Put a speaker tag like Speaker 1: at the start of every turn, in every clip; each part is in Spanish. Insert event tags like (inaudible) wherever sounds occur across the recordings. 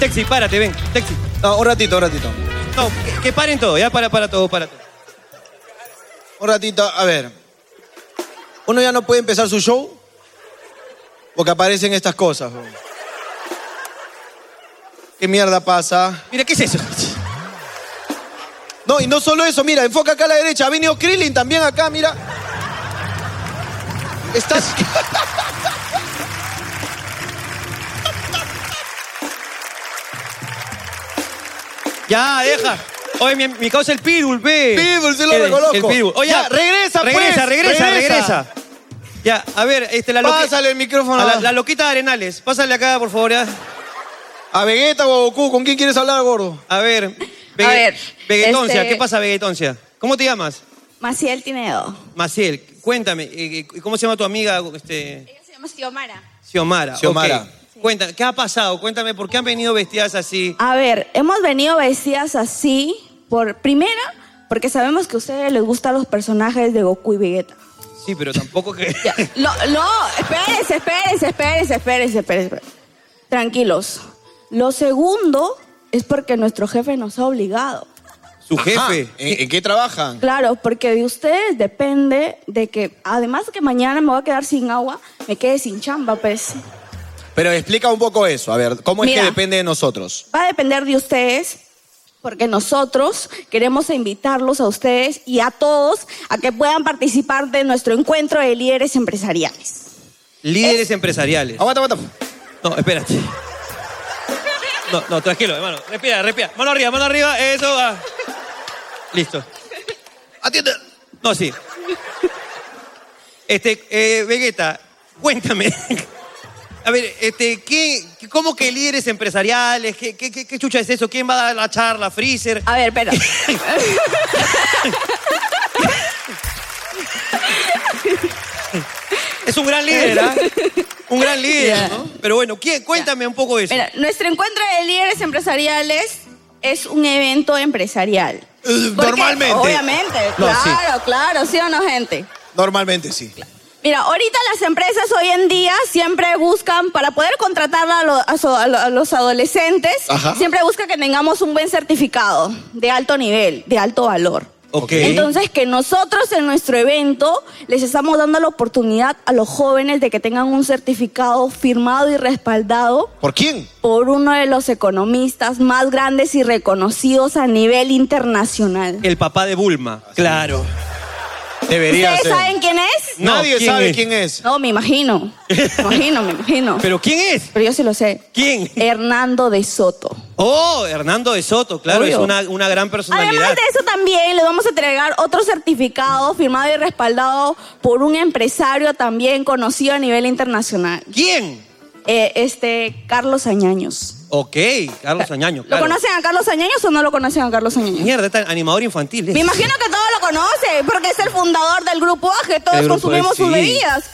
Speaker 1: Taxi, párate, ven. Taxi.
Speaker 2: No, un ratito, un ratito.
Speaker 1: No, que, que paren todo, ya para, para todo, para todo.
Speaker 2: Un ratito, a ver. Uno ya no puede empezar su show porque aparecen estas cosas. bro. ¿Qué mierda pasa?
Speaker 1: Mira, ¿qué es eso? (laughs)
Speaker 2: No, y no solo eso, mira, enfoca acá a la derecha. Ha venido Krillin también acá, mira.
Speaker 1: (laughs)
Speaker 2: Estás.
Speaker 1: Ya, deja. Oye, mi, mi causa el Pirul, ve.
Speaker 2: Pitbull, sí lo
Speaker 1: El-
Speaker 2: reconozco.
Speaker 1: El Pirul. Oye,
Speaker 2: Ya, regresa, pues,
Speaker 1: regresa, regresa,
Speaker 2: regresa.
Speaker 1: regresa. Ya, a ver, este, la loquita.
Speaker 2: Pásale el micrófono.
Speaker 1: A
Speaker 2: A,
Speaker 1: la, la loquita de Arenales. Pásale acá, por favor, ya.
Speaker 2: a Vegeta o a Goku, ¿con quién quieres hablar, gordo?
Speaker 1: A ver.
Speaker 3: A ver,
Speaker 1: Vegetoncia,
Speaker 3: este-
Speaker 1: ¿qué pasa, Vegetoncia? ¿Cómo te llamas?
Speaker 3: Maciel Tinedo.
Speaker 1: Maciel, cuéntame, eh, eh, ¿cómo se llama tu amiga este,
Speaker 3: Ella se llama Xiomara.
Speaker 1: Xiomara?
Speaker 2: Xiomara.
Speaker 1: Ok. Cuéntame, ¿qué ha pasado? Cuéntame, ¿por qué han venido vestidas así?
Speaker 3: A ver, hemos venido vestidas así por primera, porque sabemos que a ustedes les gustan los personajes de Goku y Vegeta.
Speaker 1: Sí, pero tampoco que...
Speaker 3: Ya, No, no, espérense, espérense, espérense, espérense, espérense. espérense. Tranquilos. Lo segundo es porque nuestro jefe nos ha obligado.
Speaker 1: Su
Speaker 2: Ajá,
Speaker 1: jefe.
Speaker 2: ¿En, en qué trabajan?
Speaker 3: Claro, porque de ustedes depende de que, además de que mañana me voy a quedar sin agua, me quede sin chamba, pues.
Speaker 2: Pero explica un poco eso, a ver, ¿cómo es
Speaker 3: Mira.
Speaker 2: que depende de nosotros?
Speaker 3: Va a depender de ustedes, porque nosotros queremos invitarlos a ustedes y a todos a que puedan participar de nuestro encuentro de líderes empresariales.
Speaker 1: Líderes empresariales.
Speaker 2: Aguanta, aguanta.
Speaker 1: No, espérate. No, no, tranquilo, hermano. Respira, respira. Mano arriba, mano arriba. Eso va. Listo.
Speaker 2: Atiende.
Speaker 1: No, sí. Este, eh, Vegeta, cuéntame. A ver, este, ¿qué, ¿cómo que líderes empresariales? ¿Qué, qué, qué- qué chucha es eso? ¿Quién va a dar la charla? ¿Freezer?
Speaker 3: A ver,
Speaker 1: (laughs)
Speaker 3: espera.
Speaker 1: Es un gran líder, ¿ah? Un gran líder,
Speaker 3: Ya.
Speaker 1: ¿no? Pero bueno, ¿quién? cuéntame un poco de eso.
Speaker 3: Mira, nuestro encuentro de líderes empresariales es un evento empresarial. Porque,
Speaker 2: normalmente.
Speaker 3: Obviamente,
Speaker 1: Eh, No, sí.
Speaker 3: claro, claro, sí o no, gente.
Speaker 2: Normalmente sí.
Speaker 3: Mira, ahorita las empresas hoy en día siempre buscan, para poder contratar a, lo- a so- a lo- a los adolescentes,
Speaker 2: Ajá.
Speaker 3: siempre buscan que tengamos un buen certificado de alto nivel, de alto valor.
Speaker 1: Ok.
Speaker 3: Entonces, que nosotros en nuestro evento les estamos dando la oportunidad a los jóvenes de que tengan un certificado firmado y respaldado
Speaker 2: ¿Por quién?
Speaker 3: por uno de los economistas más grandes y reconocidos a nivel internacional.
Speaker 1: El papá de Bulma.
Speaker 2: Ah,
Speaker 1: Claro.
Speaker 2: Debería
Speaker 3: ¿Ustedes
Speaker 2: ser.
Speaker 3: saben quién es?
Speaker 1: No,
Speaker 2: Nadie
Speaker 1: ¿quién
Speaker 2: sabe
Speaker 1: es?
Speaker 2: quién es.
Speaker 3: No, me imagino. Me imagino, me imagino.
Speaker 1: ¿Pero quién es?
Speaker 3: Pero yo sí lo sé.
Speaker 1: ¿Quién?
Speaker 3: Hernando de Soto.
Speaker 1: Oh, Hernando de Soto, claro,
Speaker 3: Obvio.
Speaker 1: es una, una gran personalidad.
Speaker 3: Además de eso también le vamos a entregar otro certificado firmado y respaldado por un empresario también conocido a nivel internacional.
Speaker 1: ¿Quién?
Speaker 3: Eh, este, Carlos Añaños.
Speaker 1: Ok, Carlos Añaño,
Speaker 3: ¿Lo
Speaker 1: claro.
Speaker 3: conocen a Carlos Añaños o no lo conocen a Carlos Añaños?
Speaker 1: Mierda, está animador infantil.
Speaker 3: Me imagino que todos lo conocen porque es el fundador del grupo A, que todos
Speaker 1: El grupo
Speaker 3: consumimos
Speaker 1: A, sí.
Speaker 3: sus bebidas.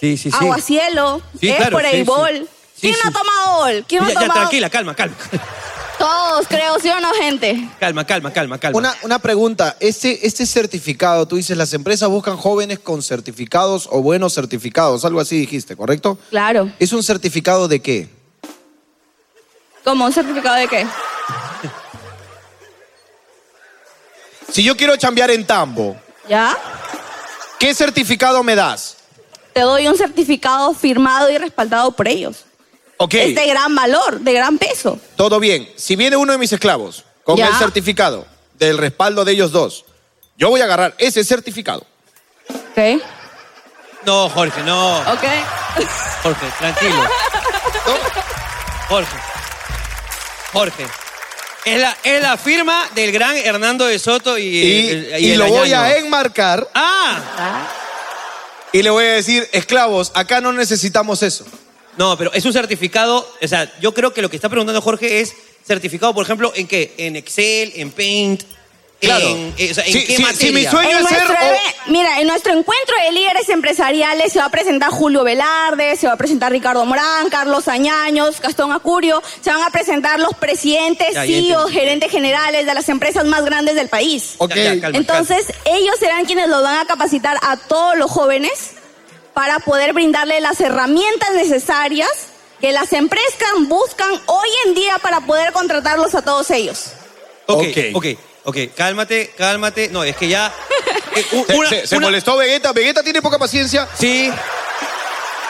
Speaker 1: Sí, sí, sí.
Speaker 3: Aguacielo,
Speaker 1: Sí,
Speaker 3: es
Speaker 1: claro,
Speaker 3: por
Speaker 1: sí,
Speaker 3: el bol.
Speaker 1: sí.
Speaker 3: ¿Quién
Speaker 1: Sí,
Speaker 3: no
Speaker 1: sí.
Speaker 3: ha tomado bol? ¿Quién no
Speaker 1: Ya,
Speaker 3: ha
Speaker 1: ya,
Speaker 3: tomado?
Speaker 1: tranquila, calma, calma. (laughs)
Speaker 3: Todos, creo, ¿sí o no, gente?
Speaker 1: Calma, calma, calma, calma.
Speaker 2: Una, una pregunta, este, este certificado, tú dices, las empresas buscan jóvenes con certificados o buenos certificados, algo así dijiste, ¿correcto?
Speaker 3: Claro.
Speaker 2: ¿Es un certificado de qué?
Speaker 3: ¿Como un certificado de qué?
Speaker 2: Si yo quiero chambear en Tambo,
Speaker 3: ¿Ya?
Speaker 2: ¿qué certificado me das?
Speaker 3: Te doy un certificado firmado y respaldado por ellos.
Speaker 2: Ok,
Speaker 3: Es de gran valor, de gran peso.
Speaker 2: todo bien. Si viene uno de mis esclavos con
Speaker 3: Ya.
Speaker 2: el certificado del respaldo de ellos dos, yo voy a agarrar ese certificado.
Speaker 3: ¿Ok?
Speaker 1: No, Jorge, no.
Speaker 3: ¿Ok?
Speaker 1: Jorge, tranquilo. Jorge. Jorge. Es la, es la firma del gran Hernando de Soto (laughs) y,
Speaker 2: Y,
Speaker 1: el- y
Speaker 2: y
Speaker 1: el
Speaker 2: lo voy a eh.
Speaker 1: Añaño.
Speaker 2: enmarcar
Speaker 1: ¡Ah!
Speaker 2: y le voy a decir, esclavos, acá no necesitamos eso.
Speaker 1: No, pero es un certificado. O sea, yo creo que lo que está preguntando Jorge es certificado, por ejemplo, ¿en qué? ¿En Excel? ¿En Paint?
Speaker 2: Claro.
Speaker 1: ¿En, eh, o sea, ¿en
Speaker 2: Sí,
Speaker 1: qué
Speaker 2: sí,
Speaker 1: materia?
Speaker 2: sí, mi sueño-
Speaker 3: En
Speaker 2: Puede ser
Speaker 3: nuestro
Speaker 2: o-
Speaker 3: eve- Mira, en nuestro encuentro de líderes empresariales se va a presentar Julio Velarde, se va a presentar Ricardo Morán, Carlos Añaños, Gastón Acurio, se van a presentar los presidentes,
Speaker 1: Ya, ya
Speaker 3: CEOs,
Speaker 1: entendí.
Speaker 3: gerentes generales de las empresas más grandes del país.
Speaker 2: Ok.
Speaker 1: Ya, ya, calma,
Speaker 3: Entonces, ellos serán quienes los van a capacitar a todos los jóvenes para poder brindarle las herramientas necesarias que las empresas buscan hoy en día para poder contratarlos a todos ellos.
Speaker 1: Ok,
Speaker 2: Ok.
Speaker 1: ok, ok. Cálmate, cálmate. No, es que ya. eh, u-
Speaker 2: Se,
Speaker 1: una-
Speaker 2: se- se
Speaker 1: una-
Speaker 2: molestó Vegeta. Vegeta tiene poca paciencia.
Speaker 1: Sí.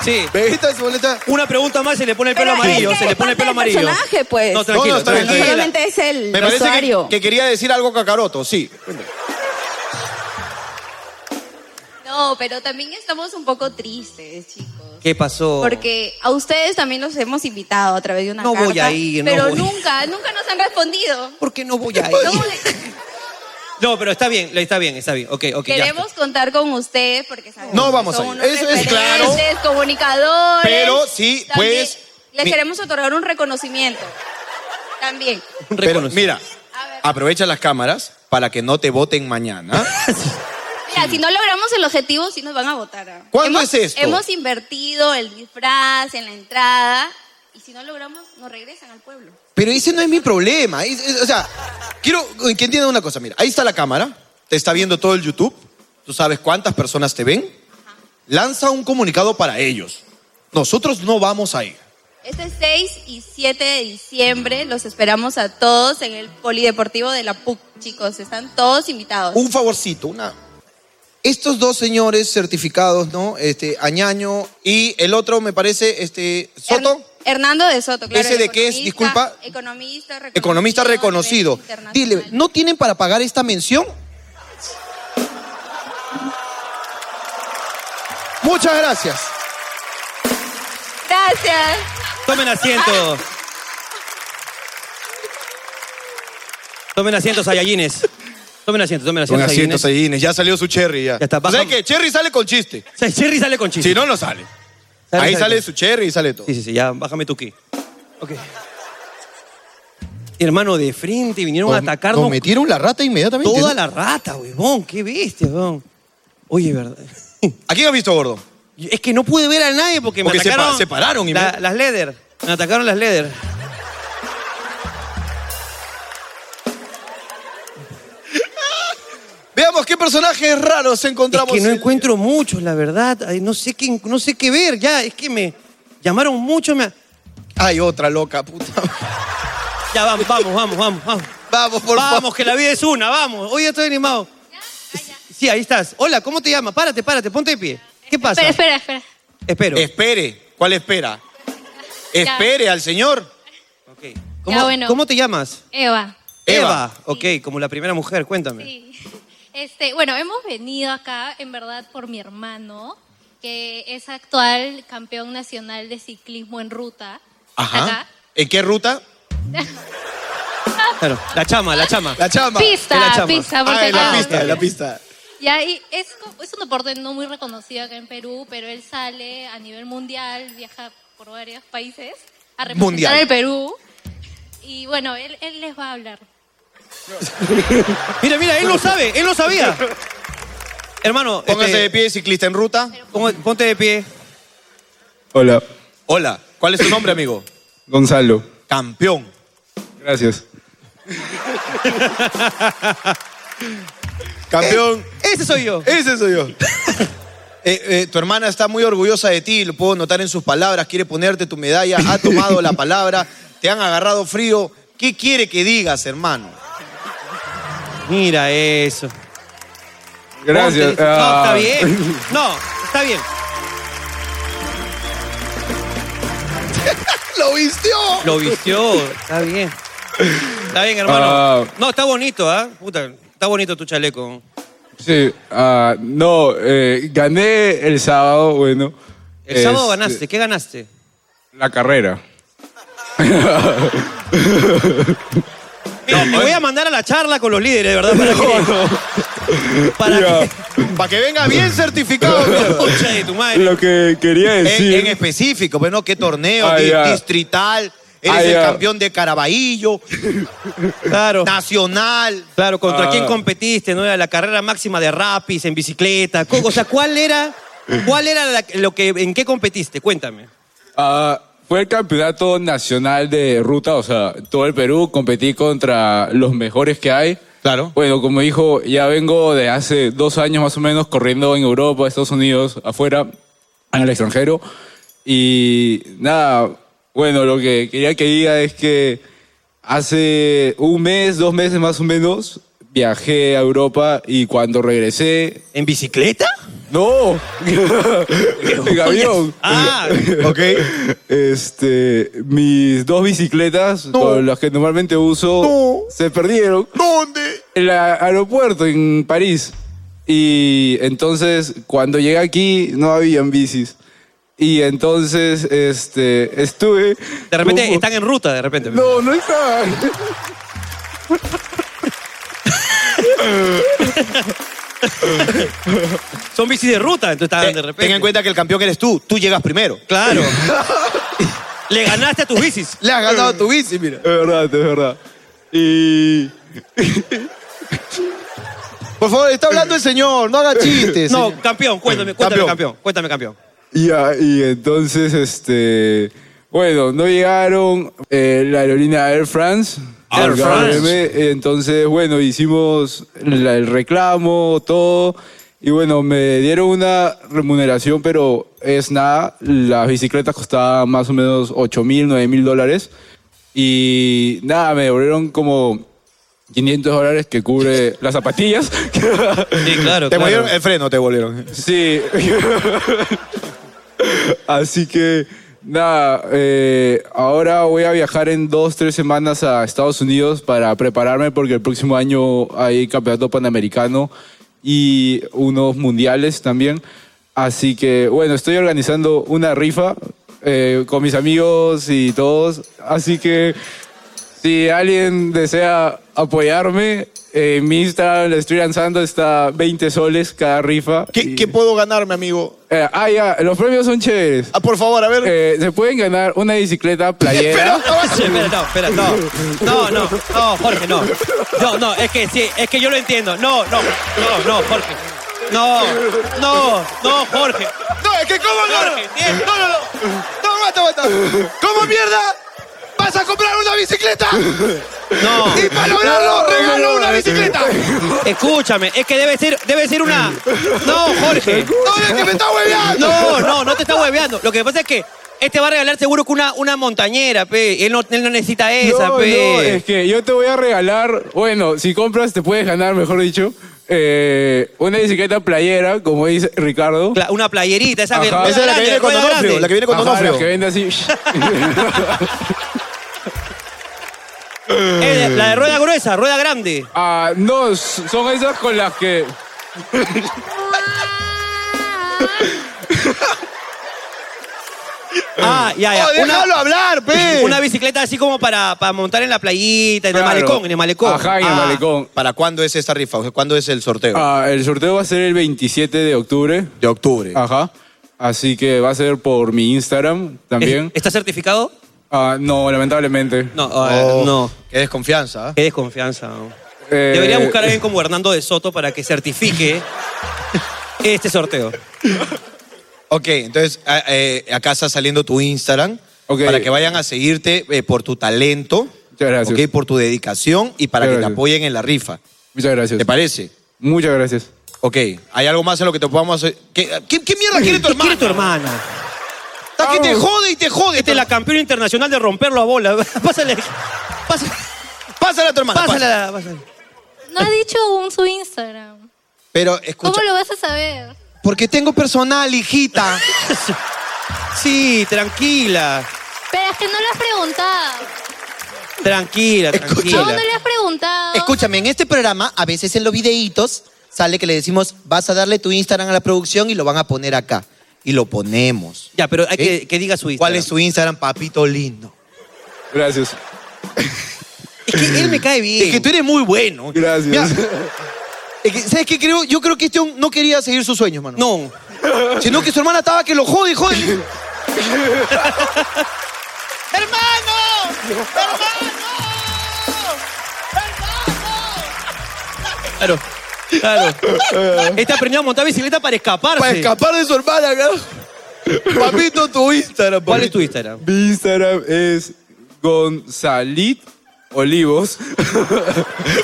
Speaker 1: Sí.
Speaker 2: Vegeta se molesta.
Speaker 1: Una pregunta más y se le pone el pelo
Speaker 3: Pero es
Speaker 1: amarillo.
Speaker 3: que
Speaker 1: Se le pone el
Speaker 3: parte
Speaker 1: pelo
Speaker 3: del
Speaker 1: amarillo.
Speaker 3: personaje, pues.
Speaker 1: No,
Speaker 3: No,
Speaker 1: tranquilo,
Speaker 2: no, está bien,
Speaker 1: tranquilo.
Speaker 2: está bien.
Speaker 3: Solamente es el
Speaker 2: Me parece que,
Speaker 3: usuario.
Speaker 2: que quería decir algo cacaroto, sí.
Speaker 4: No, pero también estamos un poco tristes, chicos.
Speaker 1: ¿Qué pasó?
Speaker 4: Porque a ustedes también los hemos invitado a través de una
Speaker 1: Oh. No
Speaker 4: carta.
Speaker 1: voy a ir, no
Speaker 4: Pero
Speaker 1: voy.
Speaker 4: nunca, nunca nos han respondido.
Speaker 1: ¿Por qué no voy a ir?
Speaker 4: No
Speaker 1: (laughs)
Speaker 4: le-
Speaker 1: No, pero está bien, está bien, está bien. Ok, ok, ya.
Speaker 4: Queremos contar con ustedes porque sabemos
Speaker 2: No,
Speaker 4: que
Speaker 2: vamos a
Speaker 4: son
Speaker 2: ir.
Speaker 4: unos
Speaker 2: Eso es claro.
Speaker 4: referentes, comunicadores.
Speaker 2: Pero sí,
Speaker 4: También
Speaker 2: pues,
Speaker 4: Les
Speaker 2: mi-
Speaker 4: queremos otorgar un reconocimiento. También.
Speaker 1: Un
Speaker 2: Pero
Speaker 1: reconocimiento.
Speaker 2: mira, aprovecha las cámaras para que no te voten mañana.
Speaker 4: Mira, si no logramos el objetivo, sí nos van a votar. ¿ah?
Speaker 2: ¿Cuándo
Speaker 4: Hemos-
Speaker 2: es esto?
Speaker 4: Hemos invertido el disfraz, en la entrada. Y si no logramos, nos regresan al pueblo.
Speaker 2: Pero ese no es mi problema. Es- es- o sea, quiero que entiendan una cosa. Mira, ahí está la cámara. Te está viendo todo el YouTube. Tú sabes cuántas personas te ven. Lanza un comunicado para ellos. Nosotros no vamos a ir.
Speaker 4: Este 6 y 7 de diciembre los esperamos a todos en el Polideportivo de la PUC, chicos. Están todos invitados.
Speaker 2: Un favorcito, una. Estos dos señores certificados, ¿no? Este, Añaño y el otro, me parece, este, Soto.
Speaker 4: Hern- Hernando de Soto, claro.
Speaker 2: ¿Ese
Speaker 4: el
Speaker 2: de qué es?
Speaker 4: economista-
Speaker 2: Disculpa.
Speaker 4: Economista reconocido.
Speaker 2: Economista reconocido.
Speaker 4: internacional.
Speaker 2: Dile, ¿no tienen para pagar esta mención? Muchas gracias.
Speaker 4: Gracias.
Speaker 1: Tomen asiento. Tomen asiento, Sayayines. Tomen asiento, tomen asiento.
Speaker 2: Con asientos
Speaker 1: Saiyajines.
Speaker 2: ahí, Inés. Ya salió su cherry ya.
Speaker 1: Ya está, baja-
Speaker 2: ¿Sabes qué? Cherry sale con chiste.
Speaker 1: O sea, Cherry sale con chiste.
Speaker 2: Si no, no sale.
Speaker 1: Sale,
Speaker 2: ahí
Speaker 1: sale
Speaker 2: sale
Speaker 1: con-
Speaker 2: su cherry y sale todo.
Speaker 1: Sí, sí, sí, ya, bájame tu ki. Ok. Hermano, de frente vinieron a
Speaker 2: Nos-
Speaker 1: atacarnos
Speaker 2: nos metieron la rata inmediatamente.
Speaker 1: toda
Speaker 2: ¿no?
Speaker 1: la rata, huevón. Qué bestia, huevón. Oye, verdad.
Speaker 2: ¿A quién has visto, gordo?
Speaker 1: Es que no pude ver a nadie porque me
Speaker 2: Porque se pa-
Speaker 1: atacaron.
Speaker 2: se pararon y me-
Speaker 1: la- las leather. Me atacaron las leather.
Speaker 2: Veamos qué personajes raros
Speaker 1: Es
Speaker 2: encontramos.
Speaker 1: que no
Speaker 2: en-
Speaker 1: encuentro muchos, la verdad. Ay, no, sé qué, no sé qué ver ya. Es que me llamaron mucho. me-
Speaker 2: Hay otra loca, puta.
Speaker 1: Ya, vamos, vamos, vamos, vamos. Vamos,
Speaker 2: (laughs) Vamos, por
Speaker 1: vamos
Speaker 2: favor.
Speaker 1: que la vida es una, vamos. Hoy ya estoy animado. Sí, ahí estás. Hola, ¿cómo te llamas? Párate, párate, ponte de pie. ¿Qué pasa?
Speaker 4: Espera, espera, espera.
Speaker 1: Espero.
Speaker 2: Espere. ¿Cuál espera? Espere al señor.
Speaker 1: Ok. ¿Cómo,
Speaker 4: Ya, bueno.
Speaker 1: cómo te llamas?
Speaker 4: Eva.
Speaker 2: Eva.
Speaker 1: Ok, como la primera mujer, cuéntame.
Speaker 5: Sí. Este, bueno, hemos venido acá, en verdad, por mi hermano, que es actual campeón nacional de ciclismo en ruta.
Speaker 2: Ajá.
Speaker 5: Acá.
Speaker 2: ¿En qué ruta?
Speaker 1: Claro, la chama, la chama.
Speaker 2: La chamba.
Speaker 1: de la chamba.
Speaker 5: Pista, pista, porque
Speaker 2: Ah, en la
Speaker 5: acá-
Speaker 2: pista,
Speaker 1: ok.
Speaker 2: en la pista.
Speaker 5: Ya, y es, co- es un deporte no muy reconocido acá en Perú, pero él sale a nivel mundial, viaja por varios países a representar
Speaker 2: Mundial.
Speaker 5: al Perú. Y bueno, él, él les va a hablar.
Speaker 1: (laughs) Mira, mira, él no sabe, él no
Speaker 2: (laughs)
Speaker 1: sabía. Hermano,
Speaker 2: Póngase
Speaker 1: este,
Speaker 2: de pie, ciclista en ruta.
Speaker 1: ¿cómo- ponte de pie.
Speaker 6: Hola,
Speaker 2: Hola. ¿Cuál es su nombre, amigo?
Speaker 6: Gonzalo.
Speaker 2: Campeón.
Speaker 6: Gracias.
Speaker 2: Campeón.
Speaker 1: Ese soy yo.
Speaker 2: Ese soy yo. (laughs) Eh, eh, tu hermana está muy orgullosa de ti, lo puedo notar en sus palabras, quiere ponerte tu medalla, ha tomado la palabra, te han agarrado frío. ¿Qué quiere que digas, hermano?
Speaker 1: Mira eso.
Speaker 6: Gracias.
Speaker 1: Ponte- No, está
Speaker 6: Ah.
Speaker 1: bien. No, está
Speaker 6: (laughs)
Speaker 1: bien.
Speaker 2: ¡Lo vistió!
Speaker 1: Lo vistió. Está bien. Está bien, hermano.
Speaker 6: Ah.
Speaker 1: No, está bonito, ¿ah? Puta, está bonito tu chaleco.
Speaker 6: (laughs) Sí, ah, no, eh, gané el sábado, bueno.
Speaker 1: El sábado
Speaker 6: este,
Speaker 1: ganaste. ¿Qué ganaste?
Speaker 6: La carrera.
Speaker 1: Mira, te voy a mandar a la charla con los líderes, de
Speaker 6: (laughs)
Speaker 1: ¿verdad? Para que. Para
Speaker 6: Ya,
Speaker 1: que.
Speaker 2: Para que venga bien certificado. (laughs) mierda.
Speaker 1: Concha de tu madre.
Speaker 6: Lo que quería
Speaker 2: en, en
Speaker 6: decir.
Speaker 2: específico, pero no qué torneo,
Speaker 6: Ah,
Speaker 2: di-
Speaker 6: ya.
Speaker 2: distrital, eres
Speaker 6: Ah,
Speaker 2: el
Speaker 6: ya.
Speaker 2: campeón de Caraballo,
Speaker 1: Claro.
Speaker 2: nacional.
Speaker 1: Claro, ¿contra
Speaker 6: Ah.
Speaker 1: quién competiste? ¿No era la carrera máxima de rapis en bicicleta? Co- O sea, ¿cuál era, cuál era la- lo que, en qué competiste? Cuéntame.
Speaker 6: Ah, fue el campeonato nacional de ruta, o sea, todo el Perú, competí contra los mejores que hay.
Speaker 2: Claro.
Speaker 6: Bueno, como dijo, ya vengo de hace dos años más o menos corriendo en Europa, Estados Unidos, afuera, en el extranjero. Y nada, Bueno, lo que quería que diga es que hace un mes, dos meses más o menos, viajé a Europa y cuando regresé...
Speaker 1: ¿En bicicleta?
Speaker 6: ¡No! (laughs) en avión.
Speaker 1: Ah,
Speaker 2: Ok.
Speaker 6: Este, mis dos bicicletas, con las que normalmente uso,
Speaker 2: No.
Speaker 6: se perdieron
Speaker 2: ¿Dónde?
Speaker 6: en el a- aeropuerto en París. Y entonces, cuando llegué aquí, no habían bicis. Y entonces, este, estuve...
Speaker 1: de repente
Speaker 6: como-
Speaker 1: están en ruta, de repente.
Speaker 6: Uh. No, no (laughs) estaban.
Speaker 1: Son bicis de ruta, entonces están de repente.
Speaker 2: Ten en cuenta que el campeón eres tú. Tú llegas primero.
Speaker 1: Claro. Le ganaste a tus bicis.
Speaker 2: Le has ganado tu bici, mira.
Speaker 6: Es verdad, es verdad. Y...
Speaker 2: Por favor, está hablando el señor. No haga chistes.
Speaker 1: No,
Speaker 2: señor.
Speaker 1: campeón, cuéntame, cuéntame,
Speaker 2: Campeón.
Speaker 1: campeón. Cuéntame, campeón.
Speaker 6: Y, ah, y entonces, este. Bueno, no llegaron eh, la aerolínea Air France.
Speaker 1: Air
Speaker 6: el
Speaker 1: France.
Speaker 6: KLM, entonces, bueno, hicimos la- el reclamo, todo. Y bueno, me dieron una remuneración, pero es nada. Las bicicletas costaban más o menos 8 mil, 9 mil dólares. Y nada, me devolvieron como 500 dólares que cubre
Speaker 1: (laughs)
Speaker 6: las zapatillas. (laughs)
Speaker 1: Sí, claro.
Speaker 2: Te
Speaker 1: claro.
Speaker 2: volvieron el freno, te volvieron.
Speaker 6: Sí. Así que, nada, eh, ahora voy a viajar en dos, tres semanas a Estados Unidos para prepararme porque el próximo año hay campeonato panamericano y unos mundiales también. Así que, bueno, estoy organizando una rifa eh, con mis amigos y todos. Así que, si alguien desea apoyarme, eh, en mi Instagram le estoy lanzando está 20 soles cada rifa.
Speaker 2: ¿Qué,
Speaker 6: Y-
Speaker 2: qué puedo ganarme, amigo?
Speaker 6: eh, ah, ya, los premios son chéveres.
Speaker 2: Ah, por favor, a ver.
Speaker 6: Eh, se pueden ganar una
Speaker 2: (laughs)
Speaker 6: bicicleta playera.
Speaker 1: Sí, espera, no, espera, no. No, no, no, Jorge, no. No, no, es que sí, es que yo lo entiendo. No, no, no, no, Jorge. No, no, no, Jorge.
Speaker 2: No, es que ¿cómo
Speaker 1: Jorge,
Speaker 2: no? No, no, no. No, aguanta, aguanta. ¿Cómo mierda vas a comprar una bicicleta?
Speaker 1: No.
Speaker 2: Y para lograrlo, regalo una bicicleta.
Speaker 1: Escúchame, es que debe ser, debe ser una. No, Jorge.
Speaker 2: No, es que me está hueveando.
Speaker 1: No, no, no te está hueveando. Lo que pasa es que este va a regalar seguro que una, una montañera, pe. Él no, él no necesita esa, pues.
Speaker 6: No,
Speaker 1: pe.
Speaker 6: no, es que yo te voy a regalar, bueno, si compras te puedes ganar, mejor dicho, eh, una bicicleta playera, como dice Ricardo.
Speaker 1: Pla- Una playerita, esa,
Speaker 6: Ajá.
Speaker 1: rueda
Speaker 2: Esa es la que viene
Speaker 1: grande,
Speaker 2: con
Speaker 1: rueda
Speaker 2: Donofrio.
Speaker 1: grande.
Speaker 2: La que viene con
Speaker 6: Ajá, las que
Speaker 2: Donofrio.
Speaker 6: vende así.
Speaker 1: Eh, la de rueda gruesa, rueda grande.
Speaker 6: Ah, no, s- son esas con las que...
Speaker 1: Ah, ya, ya.
Speaker 2: Oh, déjalo hablar, pe.
Speaker 1: Una bicicleta así como para, para montar en la playita, en
Speaker 6: Claro.
Speaker 1: el malecón, en el malecón.
Speaker 6: Ajá, en el
Speaker 2: Ah,
Speaker 6: malecón.
Speaker 2: ¿Para cuándo es esta rifa? O sea, ¿Cuándo es el sorteo?
Speaker 6: Ah, el sorteo va a ser el 27 de octubre.
Speaker 2: De octubre.
Speaker 6: Ajá. Así que va a ser por mi Instagram también.
Speaker 1: ¿Es- ¿Está certificado?
Speaker 6: Ah, no, lamentablemente.
Speaker 1: No, eh,
Speaker 2: Oh,
Speaker 1: no.
Speaker 2: Qué desconfianza. ¿eh?
Speaker 1: Qué desconfianza. ¿no?
Speaker 6: Eh,
Speaker 1: Debería buscar a alguien como Hernando de Soto para que
Speaker 2: (laughs)
Speaker 1: certifique este sorteo.
Speaker 2: Ok, entonces a- eh, acá está saliendo tu Instagram
Speaker 6: Ok.
Speaker 2: para que vayan a seguirte eh, por tu talento,
Speaker 6: Muchas gracias.
Speaker 2: ok, por tu dedicación y para
Speaker 6: Muchas
Speaker 2: que te
Speaker 6: gracias.
Speaker 2: apoyen en la rifa.
Speaker 6: Muchas gracias.
Speaker 2: ¿Te parece?
Speaker 6: Muchas gracias.
Speaker 2: Ok, ¿hay algo más en lo que te podamos hacer? ¿Qué, qué- qué mierda quiere tu
Speaker 1: ¿Qué quiere
Speaker 2: hermano?
Speaker 1: tu hermana?
Speaker 2: Está que te jode y te
Speaker 6: Este
Speaker 2: jode.
Speaker 1: Esta es la campeona internacional de romper las bolas. (laughs) Pásale. Pásale.
Speaker 2: Pásala a tu hermana. pásala.
Speaker 1: Pásala. pásala.
Speaker 5: No ha dicho aún su Instagram.
Speaker 2: Pero
Speaker 5: ¿Cómo
Speaker 2: escucha,
Speaker 5: lo vas a saber?
Speaker 2: porque tengo personal,
Speaker 5: (laughs)
Speaker 2: hijita.
Speaker 1: Sí, tranquila.
Speaker 5: Pero es que no le has preguntado.
Speaker 1: Tranquila,
Speaker 2: Escucha.
Speaker 5: Aún no
Speaker 1: tranquila.
Speaker 5: le has preguntado.
Speaker 2: Escúchame, en este programa, a veces en los videitos, sale que le decimos, vas a darle tu Instagram a la producción y lo van a poner acá. Y lo ponemos.
Speaker 1: Ya, pero hay
Speaker 2: ¿Eh?
Speaker 1: que, que diga su Instagram.
Speaker 2: ¿Cuál es su Instagram, papito lindo?
Speaker 6: Gracias.
Speaker 1: Es que él me cae bien.
Speaker 2: Es que tú eres muy bueno.
Speaker 6: Gracias.
Speaker 2: Mira, es que, ¿Sabes qué creo? Yo creo que este hom- no quería seguir sus sueños, mano.
Speaker 1: No.
Speaker 2: Sino que su hermana estaba que lo jode, jode.
Speaker 1: Claro. Claro. Este aprendió a montar bicicleta para escaparse.
Speaker 2: ¿Eh? Para escapar de su hermana, carajo. Papito, tu Instagram.
Speaker 1: ¿Cuál es
Speaker 2: papito.
Speaker 1: tu Instagram?
Speaker 6: (laughs) Mi Instagram es Gonzalit
Speaker 2: (laughs)
Speaker 6: Olivos.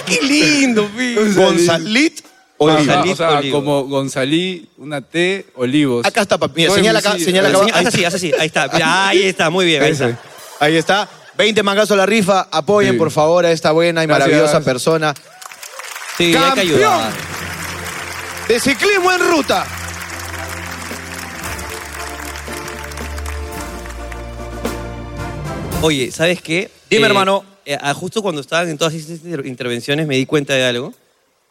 Speaker 1: ¡Qué lindo, pi!
Speaker 2: Gonzalit Olivos.
Speaker 6: Ajá, o sea,
Speaker 1: Olivos.
Speaker 6: como Gonzalí, una T, Olivos.
Speaker 2: Acá está, papi. Mira,
Speaker 6: Bueno,
Speaker 2: señala acá,
Speaker 6: sí,
Speaker 2: señala
Speaker 6: eh,
Speaker 2: acá. (laughs)
Speaker 1: Haz así, haz así. Ahí está. Mira, ahí está. Muy bien, ahí
Speaker 6: Ese.
Speaker 1: está.
Speaker 2: Ahí está. 20 mangazos la rifa. Apoyen,
Speaker 6: Sí.
Speaker 2: por favor, a esta buena y
Speaker 6: Gracias.
Speaker 2: maravillosa persona.
Speaker 1: Sí, hay que ayudar.
Speaker 2: de ciclismo en ruta.
Speaker 1: Oye, ¿sabes qué?
Speaker 2: Dime,
Speaker 1: Eh,
Speaker 2: hermano.
Speaker 1: eh, ah, justo cuando estaban en todas estas inter- intervenciones me di cuenta de algo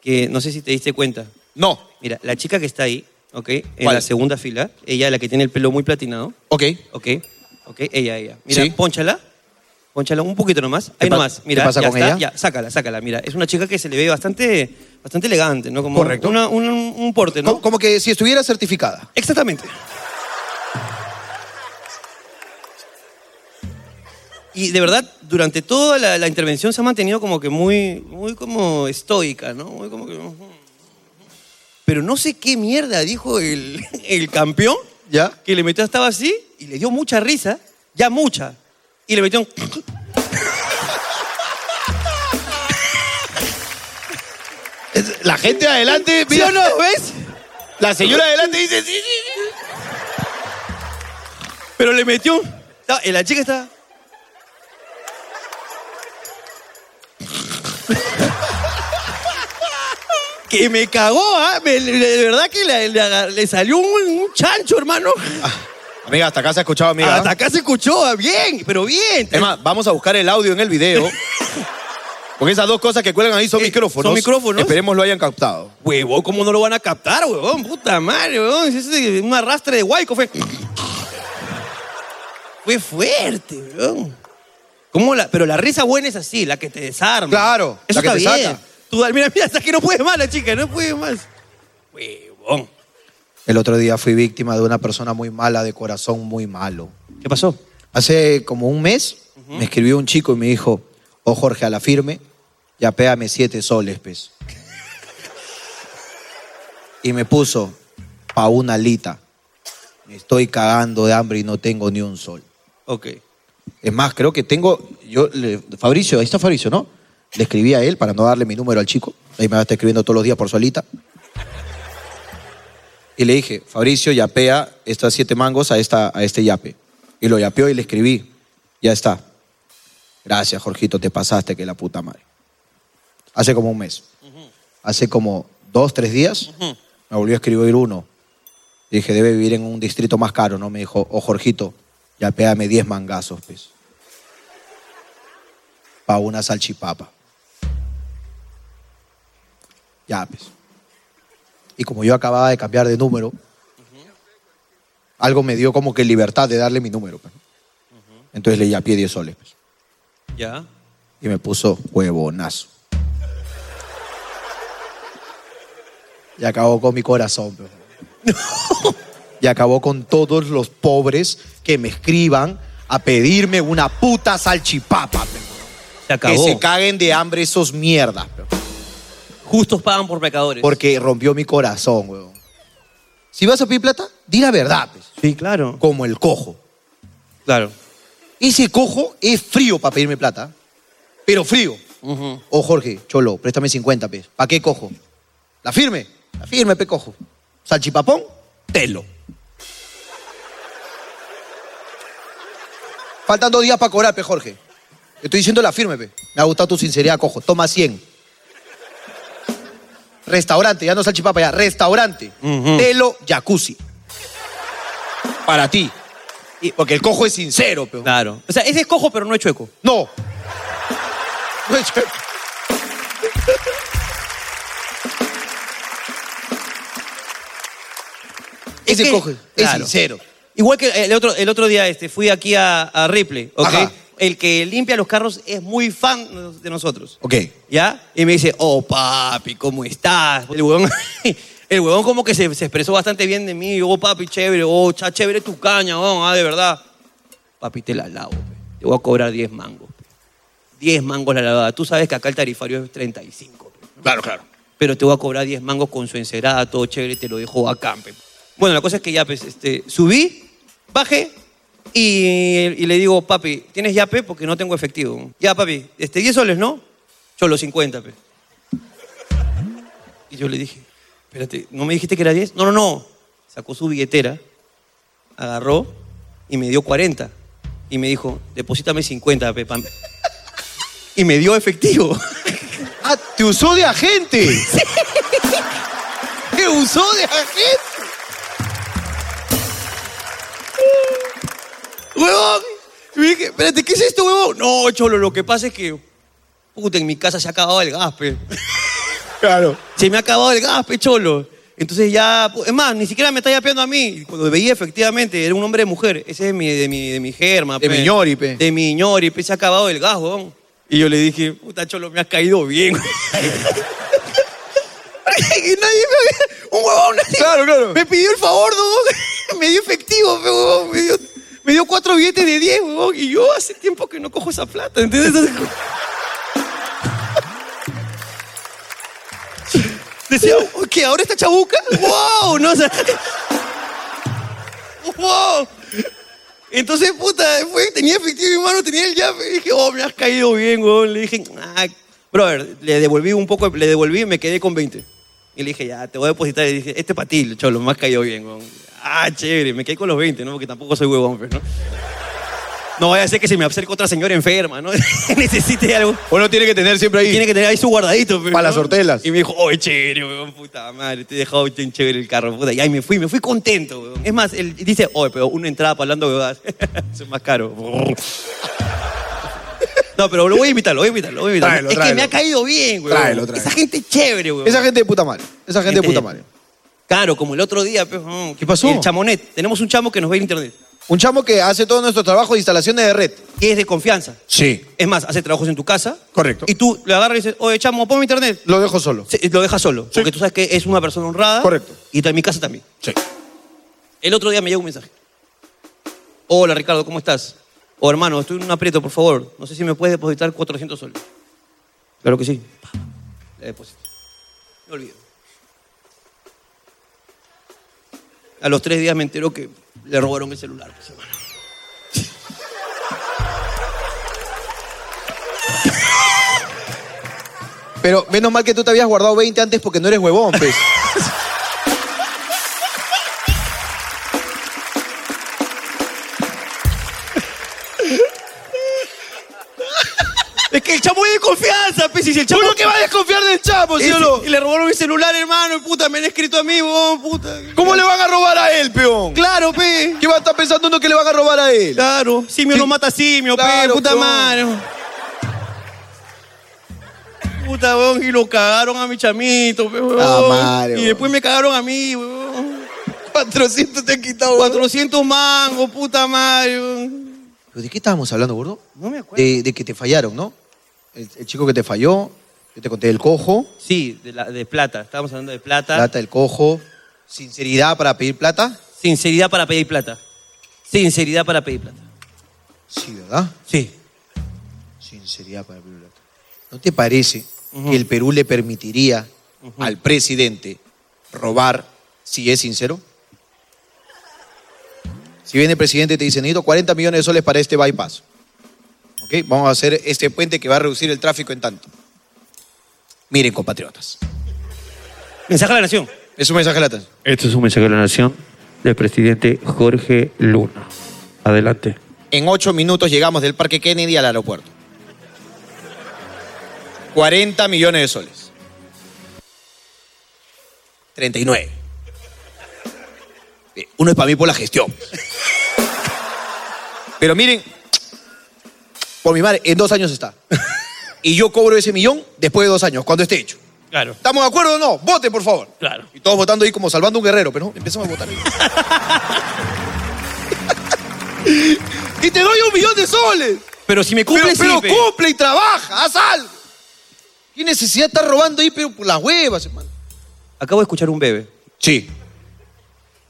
Speaker 1: que no sé si te diste cuenta.
Speaker 2: No.
Speaker 1: Mira, la chica que está ahí, ¿ok? En
Speaker 2: ¿Cuál?
Speaker 1: la segunda fila, ella, la que tiene el pelo muy platinado,
Speaker 2: Ok.
Speaker 1: ¿ok? ¿Ok? Ella, ella. Mira,
Speaker 2: Sí.
Speaker 1: pónchala. Pónchala un poquito nomás. Ahí
Speaker 2: pa-
Speaker 1: nomás.
Speaker 2: qué
Speaker 1: Mira,
Speaker 2: pasa
Speaker 1: ya
Speaker 2: con
Speaker 1: está,
Speaker 2: ella?
Speaker 1: Ya, sácala, sácala. Mira, es una chica que se le ve bastante, bastante elegante, ¿no? Como
Speaker 2: Correcto.
Speaker 1: una- un, un porte, ¿no?
Speaker 2: Co- Como que si estuviera certificada.
Speaker 1: Exactamente. Y de verdad, durante toda la, la intervención se ha mantenido como que muy, muy como estoica, ¿no? Muy como que... Pero no sé qué mierda dijo el, (laughs) el campeón,
Speaker 2: ¿Ya?
Speaker 1: que le metió, estaba así, y le dio mucha risa, ya mucha, y le metió un...
Speaker 2: Es- La gente adelante.
Speaker 1: (laughs) ¿Sí
Speaker 2: mira.
Speaker 1: o no? ¿Ves?
Speaker 2: La señora adelante dice sí, sí, sí.
Speaker 1: Pero le metió un... No, y la chica estaba... (laughs) que me cagó, ¿ah? Me- le- de verdad que le, le aga- le salió un, un chancho, hermano.
Speaker 2: Amiga, hasta acá se ha escuchado, amiga.
Speaker 1: Hasta acá se escuchó, ah, bien, pero bien.
Speaker 2: Es más, vamos a buscar el audio en el video. Porque esas dos cosas que cuelgan ahí son
Speaker 1: Eh,
Speaker 2: micrófonos.
Speaker 1: son micrófonos.
Speaker 2: Esperemos lo hayan captado.
Speaker 1: Huevón, ¿cómo no lo van a captar, huevón? Puta madre, huevón. Ese es un arrastre de guayco fue. Fue fuerte, huevón. ¿Cómo la- Pero la risa buena es así, la que te desarma.
Speaker 2: Claro,
Speaker 1: Eso
Speaker 2: la que
Speaker 1: está
Speaker 2: te
Speaker 1: bien.
Speaker 2: saca.
Speaker 1: Tú, mira, mira, hasta que no puedes más la chica, no puedes más. Huevón.
Speaker 2: El otro día fui víctima de una persona muy mala, de corazón muy malo.
Speaker 1: ¿Qué pasó?
Speaker 2: Hace como un mes me escribió un chico y me dijo, oh Jorge, a la firme, ya pégame siete soles, pez. y me puso, pa' una alita. Me estoy cagando de hambre y no tengo ni un sol.
Speaker 1: Ok.
Speaker 2: Es más, creo que tengo, yo, le- Fabricio, ahí está Fabricio, ¿no? Le escribí a él para no darle mi número al chico. Ahí me va a estar escribiendo todos los días por solita. Y le dije, Fabricio, yapea estas siete mangos a, esta, a este yape. Y lo yapeó y le escribí. Ya está. Gracias, Jorgito, te pasaste que la puta madre. Hace como un mes. Hace como dos, tres días, me volvió a escribir uno. Dije, debe vivir en un distrito más caro, ¿no? Me dijo, oh, Jorgito, ya pégame 10 mangazos, pues. Pa' una salchipapa. Ya, pues. Y como yo acababa de cambiar de número, algo me dio como que libertad de darle mi número. pues. Entonces le yapié 10 soles, pues.
Speaker 1: Ya.
Speaker 2: Y me puso huevonazo. Y acabó con mi corazón. pe. (laughs) y acabó con todos los pobres que me escriban a pedirme una puta salchipapa. pues. pe.
Speaker 1: Se
Speaker 2: Que
Speaker 1: acabó.
Speaker 2: se caguen de hambre esos mierdas. pues. pe.
Speaker 1: Justos pagan por pecadores.
Speaker 2: Porque rompió mi corazón, huevón. Si vas a pedir plata, di la verdad, pues.
Speaker 1: Sí, claro.
Speaker 2: como el cojo.
Speaker 1: Claro.
Speaker 2: Ese cojo es frío para pedirme plata, pero frío. Oh, Jorge, cholo, préstame 50, pe. ¿Para qué cojo? ¿La firme? La firme, pe, cojo. ¿Salchipapón? Telo. Faltan dos días para cobrar, pe, Jorge. Te Estoy diciendo la firme, pe. Me ha gustado tu sinceridad, cojo. Toma 100. Restaurante, ya no salchipapa, ya. Restaurante. Telo, jacuzzi. Para ti. Y- Porque el cojo es sincero, pe.
Speaker 1: Claro. O sea, ese es cojo, pero no es chueco.
Speaker 2: No. (laughs) No es chueco. Ese
Speaker 1: que-
Speaker 2: coge, es
Speaker 1: claro.
Speaker 2: sincero.
Speaker 1: Igual que el otro, el otro día este, fui aquí a, a Ripley, ¿ok?
Speaker 2: Ajá.
Speaker 1: El que limpia los carros es muy fan de nosotros,
Speaker 2: Ok.
Speaker 1: ¿ya? Y me dice, oh, papi, ¿cómo estás? El huevón, (laughs) el huevón como que se, se expresó bastante bien de mí. Oh, papi, chévere. Oh, cha, chévere tu caña, huevón, ah, de verdad. Papi, te la lavo, pe. Te voy a cobrar 10 mangos. pe. 10 mangos la lavada. Tú sabes que acá el tarifario es 35, pe
Speaker 2: Claro, claro.
Speaker 1: pero te voy a cobrar 10 mangos con su encerada, todo chévere, te lo dejo acá. pe. Bueno, la cosa es que ya, pues, este, subí, bajé y, y le digo, papi, ¿tienes yape? Porque no tengo efectivo. Ya, papi, este, 10 soles, ¿no? Yo los 50, pe. Y yo le dije, espérate, ¿no me dijiste que era 10? No, no, no. Sacó su billetera, agarró y me dio 40. y me dijo, deposítame 50, Pepa. Y me dio efectivo. (laughs)
Speaker 2: Ah, te usó de agente. Te usó de agente.
Speaker 1: ¡Huevón! Y me dije, espérate, ¿qué es esto, huevón? No, cholo, lo que pasa es que, puta, en mi casa se ha acabado el gas, (laughs) pe.
Speaker 2: Claro.
Speaker 1: Se me ha acabado el gas, pe, cholo. Entonces ya, pu- es más, ni siquiera me está yapeando a mí. Y Cuando veía efectivamente, era un hombre de mujer. Ese es mi, de, mi, de mi germa,
Speaker 2: De
Speaker 1: pe.
Speaker 2: mi ñori, pe.
Speaker 1: De mi ñori, pe, se ha acabado el gas, huevón. Y yo le dije, puta, cholo, me has caído bien. (laughs) y nadie me había... Un huevón, nadie...
Speaker 2: Claro, claro.
Speaker 1: Me pidió el favor, huevón. (laughs) Me dio efectivo, pe, huevón. Me dio, me dio cuatro billetes de 10, huevón. Y yo hace tiempo que no cojo esa plata, ¿entiendes? Entonces, Decía, ¿qué? ¿Ahora está chabuca? ¡Wow! No, o sea, ¡Wow! Entonces, puta, fue- tenía efectivo en mi mano, tenía el llave. Y dije, oh, me has caído bien, weón. Le dije, ah, brother, le devolví un poco, le devolví y me quedé con 20. Y le dije, ya, te voy a depositar. Y dije, este es para ti, cholo, me has caído bien, weón. Ah, chévere, me quedé con los 20, ¿no? Porque tampoco soy huevón, pero, ¿no? No vaya a ser que se me acerque otra señora enferma, ¿no? (laughs) Necesite algo.
Speaker 2: Uno tiene que tener siempre ahí.
Speaker 1: Tiene que tener ahí su guardadito. pues,
Speaker 2: Pa'
Speaker 1: ¿no?
Speaker 2: las hortelas.
Speaker 1: Y me dijo, oye, chévere, weón, puta madre, te he dejado bien chévere el carro, puta. Y ahí me fui, me fui contento, weón. Es más, él dice, oye, pero una entrada para hablando weón, (laughs) eso es más caro. (laughs) No, pero lo voy a invitar, lo voy a invitar, lo voy a invitar.
Speaker 2: Tráelo,
Speaker 1: es
Speaker 2: tráelo.
Speaker 1: que me ha caído bien, weón.
Speaker 2: Tráelo, tráelo.
Speaker 1: Esa gente es chévere, weón.
Speaker 2: Esa gente de puta madre. Esa gente de puta madre.
Speaker 1: Claro, como el otro día, pues, mm,
Speaker 2: ¿Qué pasó?
Speaker 1: El chamonet. Tenemos un chamo que nos ve en internet.
Speaker 2: Un chamo que hace todo nuestro trabajo de instalaciones de red.
Speaker 1: Y es de confianza.
Speaker 2: Sí.
Speaker 1: Es más, hace trabajos en tu casa.
Speaker 2: Correcto.
Speaker 1: Y tú le agarras y dices, oye, chamo, ponme internet.
Speaker 2: Lo dejo solo.
Speaker 1: Sí, lo deja solo. Porque tú sabes que es una persona honrada.
Speaker 2: Correcto.
Speaker 1: Y está en mi casa también.
Speaker 2: Sí.
Speaker 1: El otro día me llegó un mensaje. Hola Ricardo, ¿cómo estás? O hermano, estoy en un aprieto, por favor. No sé si me puedes depositar 400 soles. Claro que sí. Pa, Le deposito. Me olvido. A los tres días me enteró que le robaron el celular. pues, hermano.
Speaker 2: Pero menos mal que tú te habías guardado 20 antes porque no eres huevón, pues.
Speaker 1: Es que el chamo es de confianza, pues, y si el chamo...
Speaker 2: ¿Cómo que va a desconfiar del chamo, sí o no?
Speaker 1: Y le robaron mi celular, hermano, y puta, me han escrito a mí, weón, puta.
Speaker 2: (laughs) ¿Cómo le van a robar a él, peón?
Speaker 1: Claro, pe.
Speaker 2: ¿Qué va a estar pensando uno que le van a robar a (laughs) él?
Speaker 1: Claro, simio no mata simio,
Speaker 2: Claro,
Speaker 1: pe, puta
Speaker 2: weón.
Speaker 1: madre. Puta, weón, y lo cagaron a mi chamito, pe, weón.
Speaker 2: Ah, madre,
Speaker 1: y
Speaker 2: weón.
Speaker 1: después me cagaron a mí, weón.
Speaker 2: 400 te han quitado.
Speaker 1: 400 mangos, puta madre, weón.
Speaker 2: ¿Pero ¿De qué estábamos hablando, gordo?
Speaker 1: No me acuerdo.
Speaker 2: De, de que te fallaron, ¿no? El, el chico que te falló, yo te conté el cojo,
Speaker 1: Sí, de, la- de plata, estábamos hablando de plata.
Speaker 2: plata, el cojo, sinceridad para pedir plata.
Speaker 1: Sinceridad para pedir plata. Sinceridad para pedir plata.
Speaker 2: Sí, ¿verdad?
Speaker 1: Sí.
Speaker 2: Sinceridad para pedir plata. ¿No te parece que el Perú le permitiría al presidente robar si es sincero? Si viene el presidente y te dice, necesito 40 millones de soles para este bypass. ¿Ok? Vamos a hacer este puente que va a reducir el tráfico en tanto. Miren, compatriotas.
Speaker 1: Mensaje a la nación.
Speaker 2: Es un mensaje a la atención.
Speaker 7: Esto es un mensaje de la Nación del presidente Jorge Luna. Adelante.
Speaker 2: En ocho minutos llegamos del Parque Kennedy al aeropuerto. 40 millones de soles. 39. Eh, Uno es para mí por la gestión. Pero miren, por mi madre, en dos años está. Y yo cobro ese millón después de dos años, cuando esté hecho.
Speaker 1: Claro,
Speaker 2: ¿Estamos de acuerdo o no? Voten, por favor.
Speaker 1: claro.
Speaker 2: Y todos votando ahí como salvando un guerrero, pero no, empezamos a votar. (laughs) y te doy un millón de soles.
Speaker 1: Pero si me
Speaker 2: Pero,
Speaker 1: cumple,
Speaker 2: pero
Speaker 1: sí, pe.
Speaker 2: cumple y trabaja, haz algo. ¿Qué necesidad de estar robando ahí, pero por las huevas, hermano?
Speaker 1: Acabo de escuchar un bebé.
Speaker 2: Sí,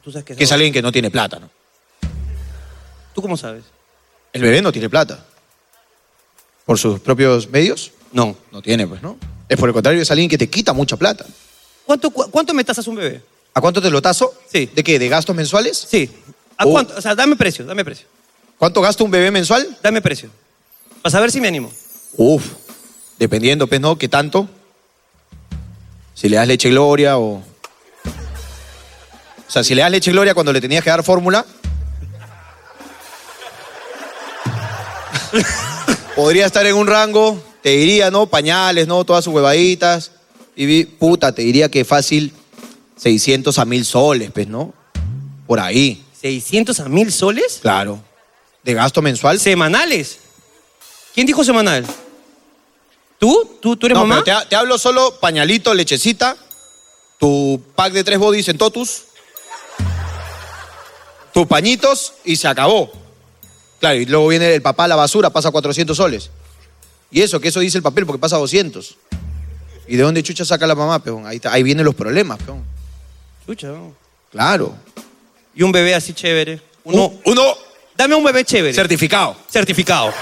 Speaker 1: ¿Tú sabes qué
Speaker 2: que es alguien que no tiene plata, ¿no?
Speaker 1: ¿Tú cómo sabes?
Speaker 2: El bebé no tiene plata. ¿Por sus propios medios?
Speaker 1: No.
Speaker 2: No tiene, pues, ¿no? Es por el contrario, es alguien que te quita mucha plata.
Speaker 1: ¿Cuánto, cu- cuánto me tasas un bebé?
Speaker 2: ¿A cuánto te lo tazo?
Speaker 1: Sí.
Speaker 2: ¿De qué? ¿De gastos mensuales?
Speaker 1: Sí. ¿A
Speaker 2: Oh.
Speaker 1: cuánto? O sea, dame precio, dame precio.
Speaker 2: ¿Cuánto gasta un bebé mensual?
Speaker 1: Dame precio. Para saber si me animo.
Speaker 2: Uf, dependiendo, pues, ¿no? ¿Qué tanto? Si le das leche gloria o... O sea, si le das leche gloria cuando le tenías que dar fórmula... (laughs) Podría estar en un rango, te diría, ¿no? Pañales, ¿no? Todas sus huevaditas. Y vi- puta, te diría que fácil 600 a 1000 soles, pues, ¿no? Por ahí,
Speaker 1: 600 a 1000 soles
Speaker 2: claro. De gasto mensual.
Speaker 1: semanales. ¿Quién dijo semanal? ¿Tú? ¿Tú, tú eres
Speaker 2: No,
Speaker 1: mamá?
Speaker 2: pero te, te hablo solo pañalito, lechecita, tu pack de tres bodies en Totus, tus pañitos y se acabó. Claro, y luego viene el papá a la basura, pasa 400 soles. Y eso, que eso dice el papel porque pasa 200. ¿Y de dónde chucha saca la mamá, peón? Ahí, está- ahí vienen los problemas, peón.
Speaker 1: Chucha, no.
Speaker 2: Claro.
Speaker 1: Y un bebé así chévere. Uno,
Speaker 2: Un- uno
Speaker 1: Dame un bebé chévere.
Speaker 2: certificado.
Speaker 1: certificado.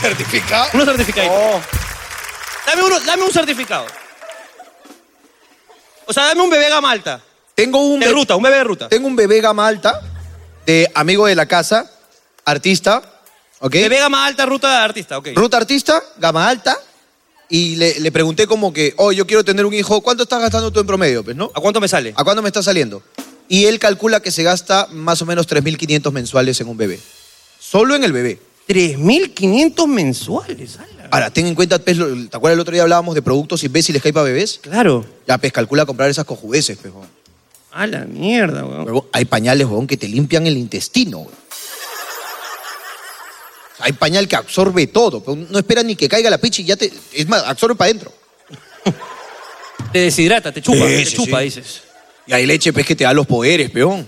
Speaker 2: ¿Certificado? Oh.
Speaker 1: Uno certificado. Dame, uno, dame un certificado. O sea, dame un bebé gama alta.
Speaker 2: Tengo un...
Speaker 1: De
Speaker 2: be-
Speaker 1: ruta, un bebé de ruta.
Speaker 2: Tengo un bebé gama alta de amigo de la casa, artista, ¿ok?
Speaker 1: Bebé gama alta, ruta de artista, ok.
Speaker 2: Ruta artista, gama alta. Y le, le pregunté como que, oh, yo quiero tener un hijo, ¿cuánto estás gastando tú en promedio? Pues, ¿no?
Speaker 1: ¿A cuánto me sale?
Speaker 2: ¿A cuándo me está saliendo? Y él calcula que se gasta más o menos 3.500 mensuales en un bebé. Solo en el bebé.
Speaker 1: 3.500 mensuales. ala.
Speaker 2: Ahora, ten en cuenta, pues, lo- ¿te acuerdas el otro día hablábamos de productos imbéciles que hay para bebés?
Speaker 1: Claro.
Speaker 2: Ya, pues, calcula comprar esas cojudeces, pues, huevón.
Speaker 1: A la mierda, weón.
Speaker 2: Huevón, Hay pañales, huevón, que te limpian el intestino, huevón. Hay pañal que absorbe todo. pero No espera ni que caiga la picha y ya te... Es más, absorbe para adentro.
Speaker 1: Te deshidrata, te chupa,
Speaker 2: Sí,
Speaker 1: te
Speaker 2: sí,
Speaker 1: chupa,
Speaker 2: sí.
Speaker 1: dices.
Speaker 2: Y hay leche, pues, que te da los poderes, peón.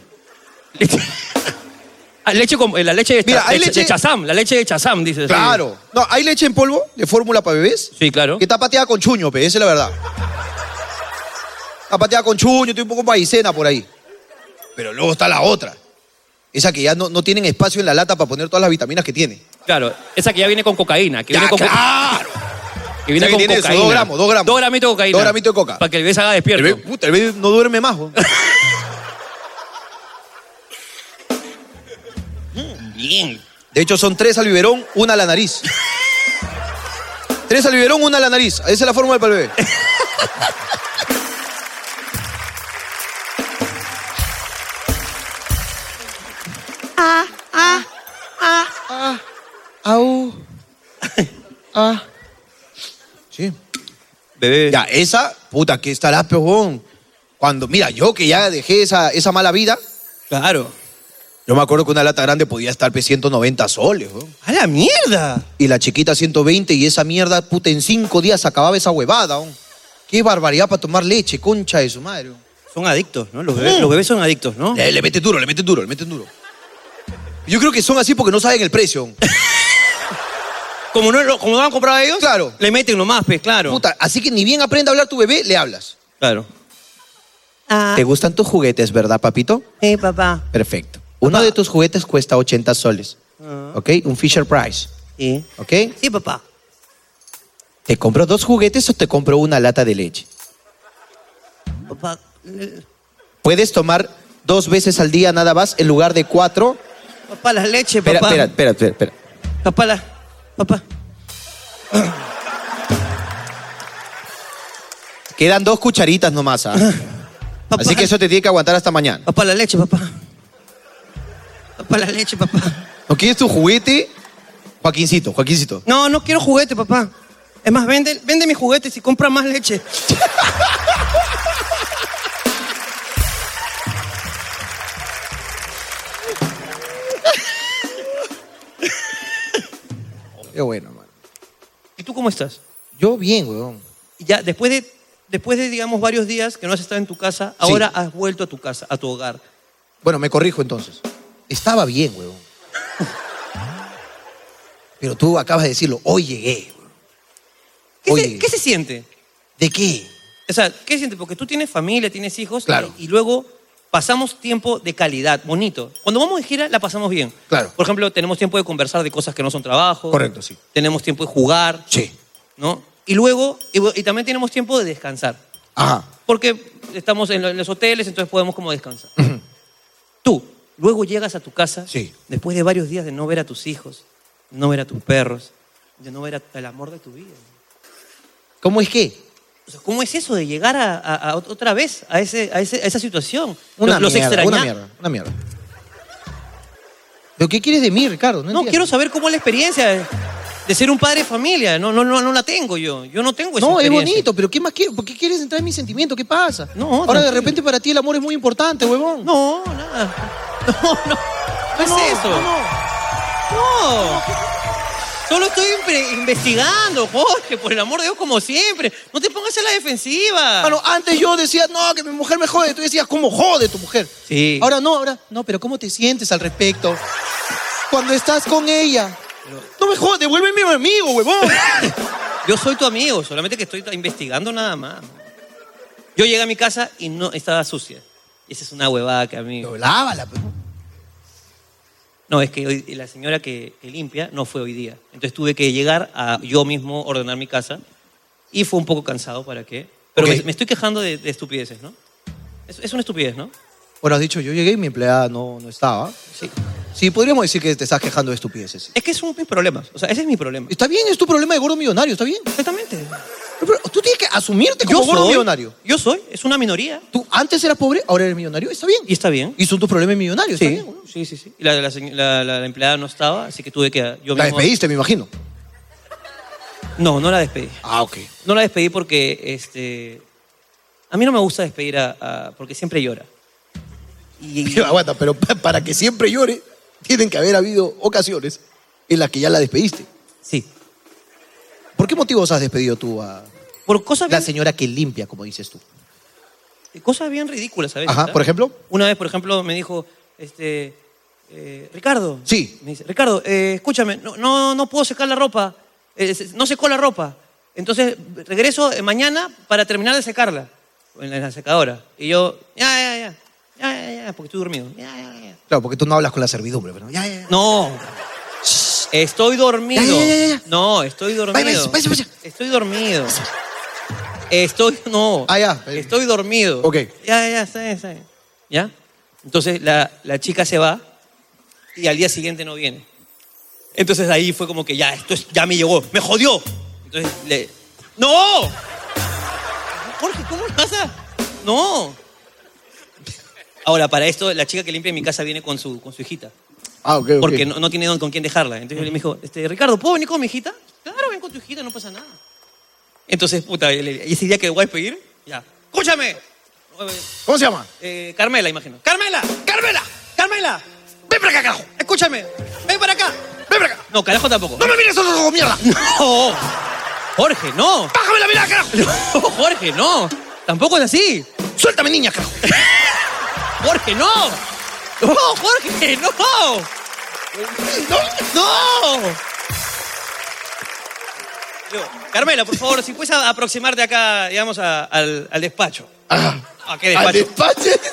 Speaker 1: Ah, leche con- eh, la leche de,
Speaker 2: Mira,
Speaker 1: Cha-
Speaker 2: hay
Speaker 1: de-
Speaker 2: leche-
Speaker 1: de Chazam, la leche de Chazam, dices.
Speaker 2: Claro. No, hay leche en polvo de fórmula para bebés
Speaker 1: Sí, claro.
Speaker 2: que está pateada con chuño, pe, esa es la verdad. Está pateada con chuño, tiene un poco paisena por ahí. Pero luego está la otra. Esa que ya no, no tienen espacio en la lata para poner todas las vitaminas que tiene.
Speaker 1: Claro, esa que ya viene con cocaína, que
Speaker 2: Ya,
Speaker 1: viene con, co-
Speaker 2: claro.
Speaker 1: que viene
Speaker 2: Ya
Speaker 1: con
Speaker 2: viene eso,
Speaker 1: cocaína.
Speaker 2: dos gramos, dos gramos.
Speaker 1: Dos gramitos de cocaína.
Speaker 2: Dos gramitos de coca.
Speaker 1: Para que el bebé se haga
Speaker 2: El
Speaker 1: despierto.
Speaker 2: bebé, puta, el bebé no duerme más. weón.
Speaker 1: Bien.
Speaker 2: De hecho, son tres al biberón, una a la nariz. tres al biberón, una a la nariz. Esa es la fórmula para el bebé.
Speaker 3: Ah, ah, ah.
Speaker 2: Au. Ah. Sí.
Speaker 1: Bebé.
Speaker 2: Ya, esa, puta, ¿qué estarás, pejón? Cuando, mira, yo que ya dejé esa, esa mala vida,
Speaker 1: Claro.
Speaker 2: yo me acuerdo que una lata grande podía estar pe 190 soles, weón.
Speaker 1: ¡A la mierda!
Speaker 2: Y la chiquita 120 y esa mierda, puta, en cinco días se acababa esa huevada, weón. Qué barbaridad para tomar leche, concha de su madre, weón.
Speaker 1: Son adictos, ¿no? Los bebés, los bebés son adictos, ¿no?
Speaker 2: Le, le meten duro, le meten duro, le meten duro. Yo creo que son así porque no saben el precio. weón.
Speaker 1: Como no, lo- como no han comprado ellos,
Speaker 2: Claro.
Speaker 1: le meten nomás, pues, claro.
Speaker 2: (laughs) Puta, así que ni bien aprende a hablar tu bebé, le hablas.
Speaker 1: Claro.
Speaker 2: ¿Te gustan tus juguetes, verdad, papito?
Speaker 1: Hey, Ah, eh, papá.
Speaker 2: Perfecto. Uno de tus juguetes cuesta 80 soles.
Speaker 1: Ah.
Speaker 2: ¿Ok? Un Fisher Price.
Speaker 1: Sí.
Speaker 2: ¿Ok?
Speaker 1: Sí, papá.
Speaker 2: ¿Te compro dos juguetes o te compro una lata de leche?
Speaker 1: Papá.
Speaker 2: Puedes tomar dos veces al día nada más en lugar de cuatro.
Speaker 1: Papá, la leche,
Speaker 2: Espera,
Speaker 1: papá.
Speaker 2: espera, espera, espera, espera.
Speaker 1: Papá, la. Papá.
Speaker 2: Quedan dos cucharitas nomás, ¿ah?
Speaker 1: (laughs) papá.
Speaker 2: Así que eso te tiene que aguantar hasta mañana.
Speaker 1: Papá, la leche, papá. Papá, la leche, papá.
Speaker 2: ¿No quieres este tu juguete? Joaquincito, Joaquincito.
Speaker 1: No, no quiero juguete, papá. Es más, vende, vende mis juguetes y compra más leche.
Speaker 2: Qué bueno, man.
Speaker 1: ¿Y tú cómo estás?
Speaker 2: Yo bien, weón.
Speaker 1: Y Ya, después de, después de, digamos, varios días que no has estado en tu casa, ahora has vuelto a tu casa, a tu hogar.
Speaker 2: Bueno, me corrijo entonces. Estaba bien, weón. Pero tú acabas de decirlo, hoy llegué. weón.
Speaker 1: ¿Qué,
Speaker 2: Oye.
Speaker 1: se, qué se siente?
Speaker 2: ¿De qué?
Speaker 1: O sea, ¿qué se siente? Porque tú tienes familia, tienes hijos.
Speaker 2: Claro.
Speaker 1: Y, y luego pasamos tiempo de calidad, bonito. Cuando vamos de gira, la pasamos bien.
Speaker 2: Claro.
Speaker 1: Por ejemplo, tenemos tiempo de conversar de cosas que no son trabajo.
Speaker 2: Correcto, sí.
Speaker 1: Tenemos tiempo de jugar.
Speaker 2: Sí.
Speaker 1: ¿No? Y luego, y, y también tenemos tiempo de descansar.
Speaker 2: Ajá.
Speaker 1: Porque estamos en, lo- en los hoteles, entonces podemos como descansar.
Speaker 2: (clears throat)
Speaker 1: Tú, luego llegas a tu casa,
Speaker 2: Sí.
Speaker 1: después de varios días de no ver a tus hijos, de no ver a tus perros, de no ver a- al amor de tu vida.
Speaker 2: ¿Cómo es que?
Speaker 1: O sea, ¿Cómo es eso de llegar a, a- a ot- otra vez a, ese, a, ese- a esa situación?
Speaker 2: Una
Speaker 1: los los
Speaker 2: mierda,
Speaker 1: extraña-
Speaker 2: una mierda, una mierda. ¿Pero qué quieres de mí, Ricardo? No,
Speaker 1: No,
Speaker 2: entiendo.
Speaker 1: quiero saber cómo es la experiencia de- de ser un padre de familia. No, no, no, no la tengo yo. Yo no tengo esa
Speaker 2: No, es
Speaker 1: experiencia.
Speaker 2: bonito, pero ¿qué más quieres? ¿Por qué quieres entrar en mis sentimientos? ¿Qué pasa?
Speaker 1: No,
Speaker 2: Ahora de
Speaker 1: tranquilo.
Speaker 2: repente para ti el amor es muy importante, huevón.
Speaker 1: No, nada. (laughs) No, no. No,
Speaker 2: No,
Speaker 1: es eso.
Speaker 2: no, no.
Speaker 1: No. Solo estoy impre- investigando, Jorge, por el amor de Dios, como siempre. No te pongas a la defensiva.
Speaker 2: Mano, antes yo decía, no, que mi mujer me jode. Tú decías, ¿cómo jode tu mujer?
Speaker 1: Sí.
Speaker 2: Ahora no, ahora no, pero ¿cómo te sientes al respecto? Cuando estás con ella. No me jodas, devuélveme a mi amigo, huevón.
Speaker 1: Yo soy tu amigo, solamente que estoy investigando nada más. Yo llegué a mi casa y no estaba sucia. Esa es una huevada que a mí.
Speaker 2: Pero lávala, pues.
Speaker 1: No, es que hoy- la señora que, que limpia no fue hoy día. Entonces tuve que llegar a yo mismo ordenar mi casa y fue un poco cansado para qué. Pero
Speaker 2: Ok.
Speaker 1: me, me estoy quejando de, de estupideces, ¿no? Es, es una estupidez, ¿no?
Speaker 2: (laughs) Bueno, has dicho, yo llegué y mi empleada no, no estaba.
Speaker 1: Sí.
Speaker 2: Sí, podríamos decir que te estás quejando de estupideces.
Speaker 1: Es que es un mis problemas. O sea, ese es mi problema.
Speaker 2: Está bien, es tu problema de gordo millonario, está bien.
Speaker 1: Exactamente.
Speaker 2: Pero tú tienes que asumirte como gordo millonario.
Speaker 1: Yo soy. Es una minoría.
Speaker 2: Tú antes eras pobre, ahora eres millonario, está bien.
Speaker 1: Y está bien.
Speaker 2: Y son tus problemas millonarios,
Speaker 1: Sí,
Speaker 2: está bien. ¿no?
Speaker 1: sí, sí, sí. Y La, la señ- la- la- la empleada no estaba, así que tuve que... Yo
Speaker 8: La
Speaker 1: mismo-
Speaker 8: despediste, me imagino.
Speaker 1: No, no la despedí.
Speaker 8: Ah, ok.
Speaker 1: No la despedí porque, este... A mí no me gusta despedir a... a- porque siempre llora.
Speaker 2: (laughs)
Speaker 1: Y,
Speaker 8: Pero aguanta, pero pa- para que siempre llore, tienen que haber habido ocasiones en las que ya la despediste.
Speaker 1: sí.
Speaker 2: ¿Por qué motivos has despedido tú a
Speaker 1: Por cosas
Speaker 2: la
Speaker 1: bien,
Speaker 2: señora que limpia, como dices tú?
Speaker 1: cosas bien ridículas, ¿sabes?
Speaker 8: Ajá, por ejemplo.
Speaker 1: Una vez, por ejemplo, me dijo, este, eh, Ricardo.
Speaker 8: Sí.
Speaker 1: Me dice, Ricardo, eh, escúchame, no, no, no puedo secar la ropa. Eh, se- no secó la ropa. Entonces, regreso eh, mañana para terminar de secarla en la, en la secadora. Y yo, ya, ya, ya. Ya, ya, ya, porque estoy dormido. Ya, ya, ya.
Speaker 2: Claro, porque tú no hablas con la servidumbre, pero ya, ya, ya.
Speaker 1: No. Estoy dormido.
Speaker 2: Ya, ya, ya, ya, ya.
Speaker 1: No, estoy dormido.
Speaker 2: Vaya, vaya, vaya, vaya.
Speaker 1: Estoy dormido. Estoy. No.
Speaker 2: Ah, ya.
Speaker 1: Estoy dormido.
Speaker 8: Ok.
Speaker 1: Ya, ya, ya, está bien, está bien. ¿Ya? Entonces la, la chica se va y al día siguiente no viene. Entonces ahí fue como que ya, esto es- ya me llegó. Me jodió. Entonces le. ¡No! Jorge, ¿cómo lo vas a.? No. Ahora, para esto, la chica que limpia en mi casa viene con su, con su hijita
Speaker 8: Ah, ok, ok.
Speaker 1: porque no, no tiene don- con quién dejarla. Entonces él me dijo, este, Ricardo, ¿puedo venir con mi hijita? Claro, ven con tu hijita, no pasa nada. Entonces, puta, y le- y ese día que voy a despedir, ya, escúchame.
Speaker 8: ¿Cómo se llama?
Speaker 1: Eh, Carmela, imagino. Carmela, Carmela, Carmela, ven para acá, carajo. Escúchame, ven para acá.
Speaker 8: Ven para acá.
Speaker 1: No, carajo tampoco.
Speaker 8: No me mires solo como mierda.
Speaker 1: No, Jorge, no. (laughs)
Speaker 8: Bájame la mirada, carajo.
Speaker 1: No, Jorge, no. Tampoco es así.
Speaker 8: Suéltame, niña, carajo.
Speaker 1: Jorge, no. No, Jorge, no. No. Digo, Carmela, por favor, si puedes a- aproximarte acá, digamos, a- al, al despacho. ¿A qué
Speaker 8: Al
Speaker 1: despacho?
Speaker 8: despacho.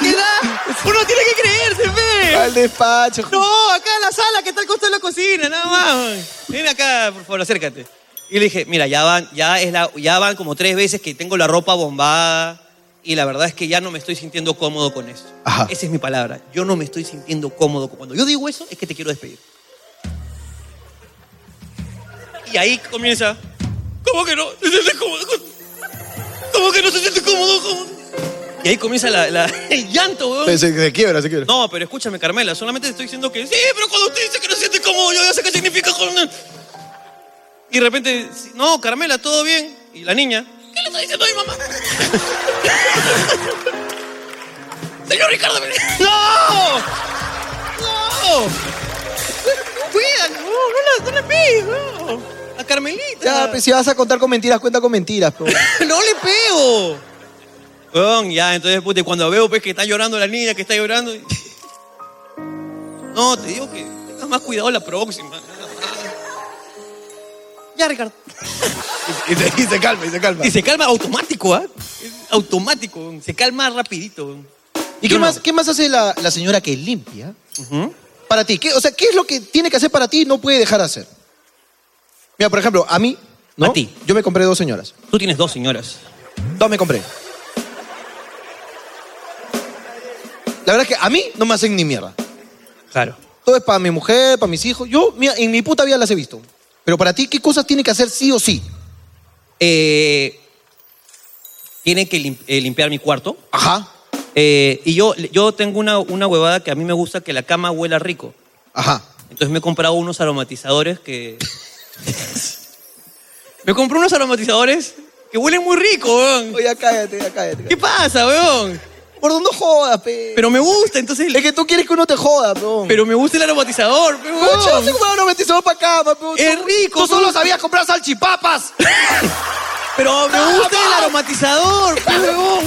Speaker 1: ¿Qué da? Uno tiene que creerse, fe.
Speaker 8: Al despacho.
Speaker 1: (laughs) No, acá en la sala, que está al costado de la cocina, nada más. Ven acá, por favor, acércate. Y le dije, mira, ya van, ya es la, ya van como tres veces que tengo la ropa bombada y la verdad es que ya no me estoy sintiendo cómodo con esto.
Speaker 8: Ajá.
Speaker 1: Esa es mi palabra. Yo no me estoy sintiendo cómodo. Cuando yo digo eso, es que te quiero despedir. Y ahí comienza. ¿Cómo que no? ¿Te sientes cómodo? ¿Cómo que no se siente cómodo? ¿Cómo? Y ahí comienza la- la- (laughs) el llanto, weón.
Speaker 8: Se, se- se quiebra, se quiebra.
Speaker 1: No, pero escúchame, Carmela, solamente te estoy diciendo que sí, pero cuando usted dice que no se siente cómodo, yo ya sé qué significa con... Y de repente, sí, no, Carmela, todo bien. Y la niña, ¿qué le está diciendo a mi mamá? (laughs) Señor Ricardo, mire. ¡No! ¡No! Cuida, no, no la, no la pegues, no. A Carmelita.
Speaker 2: Ya, pues, si vas a contar con mentiras, cuenta con mentiras,
Speaker 8: (laughs)
Speaker 2: pero.
Speaker 1: (laughs) ¡No le pego! Weón, ya, entonces, puta, y cuando veo pues, que está llorando la niña, que está llorando. y- (laughs) No, te digo que tengas más cuidado la próxima. Ya, Ricardo.
Speaker 8: Y, se, y se calma, y se calma.
Speaker 1: Y se calma automático, ¿ah? Es Automático, weón. se calma rapidito. weón.
Speaker 2: ¿Y
Speaker 1: Yo
Speaker 2: qué
Speaker 1: no.
Speaker 2: más, qué más hace la, la señora que limpia? Para ti, ¿qué, o sea, ¿qué es lo que tiene que hacer para ti y no puede dejar de hacer? Mira, por ejemplo, a mí, ¿no?
Speaker 1: A ti.
Speaker 2: Yo me compré dos señoras.
Speaker 1: Tú tienes dos señoras.
Speaker 2: Dos me compré. La verdad es que a mí no me hacen ni mierda.
Speaker 1: Claro.
Speaker 2: Todo es para mi mujer, para mis hijos. Yo, mira, en mi puta vida las he visto. Pero para ti, ¿qué cosas tiene que hacer sí o sí?
Speaker 1: Eh, tiene que lim- eh, limpiar mi cuarto.
Speaker 2: Ajá.
Speaker 1: Eh, y yo, yo tengo una, una huevada que a mí me gusta que la cama huela rico.
Speaker 2: Ajá.
Speaker 1: Entonces me he comprado unos aromatizadores que. (laughs) me compré unos aromatizadores que huelen muy rico, weón.
Speaker 2: Oye, ya cállate, ya cállate.
Speaker 1: ¿Qué pasa, weón?
Speaker 2: Por no jodas, pe.
Speaker 1: Pero me gusta, entonces.
Speaker 2: Es que tú quieres que uno te joda, peón.
Speaker 1: Pero me gusta el aromatizador, pe, weón.
Speaker 2: Concha, no se compraba unos 22 para acá, peón.
Speaker 1: Es
Speaker 2: Tú-
Speaker 1: rico,
Speaker 2: Tú solo
Speaker 1: pe.
Speaker 2: sabías comprar salchipapas.
Speaker 1: Pero
Speaker 2: Ah,
Speaker 1: me gusta el aromatizador, pe, weón.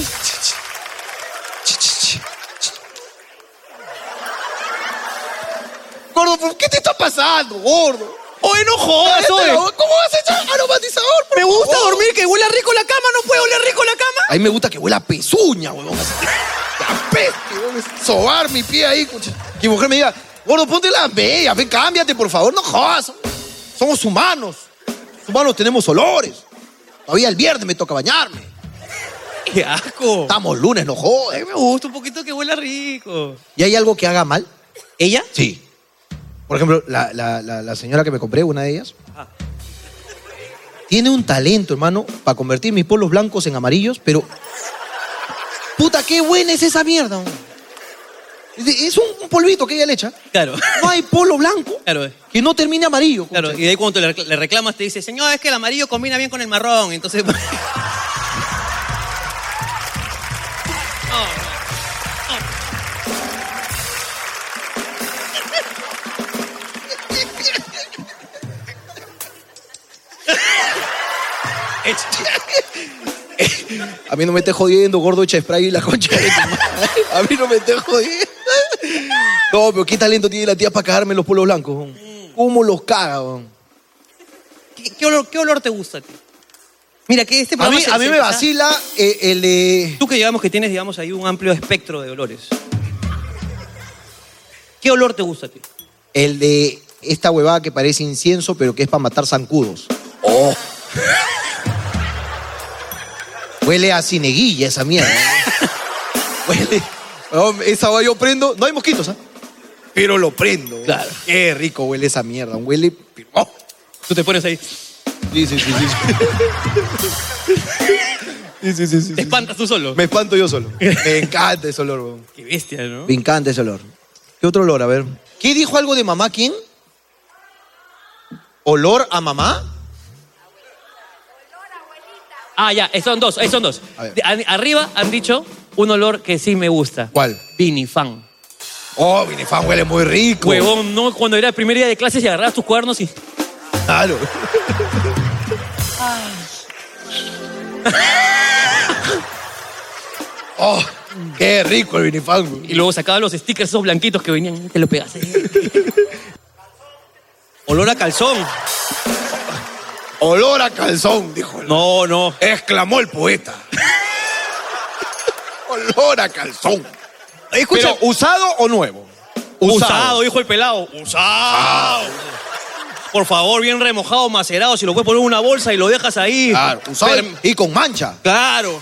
Speaker 2: Gordo, ¿por ¿qué te está pasando, gordo?
Speaker 1: Oye, no jodas,
Speaker 2: Cállate la
Speaker 1: oye.
Speaker 2: boca. ¿Cómo vas a echar aromatizador? por
Speaker 1: Me gusta
Speaker 2: favor?
Speaker 1: dormir, que huela rico la cama, no puede oler rico la cama.
Speaker 2: A mí me gusta que huela a pezuña, huevón. así. La peste, huevón. Sobar mi pie ahí. concha. Que mi mujer me diga, gordo, ponte las medias, ven, cámbiate, por favor, no jodas. Somos humanos. Los humanos tenemos olores. Todavía el viernes me toca bañarme.
Speaker 1: Qué asco.
Speaker 2: Estamos lunes, no
Speaker 1: A mí
Speaker 2: jodas.
Speaker 1: me gusta un poquito que huela rico.
Speaker 2: ¿Y hay algo que haga mal?
Speaker 1: ¿Ella?
Speaker 2: Sí. Por ejemplo, la, la- la- la señora que me compré, una de ellas, tiene un talento, hermano, para convertir mis polos blancos en amarillos, pero. Puta, qué buena es esa mierda. hombre. Es de- Es un, un polvito que ella le echa.
Speaker 1: Claro. (laughs)
Speaker 2: No hay polo blanco
Speaker 1: Claro.
Speaker 2: que no termine amarillo.
Speaker 1: Claro, y
Speaker 2: concha.
Speaker 1: de ahí cuando le recla- le reclamas te dice, señor, es que el amarillo combina bien con el marrón, entonces... (laughs) No, no. No. Ech-
Speaker 2: A mí no me estés jodiendo, gordo echa spray y la concha de tu madre. A mí no me estés jodiendo. No, pero qué talento tiene la tía para cagarme los polos blancos. hombre. ¿Cómo los caga, hombre?
Speaker 1: ¿Qué, qué olor, qué olor te gusta a ti? Mira, que este
Speaker 2: A
Speaker 1: programa...
Speaker 2: mí,
Speaker 1: se-
Speaker 2: a mí
Speaker 1: se
Speaker 2: me
Speaker 1: empieza-
Speaker 2: vacila eh, el de.
Speaker 1: Tú que digamos que tienes, digamos, ahí un amplio espectro de olores. ¿Qué olor te gusta a ti?
Speaker 2: El de esta huevada que parece incienso, pero que es para matar zancudos. ¡Oh! Huele a cineguilla esa mierda. ¿eh? (laughs) Huele. Huevón, esa hueá yo prendo. No hay mosquitos, ¿ah? Pero lo prendo.
Speaker 1: Claro.
Speaker 2: Qué rico huele esa mierda. Huele. pero- ¡Oh!
Speaker 1: Tú te pones ahí,
Speaker 2: Sí, sí, sí, sí. Sí, sí, sí, sí,
Speaker 1: te
Speaker 2: sí.
Speaker 1: espantas tú solo.
Speaker 2: Me espanto yo (laughs) solo. Me encanta ese olor, huevón.
Speaker 1: Qué bestia, ¿no?
Speaker 2: Me encanta ese olor. ¿Qué otro olor? A ver. ¿Qué dijo algo de mamá quién? ¿Olor a mamá?
Speaker 9: Ah, ya, eh, son dos, eh, son dos.
Speaker 2: A ver.
Speaker 9: De- an- arriba han dicho un olor que sí me gusta.
Speaker 2: ¿Cuál?
Speaker 9: Vinifan.
Speaker 2: Oh, Vinifan huele muy rico.
Speaker 9: Huevón, no, cuando era el primer día de clases y agarrabas tus cuadernos y...
Speaker 2: Claro. oh, qué rico el Vinifan. güey.
Speaker 9: Y luego sacabas los stickers esos blanquitos que venían y te los pegas.
Speaker 1: eh.
Speaker 2: (laughs)
Speaker 1: Olor a calzón.
Speaker 2: Olor a calzón, dijo. el-
Speaker 1: No, no.
Speaker 2: Exclamó el poeta. Olor a calzón.
Speaker 1: Escucha.
Speaker 2: Pero, ¿usado o nuevo?
Speaker 1: usado. dijo el pelado. Usado.
Speaker 2: Ah,
Speaker 1: Por favor, bien remojado, macerado. Si lo puedes poner en una bolsa y lo dejas ahí.
Speaker 2: Claro, usado
Speaker 1: Fer-
Speaker 2: y con mancha.
Speaker 1: claro.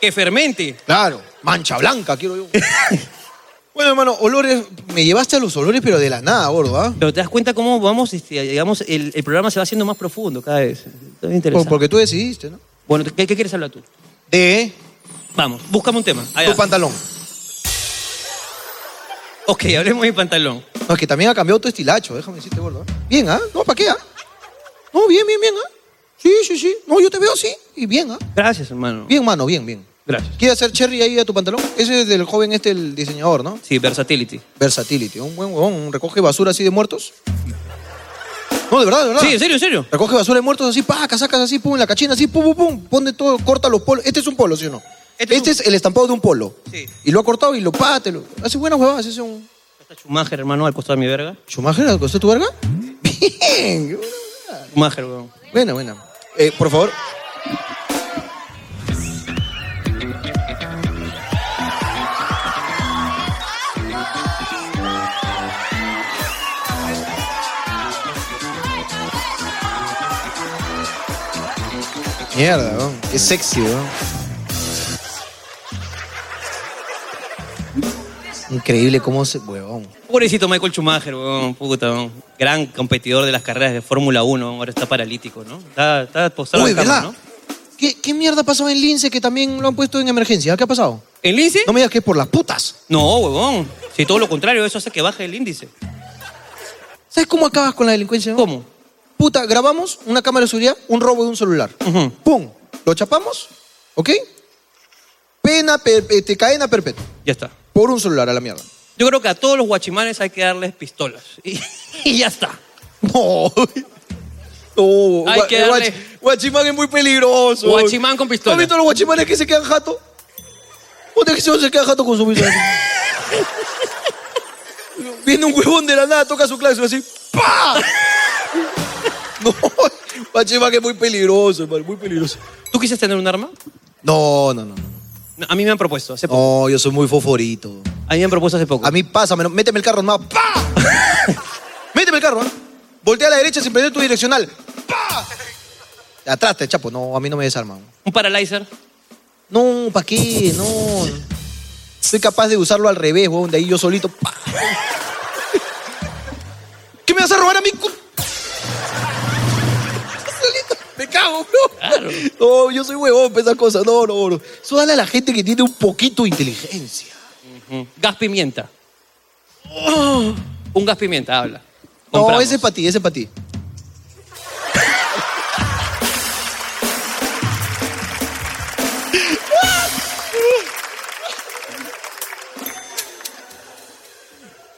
Speaker 1: Que fermente.
Speaker 2: Claro, mancha blanca, quiero yo. bueno, hermano, olores. Me llevaste a los olores, pero de la nada, gordo, ¿ah?
Speaker 1: Pero te das cuenta cómo vamos, este, digamos, el, el programa se va haciendo más profundo cada vez. Está bien
Speaker 2: Por-
Speaker 1: interesante.
Speaker 2: porque tú decidiste, ¿no?
Speaker 1: Bueno, ¿qué, qué quieres hablar tú?
Speaker 2: De
Speaker 1: Vamos, búscame un tema. Allá.
Speaker 2: tu pantalón.
Speaker 1: Ok, hablemos de mi pantalón.
Speaker 2: No, es que también ha cambiado tu estilacho, déjame decirte, gordo. ¿ah? Bien, ¿ah? No, ¿para qué, ah? No, bien, bien, bien, ¿ah? Sí, sí, sí. No, yo te veo así. Y bien, ¿ah?
Speaker 1: Gracias, hermano.
Speaker 2: Bien, mano, bien, bien.
Speaker 1: Gracias.
Speaker 2: ¿Quieres hacer cherry ahí a tu pantalón? Ese es del joven este, el diseñador, ¿no?
Speaker 1: Sí, versatility.
Speaker 2: Versatility. Un buen huevón, un recoge basura así de muertos. No, de verdad, de verdad.
Speaker 1: Sí, en serio, en serio.
Speaker 2: Recoge basura de muertos así, pa, casacas así, pum, en la cachina así, pum, pum, pum, pone todo, corta los polos. Este es un polo, ¿sí o no?
Speaker 1: Este
Speaker 2: Este,
Speaker 1: es un-
Speaker 2: es, el estampado de un polo.
Speaker 1: Sí.
Speaker 2: Y lo ha cortado y lo pa, te lo. Hace buenas huevadas, hace un.
Speaker 1: Está Schumacher, hermano, al costado de mi verga.
Speaker 2: ¿Schumacher al costado de tu verga? Bien, qué buena huevada.
Speaker 1: Schumacher, weón.
Speaker 2: buena, buena. Eh, por favor. Mierda, weón. Qué sexy, weón. Increíble cómo se. Weón.
Speaker 1: Pobrecito Michael Schumacher, weón, puta, weón. gran competidor de las carreras de Fórmula 1, ahora está paralítico, ¿no? Está, está postrado
Speaker 2: Uy,
Speaker 1: en cama,
Speaker 2: ¿verdad?
Speaker 1: ¿no?
Speaker 2: ¿Qué, ¿Qué mierda pasó en Lince que también lo han puesto en emergencia? ¿Qué ha pasado?
Speaker 1: ¿El índice?
Speaker 2: No me digas que es por las putas.
Speaker 1: No, huevón. Si todo lo contrario, eso hace que baje el índice.
Speaker 2: ¿Sabes cómo acabas con la delincuencia?
Speaker 1: ¿Cómo?
Speaker 2: Puta, grabamos una cámara de seguridad, un robo de un celular.
Speaker 1: Ujú.
Speaker 2: ¡Pum! Lo chapamos, ¿ok? Pena, per- este, cadena perpetua.
Speaker 1: Ya está.
Speaker 2: Por un celular a la mierda.
Speaker 1: Yo creo que a todos los guachimanes hay que darles pistolas. Y, y ya está.
Speaker 2: No. No,
Speaker 1: Hay
Speaker 2: gua-
Speaker 1: que
Speaker 2: el
Speaker 1: darle-
Speaker 2: guach- guachimán es muy peligroso.
Speaker 1: Guachimán con pistola.
Speaker 2: ¿Has visto los guachimanes que se quedan jato? ¿Dónde es que se se quedan jato con
Speaker 1: (laughs)
Speaker 2: su pistola? Viene un huevón de la nada, toca su clase así. ¡Pah! no, guachimán es muy peligroso, hermano, muy peligroso.
Speaker 1: ¿Tú quisieras tener un arma?
Speaker 2: No, no, no. no.
Speaker 1: No, A mí me han propuesto hace poco.
Speaker 2: No, yo soy muy foforito.
Speaker 1: A mí me han propuesto hace poco.
Speaker 2: A mí pasa, menos, méteme el carro nomás. ¡Pah! (laughs) méteme el carro, ¿ah? Voltea a la derecha sin perder tu direccional. ¡Pah! De Atrás te chapo. No, a mí no me desarman.
Speaker 1: Un paralizer.
Speaker 2: No, ¿para qué? No. Soy capaz de usarlo al revés, weón. De ahí yo solito. ¡pah! (laughs) ¿Qué me vas a robar a mí? cu- (laughs) solito. Me cago, bro.
Speaker 10: Claro.
Speaker 2: No, yo soy huevón para esas cosas. No, no, no. Eso dale a la gente que tiene un poquito de inteligencia.
Speaker 1: Mm. Gas pimienta. Un gas pimienta, habla.
Speaker 2: Oh. No,
Speaker 1: Compramos.
Speaker 2: ese es para ti, ese es para ti.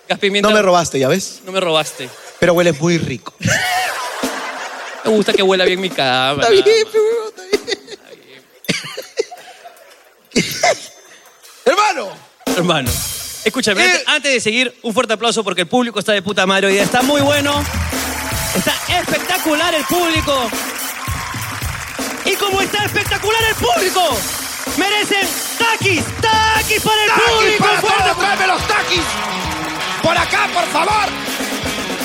Speaker 1: Gas pimienta.
Speaker 2: No me robaste, ¿ya ves?
Speaker 1: no me robaste.
Speaker 2: Pero huele muy rico.
Speaker 1: Me gusta que huela bien mi cama.
Speaker 2: Está bien,
Speaker 1: nada más.
Speaker 2: pe, huevón, está bien. Hermano,
Speaker 1: Hermano. Escúchame,
Speaker 2: Eh.
Speaker 1: antes- antes de seguir, un fuerte aplauso porque el público está de puta madre hoy día. Está muy bueno. Está espectacular el público. Y como está espectacular el público, merecen taquis, taquis para el
Speaker 2: taquis
Speaker 1: público.
Speaker 2: para
Speaker 1: fuerte
Speaker 2: todos, tráeme los taquis. Por acá, por favor.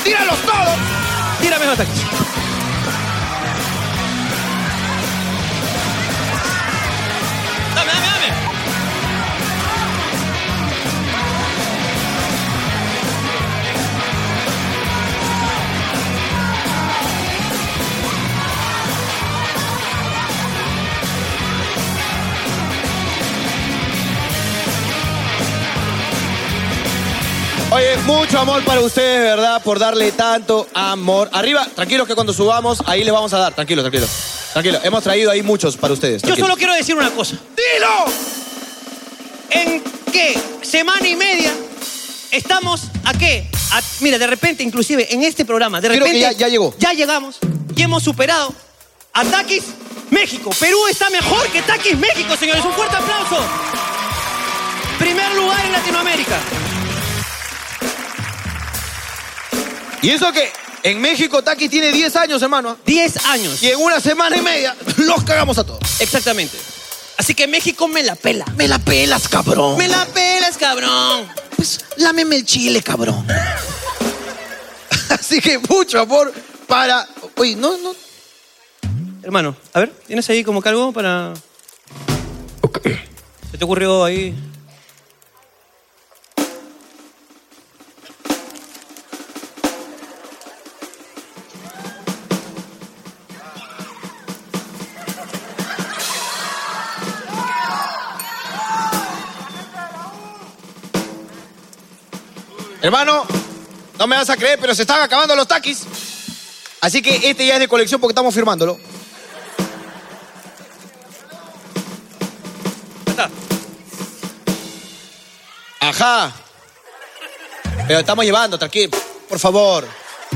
Speaker 2: Tíralos todos.
Speaker 1: Tírame los taquis. Dame, dame, dame.
Speaker 8: Oye, mucho amor para ustedes, ¿verdad? Por darle tanto amor. Arriba, tranquilos que cuando subamos, ahí les vamos a dar. Tranquilos, tranquilos. Tranquilos, hemos traído ahí muchos para ustedes.
Speaker 1: Yo
Speaker 8: tranquilos.
Speaker 1: solo quiero decir una cosa.
Speaker 2: ¡Dilo!
Speaker 1: ¿En qué semana y media estamos a qué? A- mira, de repente, inclusive en este programa, de
Speaker 2: Creo que
Speaker 1: repente.
Speaker 2: ya- ya llegó.
Speaker 1: Ya llegamos y hemos superado a Takis México. Perú está mejor que Takis México, señores. Un fuerte aplauso. Primer lugar en Latinoamérica.
Speaker 2: Y eso que en México Taki tiene 10 años, hermano.
Speaker 1: 10 años.
Speaker 2: Y en una semana y media (laughs) los cagamos a todos.
Speaker 1: Exactamente. Así que México me la pela.
Speaker 2: Me la pelas, cabrón.
Speaker 1: Me la pelas, cabrón.
Speaker 2: Pues lámeme el chile,
Speaker 8: (laughs)
Speaker 2: cabrón. Así que mucho amor para. Oye, no, no.
Speaker 1: Hermano, a ver, ¿tienes ahí como que algo para. ¿Se te ocurrió ahí?
Speaker 8: Hermano, no me vas a creer, pero se están acabando los taquis. Así que este ya es de colección porque estamos firmándolo.
Speaker 1: Ya está.
Speaker 8: Ajá. Pero estamos llevando, tranquilo. Por favor.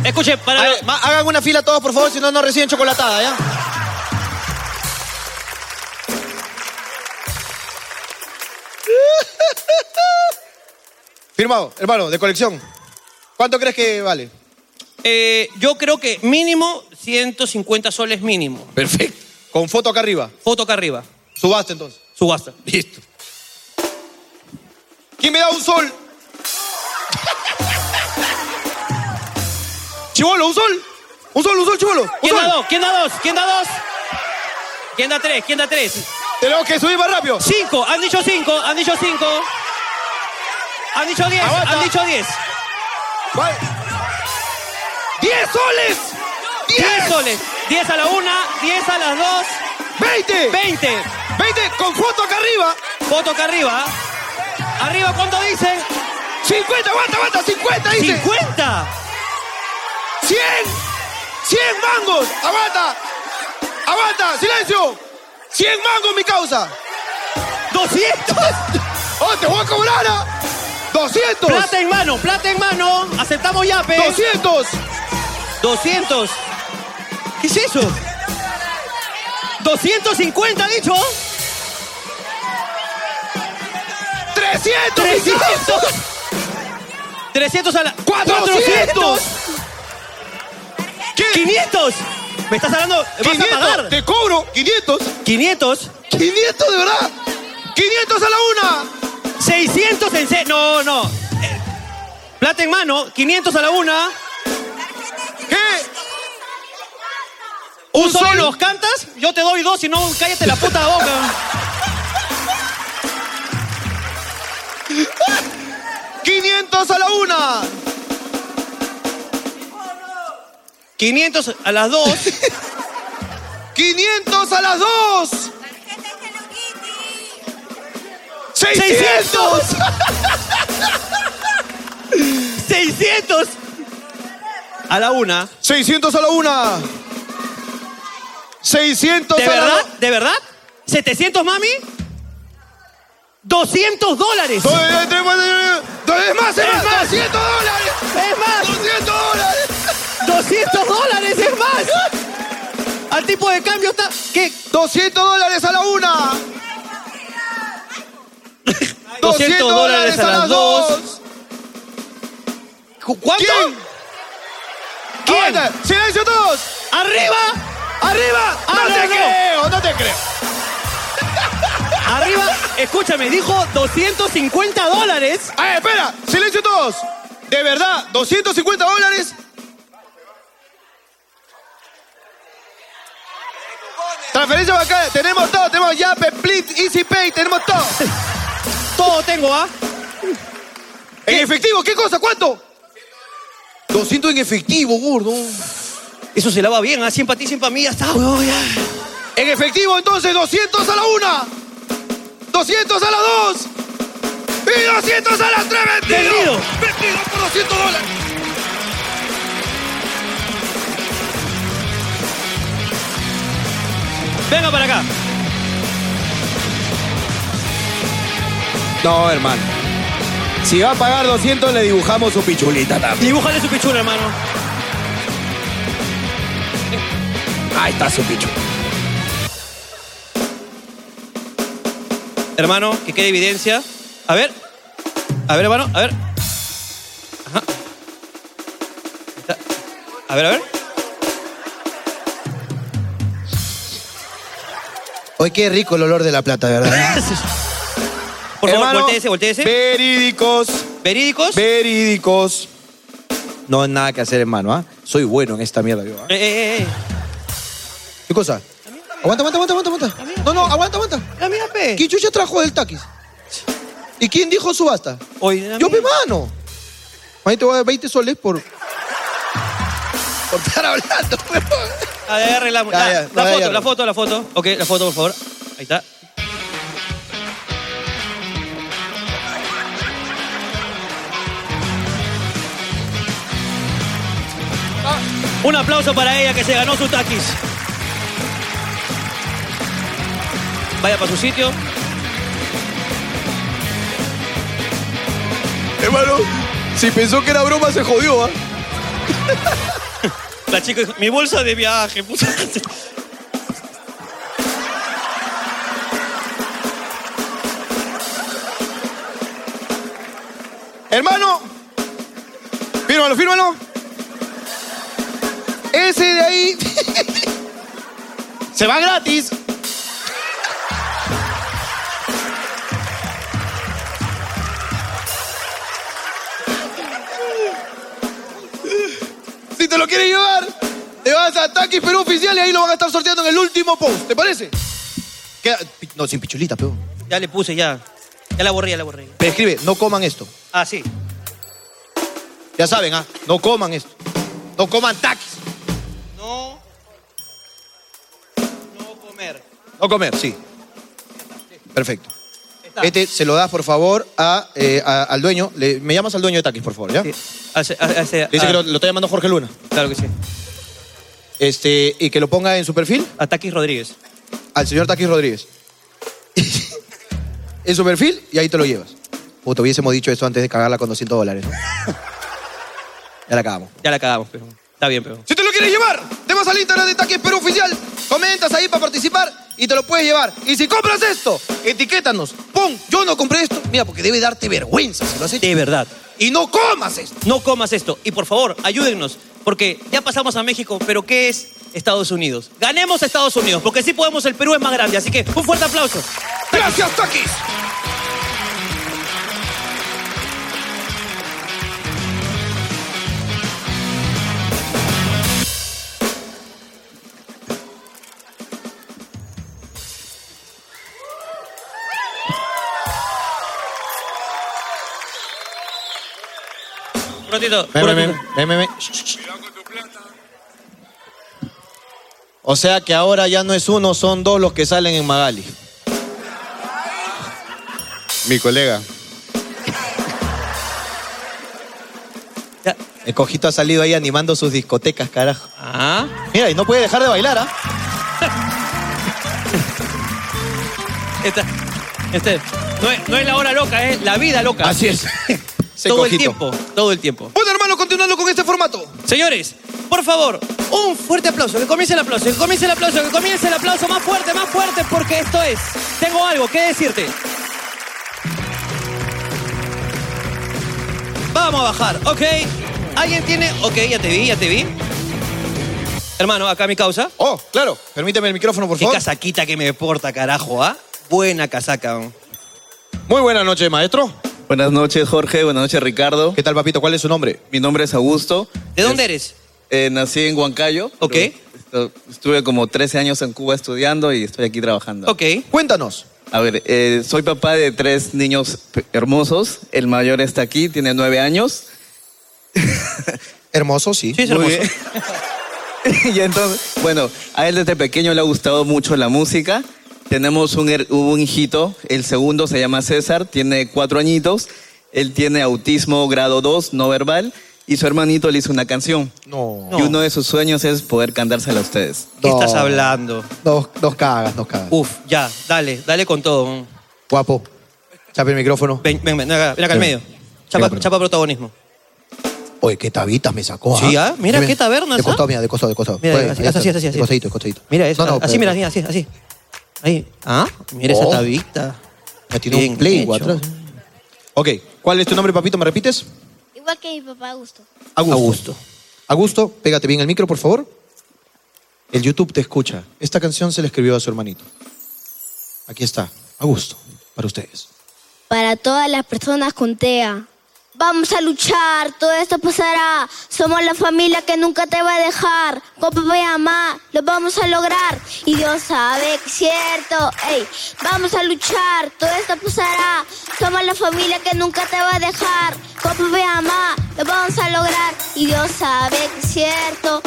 Speaker 1: Escuche, para.
Speaker 8: Ay, ma- Hagan una fila todos, por favor, si no, no reciben chocolatada, ¿ya? Firmado, hermano, de colección. ¿Cuánto crees que vale?
Speaker 1: Eh, yo creo que mínimo 150 soles mínimo.
Speaker 8: Perfecto. Con foto acá arriba.
Speaker 1: Foto acá arriba.
Speaker 8: Subaste entonces.
Speaker 1: Subasta.
Speaker 8: Listo. ¿Quién me da un sol? (laughs) Chivolo, un sol. Un sol, un sol, chivolo. Un
Speaker 1: ¿Quién
Speaker 8: sol.
Speaker 1: da dos? ¿Quién da dos? ¿Quién da dos? ¿Quién da tres? ¿Quién da tres?
Speaker 8: Tenemos que subir más rápido.
Speaker 1: Cinco. Han dicho cinco. Han dicho cinco. Han dicho diez.
Speaker 8: Aguanta.
Speaker 1: Han dicho diez.
Speaker 8: Vale. ¡Diez soles!
Speaker 1: Diez soles. Diez a la una. Diez a las dos.
Speaker 8: ¡Veinte!
Speaker 1: Veinte.
Speaker 8: ¡Veinte! ¡Con foto acá arriba!
Speaker 1: Foto acá arriba. Arriba, ¿cuánto dicen?
Speaker 8: ¡Cincuenta! ¡Aguanta, aguanta! ¡Cincuenta, dice!
Speaker 1: ¡50!
Speaker 8: ¡Cien! ¡Cien mangos! ¡Aguanta! ¡Aguanta! ¡Silencio! ¡Cien mangos, mi causa! (laughs)
Speaker 1: ¡200!
Speaker 8: ¡Oh, te voy a cobrar! ah! ¡Doscientos!
Speaker 1: Plata en mano, plata en mano. Aceptamos ya, pe.
Speaker 8: ¡Doscientos!
Speaker 1: 200. ¿Qué es eso? 250, ha dicho.
Speaker 8: ¡Trescientos, mi
Speaker 1: 300.
Speaker 8: causa!
Speaker 1: 300 a la.
Speaker 8: 400.
Speaker 1: 500. Me estás hablando. ¿Vas a
Speaker 8: 500,
Speaker 1: pagar?
Speaker 8: te cobro 500,
Speaker 1: 500.
Speaker 8: 500 de verdad, 500 a la una,
Speaker 1: 600 en se- No, no. Eh, Plata en mano, 500 a la una.
Speaker 8: ¿qué?
Speaker 1: Un solo nos cantas, yo te doy dos, si no, cállate la puta boca.
Speaker 8: 500 a la una,
Speaker 1: 500 a las dos.
Speaker 8: 500 a las dos, 600,
Speaker 1: (laughs) 600. 600 a la una.
Speaker 8: 600 a la una, 600
Speaker 1: ¿De
Speaker 8: a la
Speaker 1: verdad? ¿De verdad? ¿700, mami? 200 dólares.
Speaker 8: Es más, es
Speaker 1: Es
Speaker 8: más,
Speaker 1: más.
Speaker 8: 200 dólares,
Speaker 1: Es más,
Speaker 8: 200 dólares,
Speaker 1: 200 dólares, es más. Al tipo de cambio está... ¿Qué?
Speaker 8: 200 dólares a la una, 200 dólares a las dos.
Speaker 1: ¿Cu- ¿Cuánto?
Speaker 8: ¿Quién?
Speaker 1: ¿Quién?
Speaker 8: Aguanta. ¡Silencio todos!
Speaker 1: ¡Arriba!
Speaker 8: ¡Arriba!
Speaker 1: Ah,
Speaker 8: ¡No
Speaker 1: no,
Speaker 8: te
Speaker 1: no.
Speaker 8: creo! ¡No te creo!
Speaker 1: ¡Arriba! Escúchame, dijo 250 dólares.
Speaker 8: ¡Ah, espera! ¡Silencio todos! De verdad, 250 dólares. Transferencia bancaria, tenemos todo, tenemos Yape, Split, Easy Pay, tenemos todo.
Speaker 1: Todo tengo, ¿ah?
Speaker 8: ¿En efectivo? ¿Qué cosa? ¿Cuánto? 200 en efectivo, gordo.
Speaker 1: Eso se lava bien, ¿ah? 100 para ti, 100 para mí, ya está, weón, ya.
Speaker 8: En efectivo, entonces, 200 a la una, 200 a la dos y 200 a las tres vendido.
Speaker 1: Vendido.
Speaker 8: Vendido por 200 dólares.
Speaker 1: Venga para acá.
Speaker 2: No, hermano. Si va a pagar 200, le dibujamos su pichulita también.
Speaker 1: Dibújale su pichula, hermano.
Speaker 2: Ahí está su pichula.
Speaker 1: Hermano, que quede evidencia. A ver. A ver, hermano, a ver. Ajá. Está- A ver, a ver.
Speaker 8: Hoy qué rico el olor de la plata, ¿verdad?
Speaker 1: Por favor,
Speaker 2: Hermano,
Speaker 1: volteese, volteese.
Speaker 2: Verídicos,
Speaker 1: Verídicos.
Speaker 2: verídicos. (laughs) No hay nada que hacer, hermano, ¿ah? Soy bueno en esta mierda, yo, ¿ah?
Speaker 1: Eh, eh, eh.
Speaker 8: ¿Qué cosa? Aguanta, aguanta, aguanta, aguanta, aguanta. No, no, aguanta, aguanta.
Speaker 1: La mía, pe.
Speaker 8: ¿Quién chucha trajo del taquis? ¿Y quién dijo subasta?
Speaker 1: Oye, la
Speaker 8: Yo,
Speaker 1: mía.
Speaker 8: mi mano. Ahí te voy a dar 20 soles por. por estar hablando, weón.
Speaker 1: A ver, arreglamos.
Speaker 8: Ya,
Speaker 1: Ah, La- la foto,
Speaker 8: ya, ya, ya.
Speaker 1: la foto, la foto. Ok, la foto, por favor. Ahí está. Un aplauso para ella que se ganó su taquis. Vaya para su sitio.
Speaker 8: Hermano, si pensó que era broma, se jodió, ¿ah?
Speaker 1: La chica dijo, mi bolsa de viaje, puta. (laughs)
Speaker 8: Hermano, fírmalo, fírmalo. Ese de ahí se va gratis. Si te lo quieres llevar, te vas a Taquis Perú Oficial y ahí lo van a estar sorteando en el último post. ¿Te parece? Queda- no, sin pichulita, pero.
Speaker 1: Ya le puse, ya. Ya la borré, ya la borré.
Speaker 8: Pero escribe, no coman esto.
Speaker 1: Ah, sí.
Speaker 8: Ya saben, ¿ah? No coman esto. No coman taquis.
Speaker 1: No. No comer.
Speaker 8: No comer, sí. Perfecto.
Speaker 2: Este se lo das, por favor, a, eh, a- al dueño. Le- me llamas al dueño de Takis, por favor, ¿ya?
Speaker 1: Sí. Hace- hace- hace-
Speaker 2: Le Dice
Speaker 1: ah,
Speaker 2: que lo, lo está llamando Jorge Luna.
Speaker 1: Claro que sí.
Speaker 2: Este, y que lo ponga en su perfil
Speaker 1: A Takis Rodríguez.
Speaker 2: al señor Takis Rodríguez. (laughs) en su perfil y ahí te lo llevas. Puta, hubiésemos dicho esto antes de cagarla con 200 (laughs) dólares. ¿no? ya la cagamos.
Speaker 1: Ya la cagamos, pero. Está bien, pero.
Speaker 2: Si te lo quieres llevar, te vas al Instagram de Takis Perú Oficial. Comentas ahí para participar y te lo puedes llevar. Y si compras esto, etiquétanos. Pon, yo no compré esto. Mira, porque debe darte vergüenza si lo has hecho.
Speaker 1: De verdad.
Speaker 2: Y no comas esto.
Speaker 1: No comas esto. Y por favor, ayúdennos, porque ya pasamos a México, pero ¿qué es Estados Unidos? Ganemos a Estados Unidos, porque si podemos, el Perú es más grande. Así que un fuerte aplauso.
Speaker 2: Gracias, Takis.
Speaker 1: Un ratito.
Speaker 2: Ven,
Speaker 1: un
Speaker 2: ven,
Speaker 1: ratito.
Speaker 2: ven, ven, ven, ven. Shh, shh. O sea que ahora ya no es uno, son dos los que salen en Magali. Mi colega.
Speaker 1: Ya.
Speaker 2: El cojito ha salido ahí animando sus discotecas, carajo.
Speaker 1: Ah.
Speaker 2: Mira, y no puede dejar de bailar, ¿ah?
Speaker 1: Esta- este, no, es, no es la hora loca, es la vida loca.
Speaker 2: es. (laughs) Se
Speaker 1: todo
Speaker 2: cojito.
Speaker 1: el tiempo, todo el tiempo.
Speaker 2: Bueno, hermano, continuando con este formato.
Speaker 1: Señores, por favor, un fuerte aplauso, que comience el aplauso, que comience el aplauso, que comience el aplauso más fuerte, más fuerte, porque esto es, tengo algo que decirte. Vamos a bajar, ok. ¿Alguien tiene? Ok, ya te vi, ya te vi. Hermano, acá mi causa.
Speaker 2: Oh, claro. Permíteme el micrófono, por
Speaker 1: Qué
Speaker 2: favor.
Speaker 1: casaquita que me porta, carajo, ¿ah? Buena casaca. ¿no?
Speaker 2: Muy buena noche, maestro.
Speaker 11: Buenas noches, Jorge. Buenas noches, Ricardo.
Speaker 2: ¿Qué tal, papito? ¿Cuál es su nombre?
Speaker 11: Mi nombre es Augusto.
Speaker 1: ¿De dónde eres?
Speaker 11: Eh, nací en Huancayo.
Speaker 1: Ok.
Speaker 11: pero estu- Estuve como 13 años en Cuba estudiando y estoy aquí trabajando.
Speaker 1: Ok.
Speaker 2: Cuéntanos.
Speaker 11: A ver, eh, soy papá de tres niños p- hermosos. El mayor está aquí, tiene 9 años.
Speaker 2: Hermoso, sí.
Speaker 1: Sí, es
Speaker 11: Muy
Speaker 1: hermoso.
Speaker 11: bien. (laughs) y entonces, bueno, a él desde pequeño le ha gustado mucho la música. Tenemos un, her- un hijito, el segundo se llama César, tiene cuatro añitos. Él tiene autismo grado 2, no verbal. Y su hermanito le hizo una canción.
Speaker 2: No.
Speaker 11: Y uno de sus sueños es poder cantársela a ustedes.
Speaker 1: ¿Qué
Speaker 2: No.
Speaker 1: estás hablando?
Speaker 2: Dos, dos cagas, dos cagas.
Speaker 1: Uf, ya, dale, dale con todo. ¿no?
Speaker 2: Guapo. Chapa el micrófono.
Speaker 1: Ven, ven, ven acá, ven acá al medio.
Speaker 2: Venga,
Speaker 1: Chapa,
Speaker 2: perdón.
Speaker 1: chapa protagonismo.
Speaker 2: Oye, qué tabitas me sacó.
Speaker 1: Sí, ah, mira qué tabernas,
Speaker 2: De
Speaker 1: ah.
Speaker 2: costado, mira, de costado, de costado.
Speaker 1: Mira,
Speaker 2: Puede,
Speaker 1: así,
Speaker 2: ahí
Speaker 1: así,
Speaker 2: está.
Speaker 1: así, así.
Speaker 2: De costadito, de costadito.
Speaker 1: Mira eso.
Speaker 2: No, no,
Speaker 1: así,
Speaker 2: pero-
Speaker 1: mira, mira, así, así. Ahí. Ah, mira esa
Speaker 2: Oh.
Speaker 1: tabita.
Speaker 2: Me tiró un
Speaker 1: Bien
Speaker 2: play
Speaker 1: hecho.
Speaker 2: atrás. Ok, ¿cuál es tu nombre, papito? ¿Me repites?
Speaker 5: Igual que mi papá, Augusto.
Speaker 2: Augusto.
Speaker 1: Augusto.
Speaker 2: Augusto, pégate bien el micro, por favor. El YouTube te escucha. Esta canción se le escribió a su hermanito. Aquí está. Augusto, para ustedes.
Speaker 5: Para todas las personas con TEA. Vamos a luchar, todo esto pasará. Somos la familia que nunca te va a dejar. Con papá y mamá lo vamos a lograr. Y Dios sabe que es cierto. Ey, vamos a luchar, todo esto pasará. Somos la familia que nunca te va a dejar. Con papá y mamá lo vamos a lograr. Y Dios sabe que es cierto.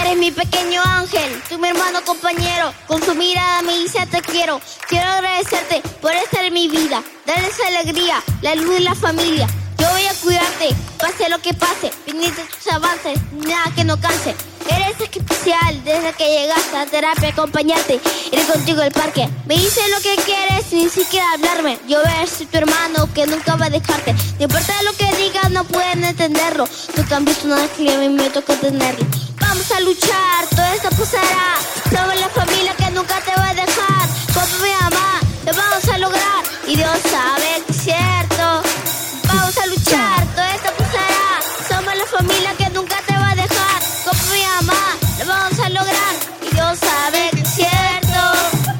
Speaker 5: Eres mi pequeño ángel, tú mi hermano compañero. Con tu mirada me dice te quiero. Quiero agradecerte por estar en mi vida. Darles alegría, la luz y la familia. Yo voy a cuidarte, pase lo que pase. Viniste tus avances, nada que no canse. Eres especial desde que llegaste a terapia a acompañarte. Iré contigo al parque. Me dices lo que quieres sin siquiera hablarme. Yo veré soy tu hermano que nunca va a dejarte. No importa lo que digas, no pueden entenderlo. Tú cambiaste una esclava y me toca tenerlo. Vamos a luchar, todo esto pasará. Somos la familia que nunca te va a dejar. Con mi mamá, lo vamos a lograr. Y Dios sabe que es cierto. Vamos a luchar, todo esto pasará. Somos la familia que nunca te va a dejar. Con mi mamá, lo vamos a lograr. Y Dios sabe que es cierto.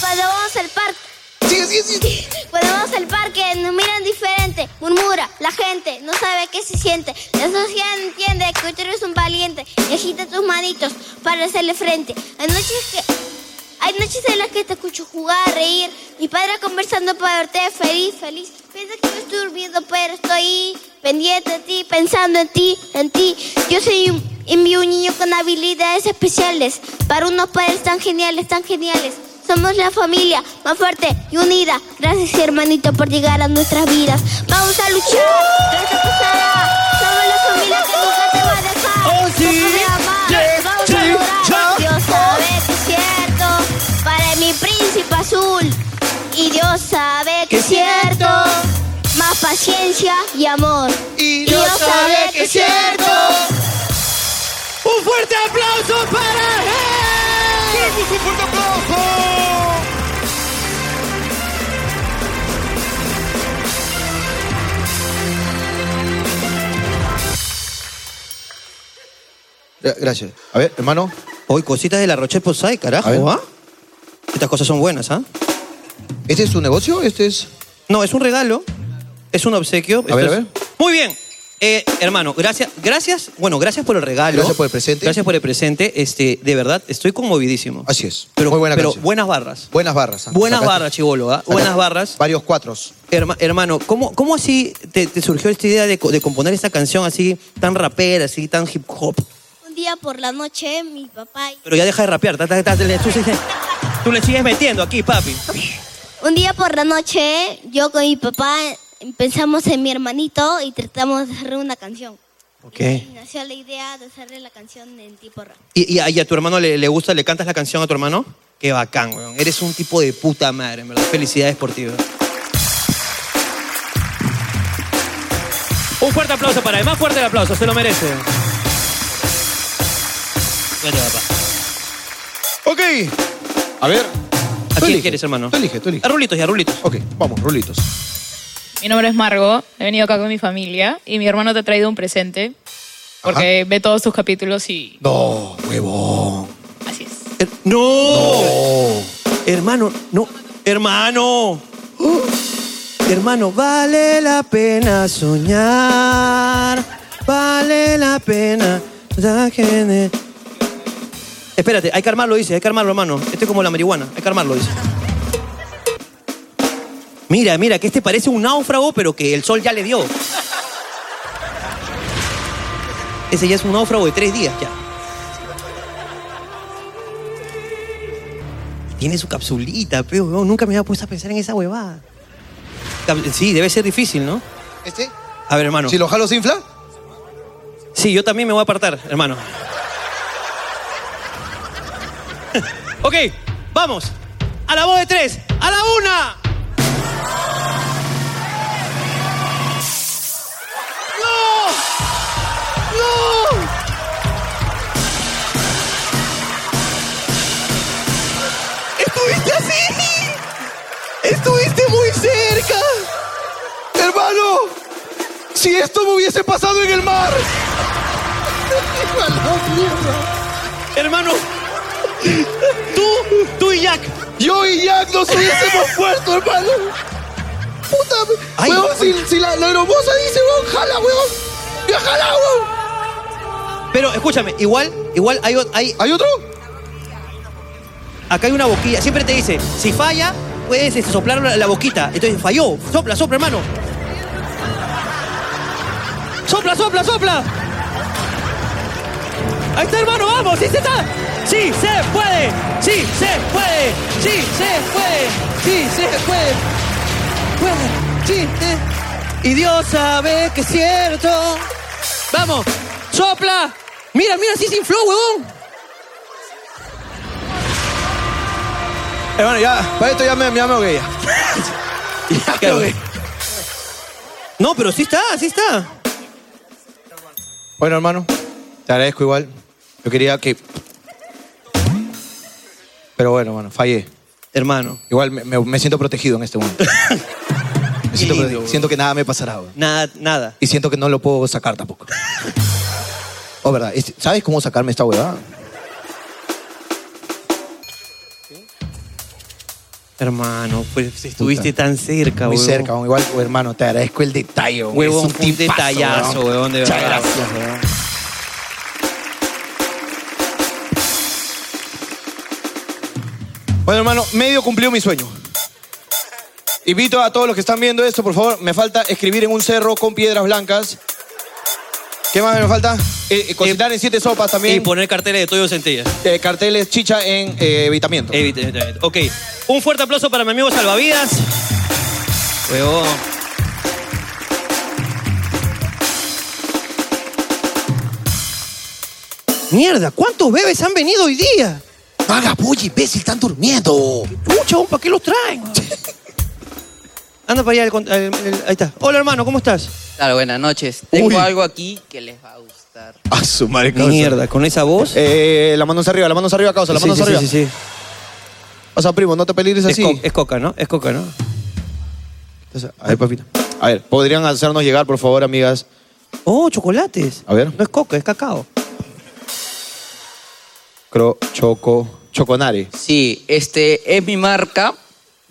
Speaker 5: Cuando vamos al parque. Cuando vamos al parque nos miran diferente, murmura la gente, no sabe qué se siente. La sociedad entiende que tú eres un valiente y agita tus manitos para hacerle frente. Hay noches que hay noches en las que te escucho jugar, reír. Mi padre conversando para verte feliz, feliz. Piensa que no estoy durmiendo, pero estoy ahí, pendiente de ti, pensando en ti, en ti. Yo soy un, envío un niño con habilidades especiales para unos padres tan geniales, tan geniales. Somos la familia más fuerte y unida. Gracias, hermanito, por llegar a nuestras vidas. Vamos a luchar. No te pasará. Somos la familia que nunca te va a dejar.
Speaker 12: Oh, sí.
Speaker 5: Vamos a amar.
Speaker 12: Yes,
Speaker 5: Vamos
Speaker 12: sí,
Speaker 5: a
Speaker 12: ya.
Speaker 5: lograr. Dios sabe que es cierto. Para mi príncipe azul. Y Dios sabe que es cierto. Más paciencia y amor.
Speaker 12: Y Dios sabe que es cierto. Un fuerte aplauso para él. un fuerte aplauso.
Speaker 2: Ya, Gracias. Este, A ver, hermano.
Speaker 1: Hoy cositas de la Roche Posay, carajo, ¿ah? Estas cosas son buenas, ¿ah?
Speaker 2: ¿Este es tu negocio? ¿Este es...?
Speaker 1: No, es un regalo. Es un obsequio. Esto
Speaker 2: ver, a
Speaker 1: es-
Speaker 2: ver.
Speaker 1: Muy bien. Eh, hermano, gracias, gracias, bueno, gracias por el regalo.
Speaker 2: Gracias por el presente.
Speaker 1: Gracias por el presente. Este, de verdad, estoy conmovidísimo.
Speaker 2: Así es.
Speaker 1: Pero,
Speaker 2: Muy buena
Speaker 1: pero
Speaker 2: canción.
Speaker 1: buenas barras.
Speaker 2: Buenas barras. ¿ah?
Speaker 1: Buenas
Speaker 2: Sacaste
Speaker 1: barras, chivolo, ¿ah? Buenas barras. (laughs)
Speaker 2: Varios cuatros.
Speaker 1: Herma- hermano, ¿cómo, cómo así te, te surgió esta idea de, co- de componer esta canción así tan rapera, así tan hip hop?
Speaker 5: Un día por la noche, mi papá y-
Speaker 1: Pero ya deja de rapear. ta, ta, ta, le- tú, sigues- tú le sigues metiendo aquí, papi.
Speaker 5: Un día por la noche, yo con mi papá pensamos en mi hermanito y tratamos de hacerle una canción.
Speaker 1: Ok.
Speaker 5: Y nació la idea de hacerle la canción en tipo rap.
Speaker 1: ¿Y, y a, y a tu hermano le, le gusta, le cantas la canción a tu hermano? Qué bacán, weón. Eres un tipo de puta madre, en verdad. Felicidades por ti, weón.
Speaker 13: Un fuerte aplauso para él. Más fuerte el aplauso. Se lo merece. Vete, papá.
Speaker 2: Ok. A ver.
Speaker 1: ¿A quién quieres, hermano?
Speaker 2: Tú elige, tú elige.
Speaker 1: A rulitos y a rulitos.
Speaker 2: Ok, vamos, rulitos.
Speaker 14: Mi nombre es Margo, he venido acá con mi familia y mi hermano te ha traído un presente porque ve todos tus capítulos y
Speaker 2: No, huevón. Eh,
Speaker 1: Her- ¡No! Hermano, no. Hermano. ¡Oh! Hermano, vale la pena soñar. Vale la pena. da que ne- Espérate, hay que armarlo, dice, hay que armarlo, hermano. Esto es como la marihuana, hay que armarlo, dice. Mira, mira, que este parece un náufrago, pero que el sol ya le dio. Ese ya es un náufrago de tres días ya. Tiene su capsulita, pero weón, nunca me había puesto a pensar en esa huevada. Cap- Sí, debe ser difícil, ¿no?
Speaker 2: ¿Este?
Speaker 1: A ver, hermano.
Speaker 2: ¿Si lo jalo se infla?
Speaker 1: Sí, yo también me voy a apartar, hermano. (laughs) ok, vamos. A la voz de tres, a la una.
Speaker 12: ¡No!
Speaker 2: ¡Estuviste así! ¡Estuviste muy cerca! ¡Hermano! ¡Si esto me hubiese pasado en el mar! (laughs)
Speaker 1: Hermano, (laughs) tú, tú y Jack.
Speaker 2: Yo y Jack nos hubiésemos muerto, hermano. Puta,
Speaker 12: Ay,
Speaker 2: weón,
Speaker 12: ay.
Speaker 2: si, si la, la aeromoza dice, weón, jala, weón. Ya jala, weón.
Speaker 1: Pero escúchame, igual, igual hay, o- hay.
Speaker 2: ¿Hay otro?
Speaker 1: Acá hay una boquilla. Siempre te dice, si falla, puedes este, soplar la, la boquita. Entonces falló. Sopla, sopla, hermano. ¡Sopla, sopla, sopla! Ahí está, hermano, vamos, sí se está. Sí, se puede. Sí, se puede. Sí, se puede. Sí, se puede. Puede. Sí, eh. Y Dios sabe que es cierto. Vamos, sopla. Mira, mira, sí se infló, huevón.
Speaker 2: Hermano, ya, para esto ya me, ya me ahogué ya. Ya me ahogué.
Speaker 1: No, pero sí está, sí está.
Speaker 2: Bueno, hermano, te agradezco igual. Yo quería que. Pero bueno, hermano, fallé.
Speaker 1: Hermano.
Speaker 2: Igual me, me- me siento protegido en
Speaker 1: (laughs)
Speaker 2: este momento. Me siento, protegido. Siento que nada me pasará, weón.
Speaker 1: Nada, nada.
Speaker 2: Y siento que no lo puedo
Speaker 1: (laughs)
Speaker 2: sacar tampoco. Oh, verdad. es- ¿Sabes cómo sacarme esta huevada?
Speaker 1: Hermano, pues estuviste tan cerca,
Speaker 2: Muy
Speaker 1: huevón.
Speaker 2: cerca, weón. igual, oh, hermano, te agradezco el detalle, weón.
Speaker 1: Huevón,
Speaker 2: Es
Speaker 1: fue un
Speaker 2: tipazo,
Speaker 1: detallazo, weón, de
Speaker 2: Muchas
Speaker 1: verdad.
Speaker 2: gracias, weón. Bueno, hermano, medio cumplió mi sueño. Invito a todos los que están viendo esto, por favor, me falta escribir en un cerro con piedras blancas. ¿Qué más me falta? Eh, eh, cocinar en siete sopas también.
Speaker 1: Y poner carteles de Toyo Centella.
Speaker 2: Eh, carteles chicha en eh, evitamiento.
Speaker 1: Ok. Un fuerte aplauso para mi amigo Salvavidas. Huevón.
Speaker 12: Mierda, ¿cuántos bebés han venido hoy día? No hagas bulla, imbécil, están durmiendo. Pucha, ¿para qué los traen?
Speaker 1: Anda para allá. el con- el- el- ahí está. Hola, hermano, ¿cómo estás?
Speaker 15: Claro, buenas noches. Tengo
Speaker 1: Uy.
Speaker 15: algo aquí que les va a gustar.
Speaker 2: A su madre
Speaker 1: Mierda, con esa voz.
Speaker 2: Eh, la mano arriba, la mano arriba, causa, la
Speaker 1: Eh, Sí,
Speaker 2: mano
Speaker 1: sí, sí,
Speaker 2: arriba.
Speaker 1: sí, sí.
Speaker 2: O sea, primo, no te peligres
Speaker 1: Es,
Speaker 2: así.
Speaker 1: co- es coca, ¿no? Es coca, ¿no?
Speaker 2: Entonces, a ver, papita. A ver, ¿podrían hacernos llegar, por favor, amigas?
Speaker 1: Oh, chocolates.
Speaker 2: A ver.
Speaker 1: No es coca, es cacao.
Speaker 2: Cro, choco, choconare.
Speaker 15: Sí, este es mi marca.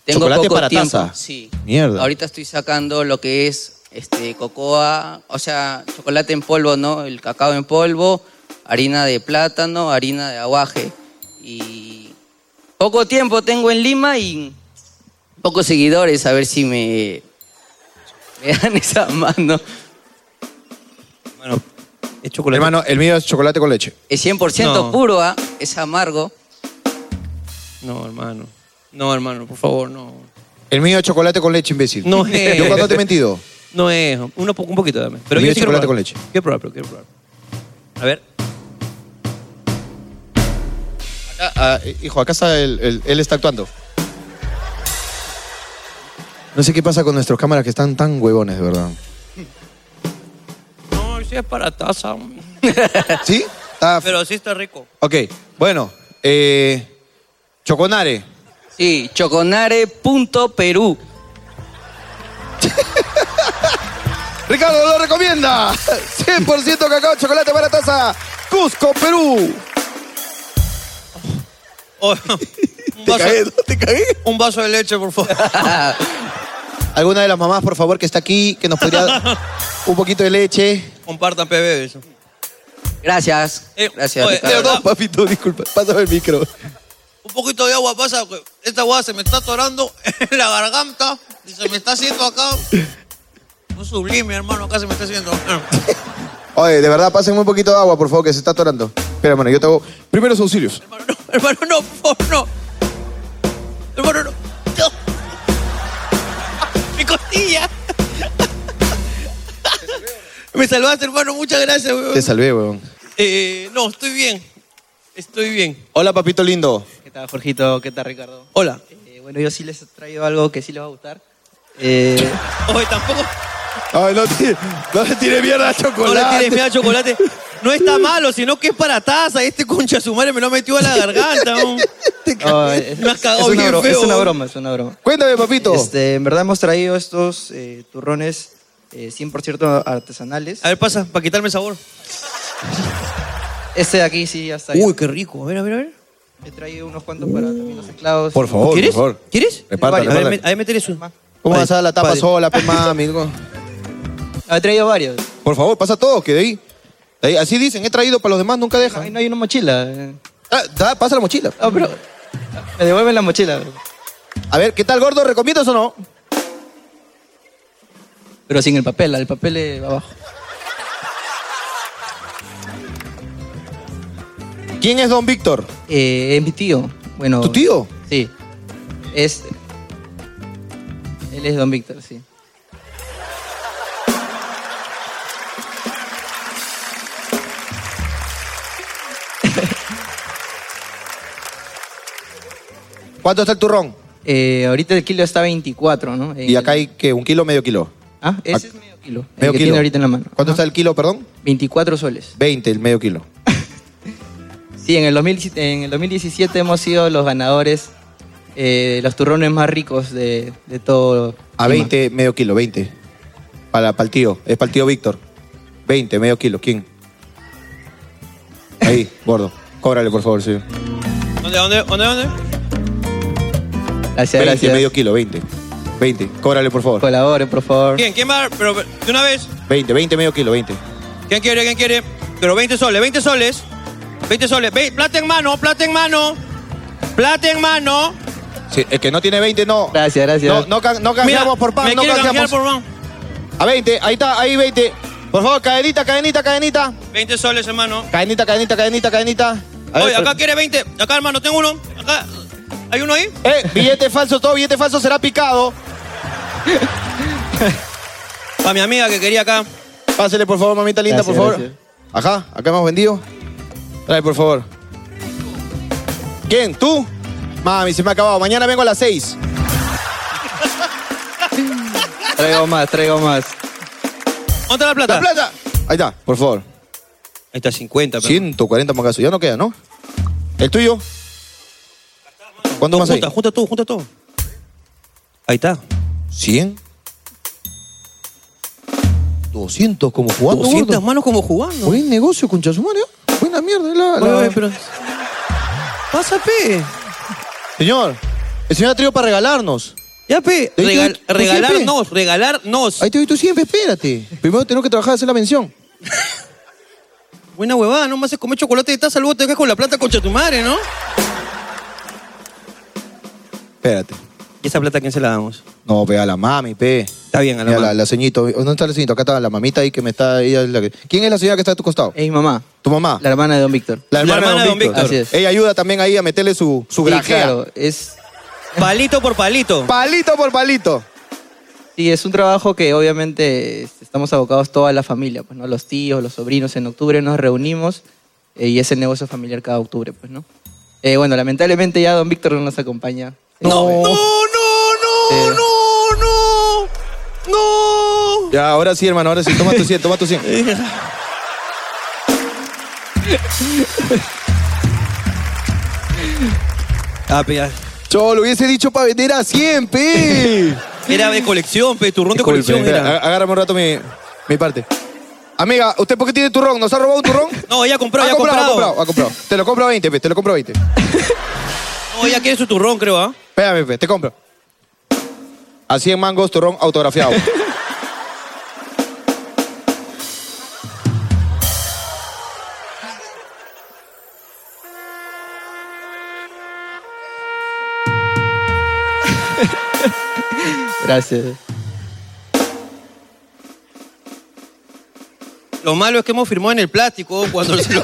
Speaker 15: Tengo
Speaker 2: Chocolate
Speaker 15: poco
Speaker 2: para
Speaker 15: tiempo.
Speaker 2: taza.
Speaker 15: Sí.
Speaker 2: Mierda.
Speaker 15: Ahorita estoy sacando lo que es este cocoa, o sea, chocolate en polvo, ¿no? El cacao en polvo, harina de plátano, harina de aguaje. Y poco tiempo tengo en Lima y pocos seguidores, a ver si me, me dan esa mano.
Speaker 1: Es chocolate.
Speaker 2: Hermano, el mío es chocolate con leche.
Speaker 15: Es 100%
Speaker 1: No.
Speaker 15: puro, ¿ah? es amargo.
Speaker 1: No, hermano. No, hermano, por favor, no.
Speaker 2: El mío es chocolate con leche, imbécil.
Speaker 1: No es.
Speaker 2: ¿Yo cuándo te he mentido?
Speaker 1: No es. Uno, po- un poquito, dame. Pero
Speaker 2: El mío
Speaker 1: yo
Speaker 2: es
Speaker 1: sí quiero probar.
Speaker 2: chocolate con leche.
Speaker 1: Quiero probar, pero quiero probar. A ver.
Speaker 2: Ah, ah, hijo, acá está el, el- él está actuando. No sé qué pasa con nuestros cámaras que están tan huevones, de verdad.
Speaker 1: No, sí es para taza.
Speaker 2: (laughs) ¿Sí? Ah,
Speaker 1: Pero sí está rico.
Speaker 2: Ok, bueno. eh, Choconare.
Speaker 15: Sí, (laughs) choconare.perú.
Speaker 2: Ricardo lo (laughs) recomienda. 100% cacao, chocolate para taza. Cusco, Perú.
Speaker 1: te cagué, te cagué. Oh, Un vaso de leche, por
Speaker 2: (laughs)
Speaker 1: favor.
Speaker 2: Alguna de las mamás, por favor, que está aquí, que nos podría
Speaker 1: (laughs)
Speaker 2: dar un poquito de leche.
Speaker 1: Compartan PB eso.
Speaker 15: Gracias. Gracias.
Speaker 1: Eh, oye,
Speaker 15: Ricardo.
Speaker 1: de verdad.
Speaker 2: Papito, disculpa, pásame el micro.
Speaker 1: Un poquito de agua pasa. que Esta agua se me está atorando (laughs) en la garganta. Y se me está haciendo acá. Un sublime, hermano. Acá se me está haciendo.
Speaker 2: Oye, de verdad, pásenme un poquito de agua, por favor, que se está atorando. Espera, hermano, yo te hago primeros auxilios.
Speaker 1: Hermano, no, por favor, no. Hermano, no. No. Mi costilla. Me salvaste, hermano. Muchas gracias, weón.
Speaker 2: Te salvé, weón.
Speaker 1: Eh, no, estoy bien. Estoy bien.
Speaker 2: Hola, papito lindo.
Speaker 16: ¿Qué tal, Jorgito? ¿Qué tal, Ricardo?
Speaker 1: Hola.
Speaker 16: Eh, bueno, yo sí les he traído algo que sí les va a gustar. Eh,
Speaker 1: Oye, tampoco.
Speaker 2: Ay, no, ti- no le tires mierda a chocolate.
Speaker 1: No le tires mierda a chocolate. No
Speaker 16: (laughs)
Speaker 1: está malo, sino que es para taza. Este concha de su madre me lo ha metido a la
Speaker 16: (laughs)
Speaker 1: garganta. weón.
Speaker 16: no, oh, es,
Speaker 1: Me has cagado
Speaker 16: es una
Speaker 1: bien
Speaker 16: bro-
Speaker 1: feo,
Speaker 16: es una
Speaker 1: weón.
Speaker 16: broma, es una broma.
Speaker 2: Cuéntame, papito.
Speaker 16: Este, en verdad hemos traído estos eh, turrones eh, 100% artesanales.
Speaker 1: A ver, pasa, para quitarme el sabor.
Speaker 16: Este de aquí sí ya está.
Speaker 1: Uy, qué rico. A ver, a ver, a ver.
Speaker 16: He traído unos cuantos para también los teclados.
Speaker 2: Por favor,
Speaker 1: ¿Quieres?
Speaker 2: por favor.
Speaker 1: ¿Quieres?
Speaker 2: Repártale,
Speaker 1: a ver,
Speaker 2: repártale.
Speaker 1: me- a ver, meter eso.
Speaker 2: ¿Cómo vas a dar la tapa
Speaker 1: Padre.
Speaker 2: sola, pe (laughs) mami?
Speaker 16: He traído varios.
Speaker 2: Por favor, pasa todo, que de ahí. de ahí- Así dicen, he traído para los demás, nunca dejan.
Speaker 16: Ahí no hay una mochila.
Speaker 2: Ah, da, pasa la mochila.
Speaker 16: Ah, pero me devuelven la mochila.
Speaker 2: A ver, ¿qué tal, gordo? ¿Recomiendas o no?
Speaker 16: Pero sin el papel, el papel eh, abajo.
Speaker 2: ¿Quién es don Víctor?
Speaker 16: Eh, es mi tío. Bueno,
Speaker 2: ¿Tu tío?
Speaker 16: Sí. Es. Él es Don Víctor, sí.
Speaker 2: ¿Cuánto está el turrón?
Speaker 16: Eh, ahorita el kilo está 24, ¿no? Eh,
Speaker 2: Y acá hay, ¿qué? ¿Un kilo medio kilo?
Speaker 16: Ah, ese
Speaker 2: Ac-
Speaker 16: es medio kilo. el
Speaker 2: Medio
Speaker 16: que
Speaker 2: kilo.
Speaker 16: tiene ahorita en la mano.
Speaker 2: ¿Cuánto está el kilo, perdón?
Speaker 16: 24 soles.
Speaker 2: 20, el medio kilo.
Speaker 16: Sí, en el, 2000 en el 2017 hemos sido los ganadores eh, de los turrones más ricos de, de todo.
Speaker 2: A
Speaker 16: Lima.
Speaker 2: 20, medio kilo, 20. Para, para el tío, es para el tío Víctor. 20, medio kilo, ¿quién? Ahí, gordo. Cóbrale, por favor, señor.
Speaker 1: ¿Dónde, dónde, dónde, dónde?
Speaker 16: Gracias,
Speaker 2: 20,
Speaker 16: gracias. Pues-
Speaker 2: medio kilo, 20. 20, cóbrale, por favor.
Speaker 16: Colabore, por favor.
Speaker 1: ¿Quién? ¿Quién va? Pero de una vez.
Speaker 2: 20, 20, medio kilo, 20.
Speaker 1: ¿Quién quiere? ¿Quién quiere? Pero 20 soles, 20 soles. 20 soles. Ve- plata en mano, plata en mano. Plata en mano.
Speaker 2: Sí, el que no tiene 20, no.
Speaker 16: Gracias, gracias.
Speaker 2: No, no, can- no canjeamos
Speaker 1: Mira,
Speaker 2: por pan,
Speaker 1: me
Speaker 2: no
Speaker 1: quiere
Speaker 2: canjeamos.
Speaker 1: canjear por pan.
Speaker 2: A 20, ahí está, ahí 20. Por favor, cadenita, cadenita, cadenita.
Speaker 1: 20 soles, hermano.
Speaker 2: Cadenita, cadenita, cadenita, cadenita. A ver,
Speaker 1: Oye, acá
Speaker 2: pero-
Speaker 1: quiere 20. Acá, hermano, tengo uno. Acá. ¿Hay uno ahí?
Speaker 2: Eh, billete (laughs) falso, todo billete falso será picado.
Speaker 1: Para mi amiga que quería acá.
Speaker 2: Pásele, por favor, mamita linda, por favor. Ajá, acá hemos vendido. Trae, por favor. ¿Quién? ¿Tú? Mami, se me ha acabado. Mañana vengo a las 6.
Speaker 11: Traigo más, traigo más.
Speaker 1: ¿Dónde está la plata?
Speaker 2: ¡La plata! Ahí está, por favor.
Speaker 1: Ahí está, 50.
Speaker 2: 140 mangazos. Ya no queda, ¿no? ¿El tuyo? ¿Cuánto más hay?
Speaker 1: Junta, junta todo, junta todo. Ahí está.
Speaker 2: 100. 200 como jugando.
Speaker 1: 200
Speaker 2: gordo.
Speaker 1: manos como jugando.
Speaker 2: Buen negocio, concha su madre. ¿eh? Buena mierda. es La, la-
Speaker 1: Oye, pero- Pasa, pe.
Speaker 2: Señor, el señor ha traído para regalarnos.
Speaker 1: Ya, pe. Regal-
Speaker 2: regalarnos.
Speaker 1: regalarnos, regalarnos.
Speaker 2: Ahí te doy tu 100, pe, espérate. Primero tenemos que trabajar hacer la mención.
Speaker 1: Buena huevada, no me haces comer chocolate y taza, luego te dejas con la plata concha tu madre, ¿no?
Speaker 2: Espérate.
Speaker 1: ¿Y esa plata a quién se la damos?
Speaker 2: No, pe, a la mami, pe. Está
Speaker 1: bien, a la
Speaker 2: La,
Speaker 1: mami.
Speaker 2: ceñito. ¿Dónde está la ceñito? Acá está la mamita ahí que me está... ella es la que- ¿Quién es la señora que está a tu costado?
Speaker 16: Es mi mamá.
Speaker 2: ¿Tu mamá?
Speaker 16: La hermana de Don Víctor.
Speaker 2: Eh, La hermana, de Don Víctor.
Speaker 16: Así es.
Speaker 2: Ella ayuda también ahí a meterle su, su
Speaker 16: Sí,
Speaker 2: grajea.
Speaker 16: claro, es...
Speaker 1: Palito por palito.
Speaker 2: Palito por palito.
Speaker 16: Sí, es un trabajo que obviamente este, estamos abocados toda la familia, pues, ¿no? Los tíos, los sobrinos, en octubre nos reunimos eh, y es el negocio familiar cada octubre, pues, ¿no? Eh, bueno, lamentablemente ya Don Víctor no nos acompaña. Este,
Speaker 2: No. No,
Speaker 16: no, no.
Speaker 1: no, no.
Speaker 2: Ya, ahora sí, hermano, ahora sí. Toma tu 100, toma tu 100. (laughs)
Speaker 1: Ah, pe, ya.
Speaker 2: Yo lo hubiese dicho para vender a 100, (laughs) pe.
Speaker 1: Era de colección, pe, turrón de colección
Speaker 2: Espera,
Speaker 1: era.
Speaker 2: ag- agárrame un rato mi, mi parte. Amiga, ¿usted por qué tiene turrón? ¿Nos ha robado un turrón?
Speaker 1: No, ella compró,
Speaker 2: ha
Speaker 1: ella
Speaker 2: comprado, ha
Speaker 1: comprado.
Speaker 2: comprado, ha comprado. Te lo compro a 20, pe, te lo compro a 20.
Speaker 1: No, ella quiere su turrón, creo, ¿ah?
Speaker 2: Espérame, pe, te compro. A 100 mangos, turrón autografiado.
Speaker 16: Gracias.
Speaker 1: Lo malo es que hemos firmado en el plástico. Cuando
Speaker 16: (laughs)
Speaker 1: se lo,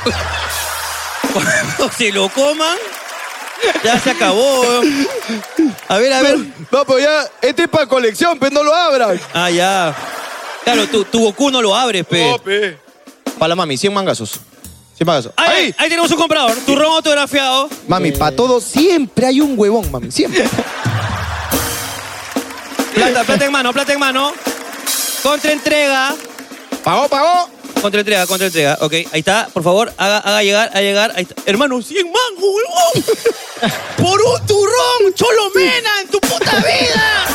Speaker 1: cuando se lo coman, ya se acabó. A ver, a ver.
Speaker 2: (laughs) No, pero ya, este es para colección, pero no lo abran.
Speaker 1: Ah, ya. Claro, tu, tu Goku no lo abres, pe.
Speaker 2: Para la mami, 100 mangazos. 100 mangazos.
Speaker 1: Ahí, ahí tenemos un comprador. Turrón autografiado.
Speaker 2: Mami, para todo siempre hay un huevón, mami, siempre.
Speaker 1: Plata, plata en mano, plata en mano. Contra entrega.
Speaker 2: Pagó, pagó.
Speaker 1: Contra entrega, contra entrega. Ok, ahí está. Por favor, haga, haga llegar, haga llegar. Ahí está. Hermano, 100 mangos,
Speaker 2: (laughs)
Speaker 1: huevón. oh. Por un turrón, cholomena, en tu puta vida.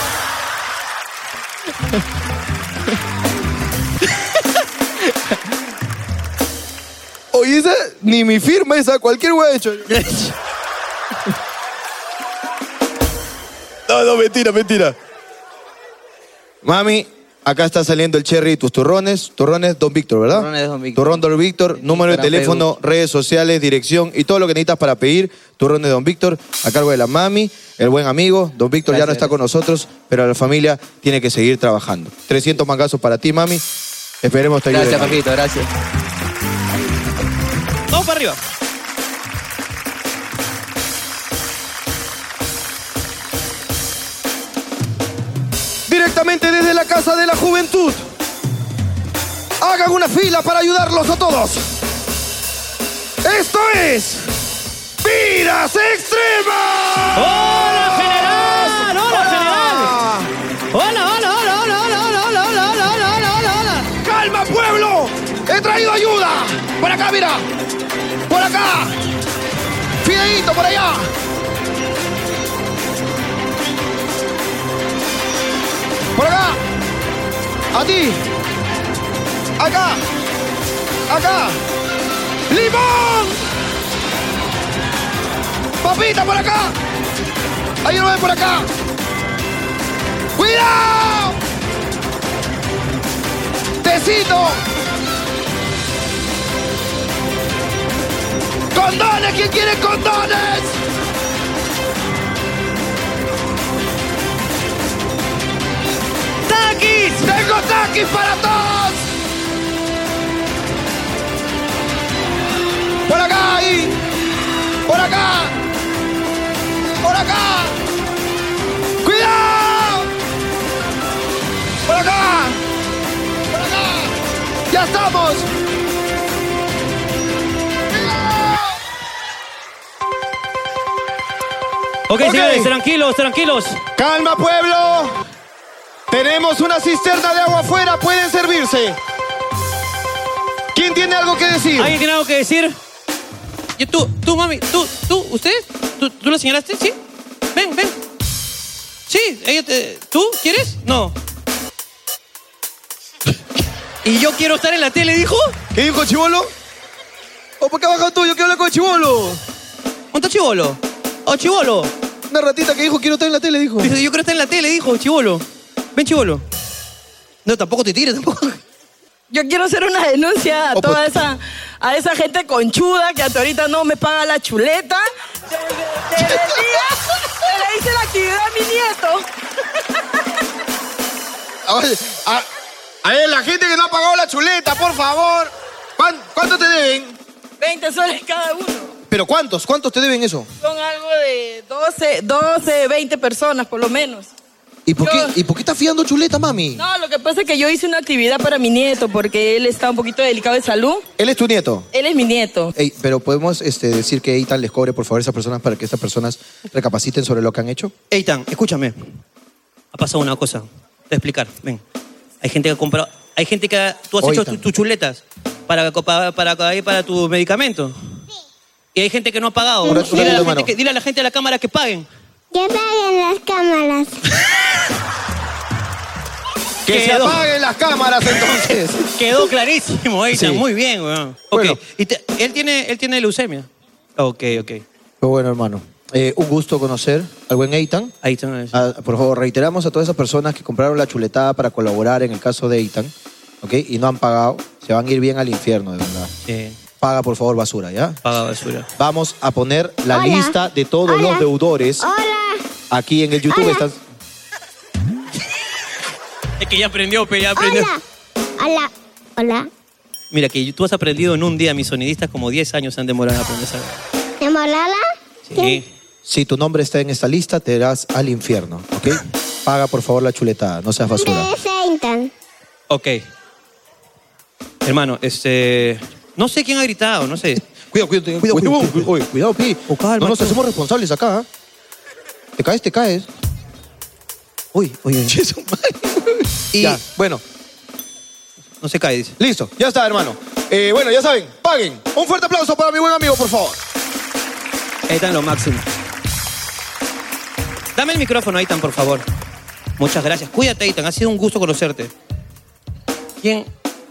Speaker 2: Oye, esa, ni mi firma esa, cualquier hueá hecho. no, no, mentira, mentira. Mami, acá está saliendo el cherry y tus turrones. Turrones Don Víctor, ¿verdad?
Speaker 16: Turrones Don Víctor.
Speaker 2: Turrón Don Víctor, número de
Speaker 16: Instagram,
Speaker 2: teléfono, redes sociales, dirección y todo lo que necesitas para pedir. Turrones Don Víctor, a cargo de la mami, el buen amigo. Don Víctor ya no
Speaker 16: Gracias,
Speaker 2: está con nosotros, pero la familia tiene que seguir trabajando. 300 mangazos para ti, mami. Esperemos te ayude.
Speaker 16: Gracias,
Speaker 2: mami.
Speaker 16: papito, gracias.
Speaker 1: Vamos para arriba.
Speaker 2: directamente desde la Casa de la Juventud. Hagan una fila para ayudarlos a todos. Esto es Vidas Extremas.
Speaker 12: ¡Hola, general! ¡Hola, general! ¡Hola, hola, hola, hola, hola, hola, hola, hola, hola, hola, hola, hola, hola!
Speaker 2: ¡Calma, pueblo! ¡He traído ayuda! ¡Por acá, mira! ¡Por acá! ¡Fideíto, por allá! ¡Por acá! ¡A ti! ¡Acá! ¡Acá! ¡Limón! ¡Papita, por acá! ¡Ayúdame por acá! ¡Cuidado! ¡Tecito! ¡Condones! ¿Quién quiere condones? ¡Taquis! ¡Tengo taquis para todos!
Speaker 8: Por acá, ahí. Por acá. Por acá. ¡Cuidado! Por acá. Por acá. Ya estamos.
Speaker 13: Ok, señores, tranquilos, tranquilos.
Speaker 8: Calma, pueblo. Tenemos una cisterna de agua afuera, pueden servirse. ¿Quién tiene algo que decir?
Speaker 1: ¿Alguien tiene algo que decir? Yo, tú, tú, mami, tú, tú, ¿ustedes? ¿Tú, tú lo señalaste? Sí. Ven, ven. Sí, ella te- ¿tú quieres? No. (laughs) ¿Y yo quiero estar en la tele, dijo?
Speaker 8: ¿Qué dijo Chivolo? ¿O por qué ha bajado tú? Yo quiero hablar con Chivolo.
Speaker 1: ¿Cuánto Chivolo? ¿O Chivolo?
Speaker 8: Una ratita que dijo, quiero estar en la tele, dijo.
Speaker 17: Pues,
Speaker 1: Dice, yo quiero estar en la tele, dijo Chivolo. Ven, Chivolo. No, tampoco te tires, tampoco.
Speaker 17: Yo quiero hacer una denuncia a toda esa, a esa gente conchuda que hasta ahorita no me paga la chuleta. Desde, desde el día que le hice la actividad a mi nieto.
Speaker 8: Oye, A, a ver, la gente que no ha pagado la chuleta, por favor. ¿Cuán- ¿Cuánto te deben?
Speaker 17: 20 soles cada uno.
Speaker 8: ¿Pero cuántos? ¿Cuántos te deben eso?
Speaker 17: Son algo de 12, 12, 20 personas por lo menos.
Speaker 8: ¿Y por, qué, ¿Y por qué estás fiando chuleta, mami?
Speaker 17: No, lo que pasa es que yo hice una actividad para mi nieto porque él está un poquito delicado de salud.
Speaker 8: Él es tu nieto.
Speaker 17: Él es mi nieto.
Speaker 2: Ey, pero podemos este, decir que Eitan les cobre, por favor, a esas personas para que estas personas recapaciten sobre lo que han hecho.
Speaker 1: Eitan, escúchame. Ha pasado una cosa. Te voy a explicar. Ven. Hay gente que ha comprado. Hay gente que. ha- Tú has
Speaker 2: Oye,
Speaker 1: hecho tu-
Speaker 2: Eitan.
Speaker 1: tus chuletas para, para, para, para tu medicamento. Y hay gente que no ha pagado.
Speaker 2: Un ratito,
Speaker 1: dile, a la
Speaker 2: mano.
Speaker 1: gente que- dile a la gente de la cámara que paguen.
Speaker 5: Que paguen las cámaras.
Speaker 8: Que se apaguen las cámaras entonces.
Speaker 1: Quedó clarísimo, Eitan.
Speaker 2: Sí.
Speaker 1: Muy bien, weón. Ok. Y te- él, tiene, él tiene leucemia. Ok, ok.
Speaker 2: (laughs) Pero bueno, hermano, eh, un gusto conocer al buen Eitan. Ah, por favor, reiteramos a todas esas personas que compraron la chuletada para colaborar en el caso de Eitan, ¿ok? Y no han pagado, se van a ir bien al infierno, de verdad.
Speaker 1: Sí.
Speaker 2: Paga, por favor, basura, ¿ya?
Speaker 1: eh, Paga basura.
Speaker 2: Vamos a poner la
Speaker 1: Hola.
Speaker 2: lista de todos
Speaker 1: Hola. Oh.
Speaker 2: los deudores. Aquí en el YouTube están...
Speaker 1: Es que ya aprendió, pero ya aprendió.
Speaker 5: Hola. Hola.
Speaker 1: Mira, que tú has aprendido en un día. Mis sonidistas como 10 años han demorado en aprender esa.
Speaker 5: ¿Te molala?
Speaker 2: Si tu nombre está en esta lista, te irás al infierno, ¿ok? Paga, por favor, la chuletada, no seas basura.
Speaker 5: Es Eintan.
Speaker 1: Ok. Hermano, este. No sé quién ha gritado, no sé.
Speaker 2: cuidado, cuidado, cuidado, cuidado, cuidado, cuidado, Pi. Oh, no nos hacemos responsables acá. ¿ah? Te caes, te caes.
Speaker 1: Uy, uy, uy.
Speaker 2: Y ya, bueno.
Speaker 1: (laughs) No se cae, dice.
Speaker 2: Listo.
Speaker 8: Ya está, hermano. Eh, bueno, ya saben, paguen. Un fuerte aplauso para mi buen amigo, por favor.
Speaker 1: Ahí están lo máximo. Dame el micrófono, Aitan, por favor. Muchas gracias. Cuídate, Aitan. Ha sido un gusto conocerte. ¿Quién?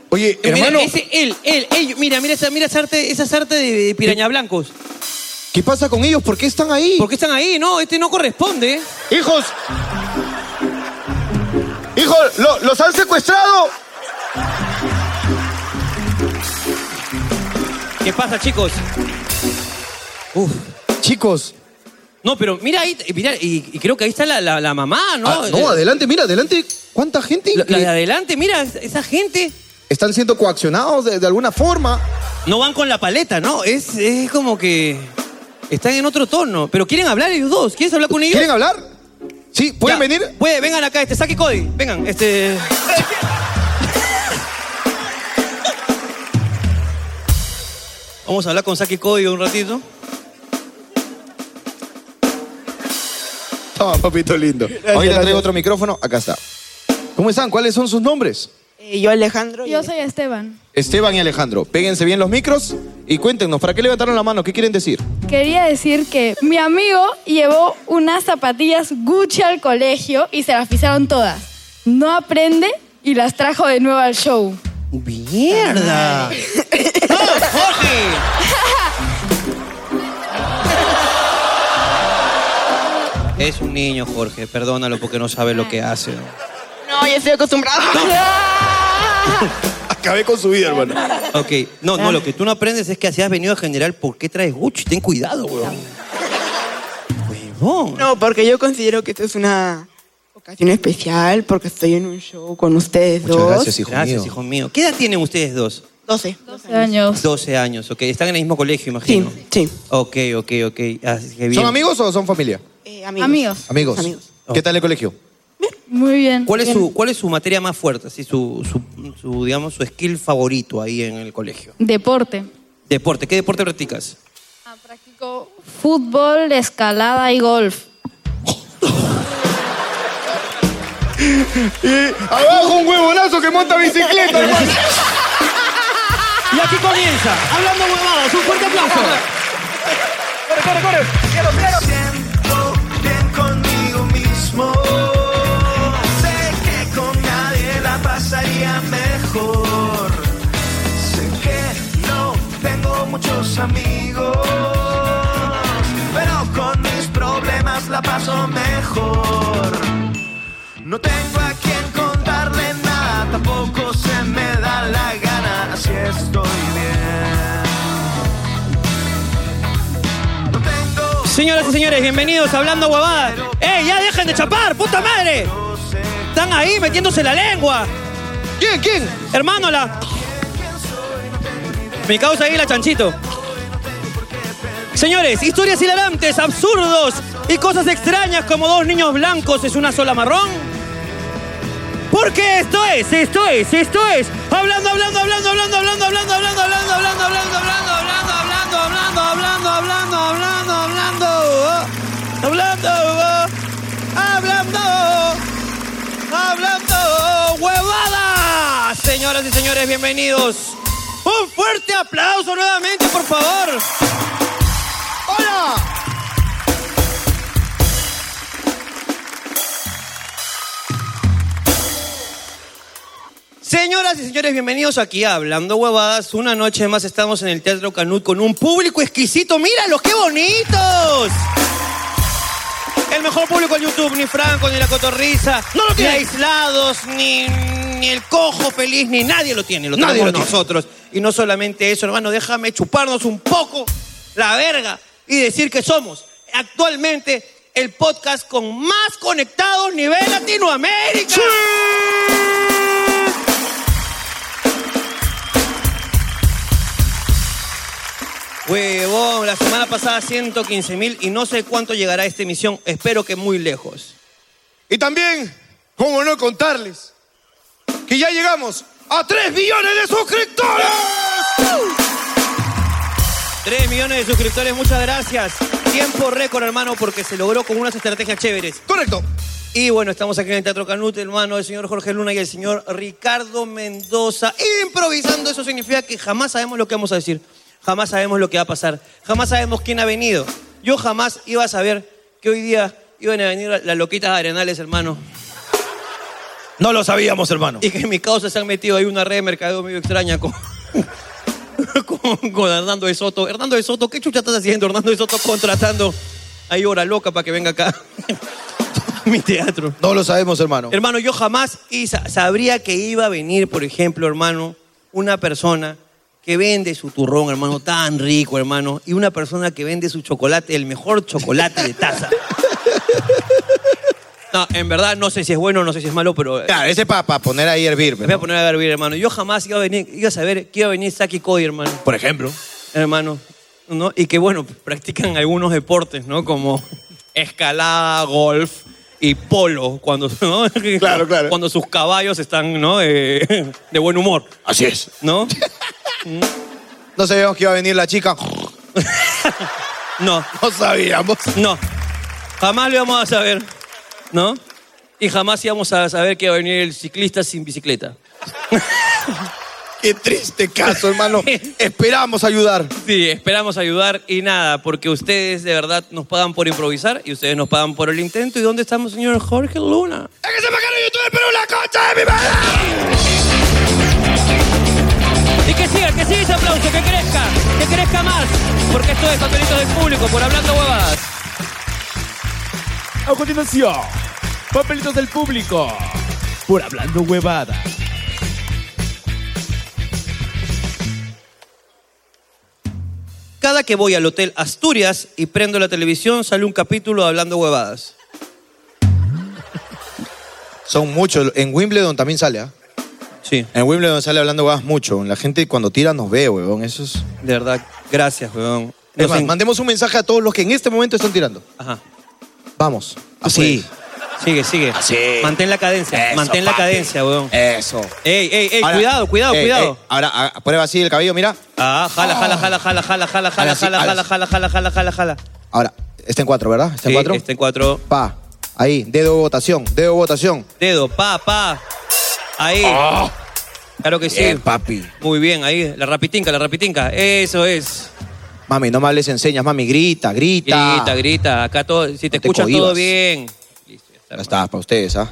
Speaker 8: Oye, eh,
Speaker 1: Mira,
Speaker 8: hermano.
Speaker 1: ese, él, él, él. Mira, mira, esa, mira esa arte, esas artes de, de piraña blancos.
Speaker 2: ¿Qué pasa con ellos? ¿Por qué están ahí?
Speaker 1: ¿Por qué están ahí? No, este no corresponde.
Speaker 8: ¡Hijos! ¡Hijo, lo- los han secuestrado!
Speaker 1: ¿Qué pasa, chicos? Uf.
Speaker 2: Chicos.
Speaker 1: No, pero mira ahí, mira, y, y creo que ahí está la, la- la mamá, ¿no?
Speaker 2: Ah, no, adelante, mira, adelante. ¿Cuánta gente?
Speaker 1: La, la de adelante, mira, esa gente.
Speaker 2: Están siendo coaccionados de, de alguna forma.
Speaker 1: No van con la paleta, ¿no? Es, es como que están en otro tono. Pero quieren hablar ellos dos. ¿Quieres hablar con ellos?
Speaker 2: ¿Quieren hablar? Sí,
Speaker 1: ¿pueden venir? Puede, vengan acá, este, saque Cody. Vengan, este. Vamos a hablar con Saki Cody un ratito.
Speaker 2: Toma, Oh, papito lindo. Hoy te traigo otro micrófono. Acá está. ¿Cómo están? ¿Cuáles son sus nombres?
Speaker 17: yo Alejandro. Yo soy Esteban.
Speaker 2: Esteban y Alejandro. Péguense bien los micros y cuéntenos, ¿para qué levantaron la mano? ¿Qué quieren decir?
Speaker 18: Quería decir que mi amigo llevó unas zapatillas Gucci al colegio y se las pisaron todas. No aprende y las trajo de nuevo al show.
Speaker 1: ¡Mierda! ¡Vamos, Jorge! Es un niño, Jorge. Perdónalo porque no sabe lo que hace.
Speaker 17: No, ya estoy acostumbrado.
Speaker 2: Acabé con su vida, hermano.
Speaker 1: Ok. No, no, lo que tú no aprendes es que así has venido a general. ¿Por qué traes Gucci? Ten cuidado, weón.
Speaker 19: No, porque yo considero que esto es una ocasión especial, porque estoy en un show con ustedes
Speaker 1: Muchas
Speaker 19: dos.
Speaker 1: gracias, hijo mío. ¿Qué edad tienen ustedes dos?
Speaker 20: 12.
Speaker 18: 12 años.
Speaker 1: 12 años, ok. Están en el mismo colegio, imagino.
Speaker 20: Sí, sí.
Speaker 1: Ok, ok, ok. Así que bien.
Speaker 2: ¿Son amigos o son familia?
Speaker 20: Eh, amigos.
Speaker 18: Amigos.
Speaker 2: Amigos. ¿Qué tal el colegio?
Speaker 18: Muy bien.
Speaker 1: ¿Cuál es
Speaker 18: Bien.
Speaker 1: su, cuál es su materia más fuerte? Así, su, su- su, digamos, su skill favorito ahí en el colegio.
Speaker 18: Deporte.
Speaker 1: Deporte. ¿Qué deporte practicas?
Speaker 18: Fútbol, escalada y golf.
Speaker 8: Abajo un huevonazo que monta
Speaker 2: (laughs)
Speaker 8: bicicleta, hermano. Y aquí comienza, hablando huevadas, un fuerte aplauso. Corre, corre, corre. Quiero, quiero. Siento bien conmigo mismo. Sé que con nadie la pasaría mejor. Sé que no tengo muchos amigos. Pero con mis problemas la paso mejor. No tengo a quien contarle nada, tampoco se me da la gana, así estoy bien.
Speaker 21: Señoras y señores, bienvenidos a Hablando Huevadas. ¡Ey, ya dejen de chapar, puta madre! Están ahí metiéndose la lengua. ¿Quién, quién? Hermano, la... Mi causa ahí, la chanchito. Señores, historias hilarantes, absurdos y cosas extrañas como dos niños blancos es una sola marrón. Porque esto es, esto es, esto es. Hablando, hablando, hablando, hablando, hablando, hablando, hablando, hablando, hablando, hablando, hablando, hablando, hablando, hablando, hablando, hablando, hablando, hablando, oh, hablando, oh, hablando, oh, hablando, oh, huevadas. Señoras y señores, bienvenidos. Un fuerte aplauso nuevamente, por favor. Hola.
Speaker 1: Señoras y señores, bienvenidos aquí a Hablando Huevadas. Una noche más estamos en el Teatro Canut con un público exquisito. ¡Míralos, qué bonitos! El mejor público en YouTube, ni Franco, ni la cotorriza,
Speaker 8: No lo
Speaker 1: ni
Speaker 8: tiene.
Speaker 1: aislados, ni, ni el cojo feliz, ni nadie lo tiene, lo
Speaker 8: Nadie
Speaker 1: tenemos
Speaker 8: lo tiene.
Speaker 1: nosotros. Y no solamente eso, hermano, déjame chuparnos un poco la verga y decir que somos actualmente el podcast con más conectados nivel Latinoamérica. Huevón, la semana pasada 115 mil y no sé cuánto llegará esta emisión. Espero que muy lejos.
Speaker 22: Y también, ¿cómo no contarles? Que ya llegamos a 3 millones de suscriptores.
Speaker 1: 3 millones de suscriptores, muchas gracias. Tiempo récord, hermano, porque se logró con unas estrategias chéveres.
Speaker 22: Correcto.
Speaker 1: Y bueno, estamos aquí en el Teatro Canut, hermano, el señor Jorge Luna y el señor Ricardo Mendoza. Improvisando, eso significa que jamás sabemos lo que vamos a decir. Jamás sabemos lo que va a pasar. Jamás sabemos quién ha venido. Yo jamás iba a saber que hoy día iban a venir las loquitas arenales, hermano.
Speaker 2: No lo sabíamos, hermano.
Speaker 1: Y que en mi causa se han metido ahí una red de mercadeo medio extraña con, (laughs) con, con Hernando de Soto. Hernando de Soto, ¿qué chucha estás haciendo? Hernando de Soto contratando ahí hora loca para que venga acá. Mi teatro.
Speaker 2: No lo sabemos, hermano.
Speaker 1: Hermano, yo jamás y sa- sabría que iba a venir, por ejemplo, hermano, una persona que vende su turrón, hermano, tan rico, hermano, y una persona que vende su chocolate, el mejor chocolate de taza. No, en verdad no sé si es bueno, no sé si es malo, pero...
Speaker 2: Claro, ese para poner ahí a hervir.
Speaker 1: Me voy a poner a hervir, hermano. Yo jamás iba a venir, iba a saber que iba a venir Saki Cody, hermano.
Speaker 2: Por ejemplo.
Speaker 1: Hermano. ¿no? Y que bueno, practican algunos deportes, ¿no? Como escalada, golf y polo, cuando, ¿no? (laughs) cuando sus caballos están, ¿no? Eh, de buen humor.
Speaker 2: Así es.
Speaker 1: ¿No?
Speaker 2: No sabíamos que iba a venir la chica.
Speaker 1: No.
Speaker 2: No sabíamos.
Speaker 1: No. Jamás lo íbamos a saber, ¿no? Y jamás íbamos a saber que iba a venir el ciclista sin bicicleta.
Speaker 2: Qué triste caso, hermano. Esperamos ayudar.
Speaker 1: Sí, esperamos ayudar y nada, porque ustedes de verdad nos pagan por improvisar y ustedes nos pagan por el intento. ¿Y dónde estamos, señor Jorge Luna? Y que siga, que siga ese aplauso, que crezca, que crezca más, porque esto es papelitos del público, por hablando huevadas.
Speaker 23: A continuación, papelitos del público por hablando huevada.
Speaker 1: Cada que voy al Hotel Asturias y prendo la televisión, sale un capítulo de hablando huevadas.
Speaker 2: Son muchos. En Wimbledon también sale, ¿ah?
Speaker 1: Sí.
Speaker 2: En Wimbledon sale hablando huevas mucho. La gente cuando tira nos ve, huevón. Eso es...
Speaker 1: De verdad, gracias, huevón.
Speaker 2: Es
Speaker 1: Nos
Speaker 2: más,
Speaker 1: en-
Speaker 2: mandemos un mensaje a todos los que en este momento están tirando.
Speaker 1: Ajá.
Speaker 2: Vamos.
Speaker 1: Sí. Sigue, sigue. Mantén la cadencia.
Speaker 2: pues. Ah, Eso,
Speaker 1: mantén la
Speaker 2: papi.
Speaker 1: cadencia, huevón.
Speaker 2: Eso.
Speaker 1: Ey, ey, ey,
Speaker 2: Ahora- eh,
Speaker 1: cuidado, cuidado,
Speaker 2: Ey,
Speaker 1: cuidado.
Speaker 2: ey, ahora, ah, prueba así el cabello, mira.
Speaker 1: Ah, jala, jala, jala, jala, jala, jala, jala,
Speaker 2: Ahora sí,
Speaker 1: jala,
Speaker 2: ahora
Speaker 1: jala, jala, jala, jala, jala, jala.
Speaker 2: Ahora, está en cuatro, ¿verdad? Está en
Speaker 1: Sí,
Speaker 2: cuatro.
Speaker 1: Está en cuatro.
Speaker 2: Pa. Ahí, dedo votación, dedo votación.
Speaker 1: Dedo, pa, pa. Ahí. Claro que sí.
Speaker 2: Ah. Bien, Eh, papi.
Speaker 1: Muy bien, ahí. La rapitinca, la rapitinca. Eso es.
Speaker 2: Mami, no me hables enseñas, mami, grita, grita.
Speaker 1: Grita, grita. Acá todo, si te
Speaker 2: te
Speaker 1: escuchas todo
Speaker 2: cohibas.
Speaker 1: bien.
Speaker 2: Ya está, para ustedes, ¿ah?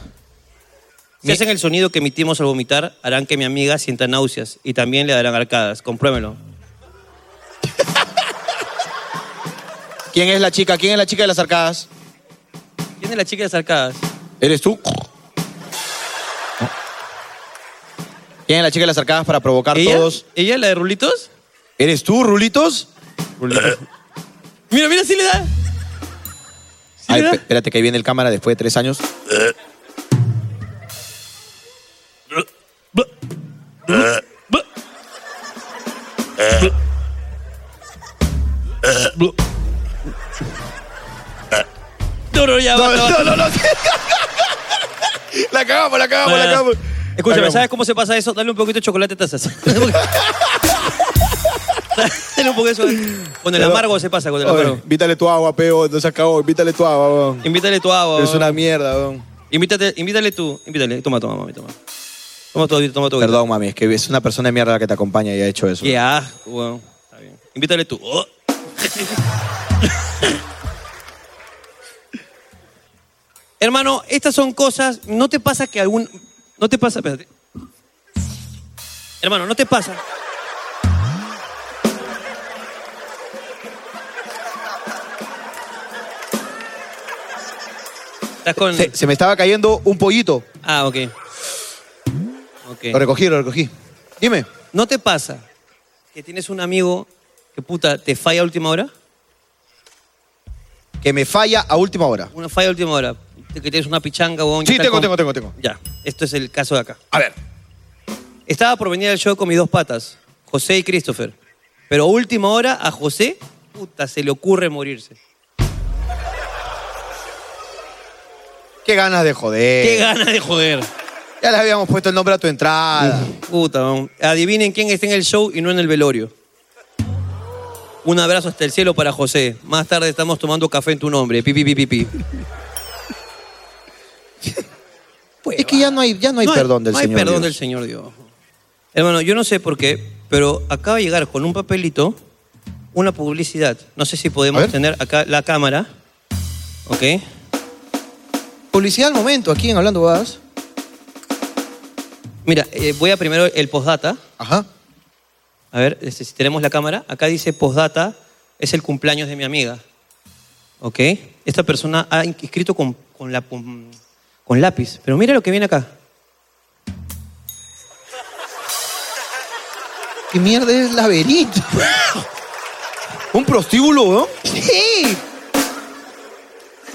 Speaker 1: Si hacen el sonido que emitimos al vomitar, harán que mi amiga sienta náuseas y también le darán arcadas. Compruébelo.
Speaker 2: ¿Quién es la chica? ¿Quién es la chica de las arcadas?
Speaker 1: ¿Quién es la chica de las arcadas?
Speaker 2: ¿Eres tú? ¿Quién es la chica de las arcadas para provocar
Speaker 1: ¿Ella?
Speaker 2: todos?
Speaker 1: ¿Ella, la de Rulitos?
Speaker 2: ¿Eres tú, Rulitos?
Speaker 1: Mira, mira, sí le da.
Speaker 2: Ay, pe- espérate, que ahí viene el cámara después de tres años.
Speaker 1: No, no, ya
Speaker 12: No,
Speaker 1: basta, basta.
Speaker 12: no, no, no.
Speaker 2: La cagamos, la cagamos,
Speaker 1: Bueno,
Speaker 2: la cagamos.
Speaker 1: Escúchame, ¿sabes cómo se pasa eso? Dale un poquito de chocolate a tazas.
Speaker 2: (laughs)
Speaker 1: Dale un poquito de eso. Con el amargo se pasa, con el
Speaker 2: Oye,
Speaker 1: amargo.
Speaker 2: invítale tu agua, peo, no se acabó, invítale tu agua, weón.
Speaker 1: Invítale tu agua.
Speaker 2: Es una mierda, weón.
Speaker 1: Invítate, invítale tú. Invítale. Toma, toma, mami, toma. Toma tu agüita, toma tu agüita.
Speaker 2: Perdón, mami, es que es una persona de mierda la que te acompaña y ha hecho eso.
Speaker 1: Qué asco, weón. Está bien. Invítale tú. Oh. (laughs) Hermano, estas son cosas. ¿No te pasa que algún. No te pasa. Espérate. Hermano, ¿no te pasa? Estás con.
Speaker 2: Se, se me estaba cayendo un pollito.
Speaker 1: Ah, ok. Ok.
Speaker 2: Lo recogí, lo recogí. Dime.
Speaker 1: ¿No te pasa que tienes un amigo que puta te falla a última hora?
Speaker 2: Que me falla a última hora.
Speaker 1: Una falla a última hora. Que tienes una pichanga, huevón.
Speaker 2: Sí,
Speaker 1: ya está
Speaker 2: tengo,
Speaker 1: con-
Speaker 2: tengo, tengo, tengo.
Speaker 1: Ya, esto es el caso de acá.
Speaker 2: A ver.
Speaker 1: Estaba por venir al show con mis dos patas, José y Christopher. Pero a última hora a José, puta, se le ocurre
Speaker 2: Eh.
Speaker 1: morirse.
Speaker 2: Qué ganas de joder.
Speaker 1: Qué ganas de joder.
Speaker 2: Ya le habíamos puesto el nombre a tu entrada.
Speaker 1: Puta, huevón. Adivinen quién está en el show y no en el velorio. Un abrazo hasta el cielo para José. Más tarde estamos tomando café en tu nombre. Pi, pi, pi, pi, pi.
Speaker 2: es que ya no hay, ya no hay perdón del
Speaker 1: no hay
Speaker 2: Señor.
Speaker 1: perdón
Speaker 2: Dios.
Speaker 1: del Señor Dios. Hermano, yo no sé por qué, pero acaba de llegar con un papelito una publicidad. No sé si podemos tener acá la cámara. ¿Ok?
Speaker 2: Publicidad al momento, aquí en Hablando Bodas.
Speaker 1: Mira, eh, voy a primero el postdata.
Speaker 2: Ajá.
Speaker 1: A ver, este, si tenemos la cámara. Acá dice postdata, es el cumpleaños de mi amiga. ¿Ok? Esta persona ha in- escrito con, con la, con, con lápiz. Pero mira lo que viene acá.
Speaker 2: ¿Qué mierda es laberinto?
Speaker 1: (laughs)
Speaker 2: ¿Un prostíbulo, weón? Sí.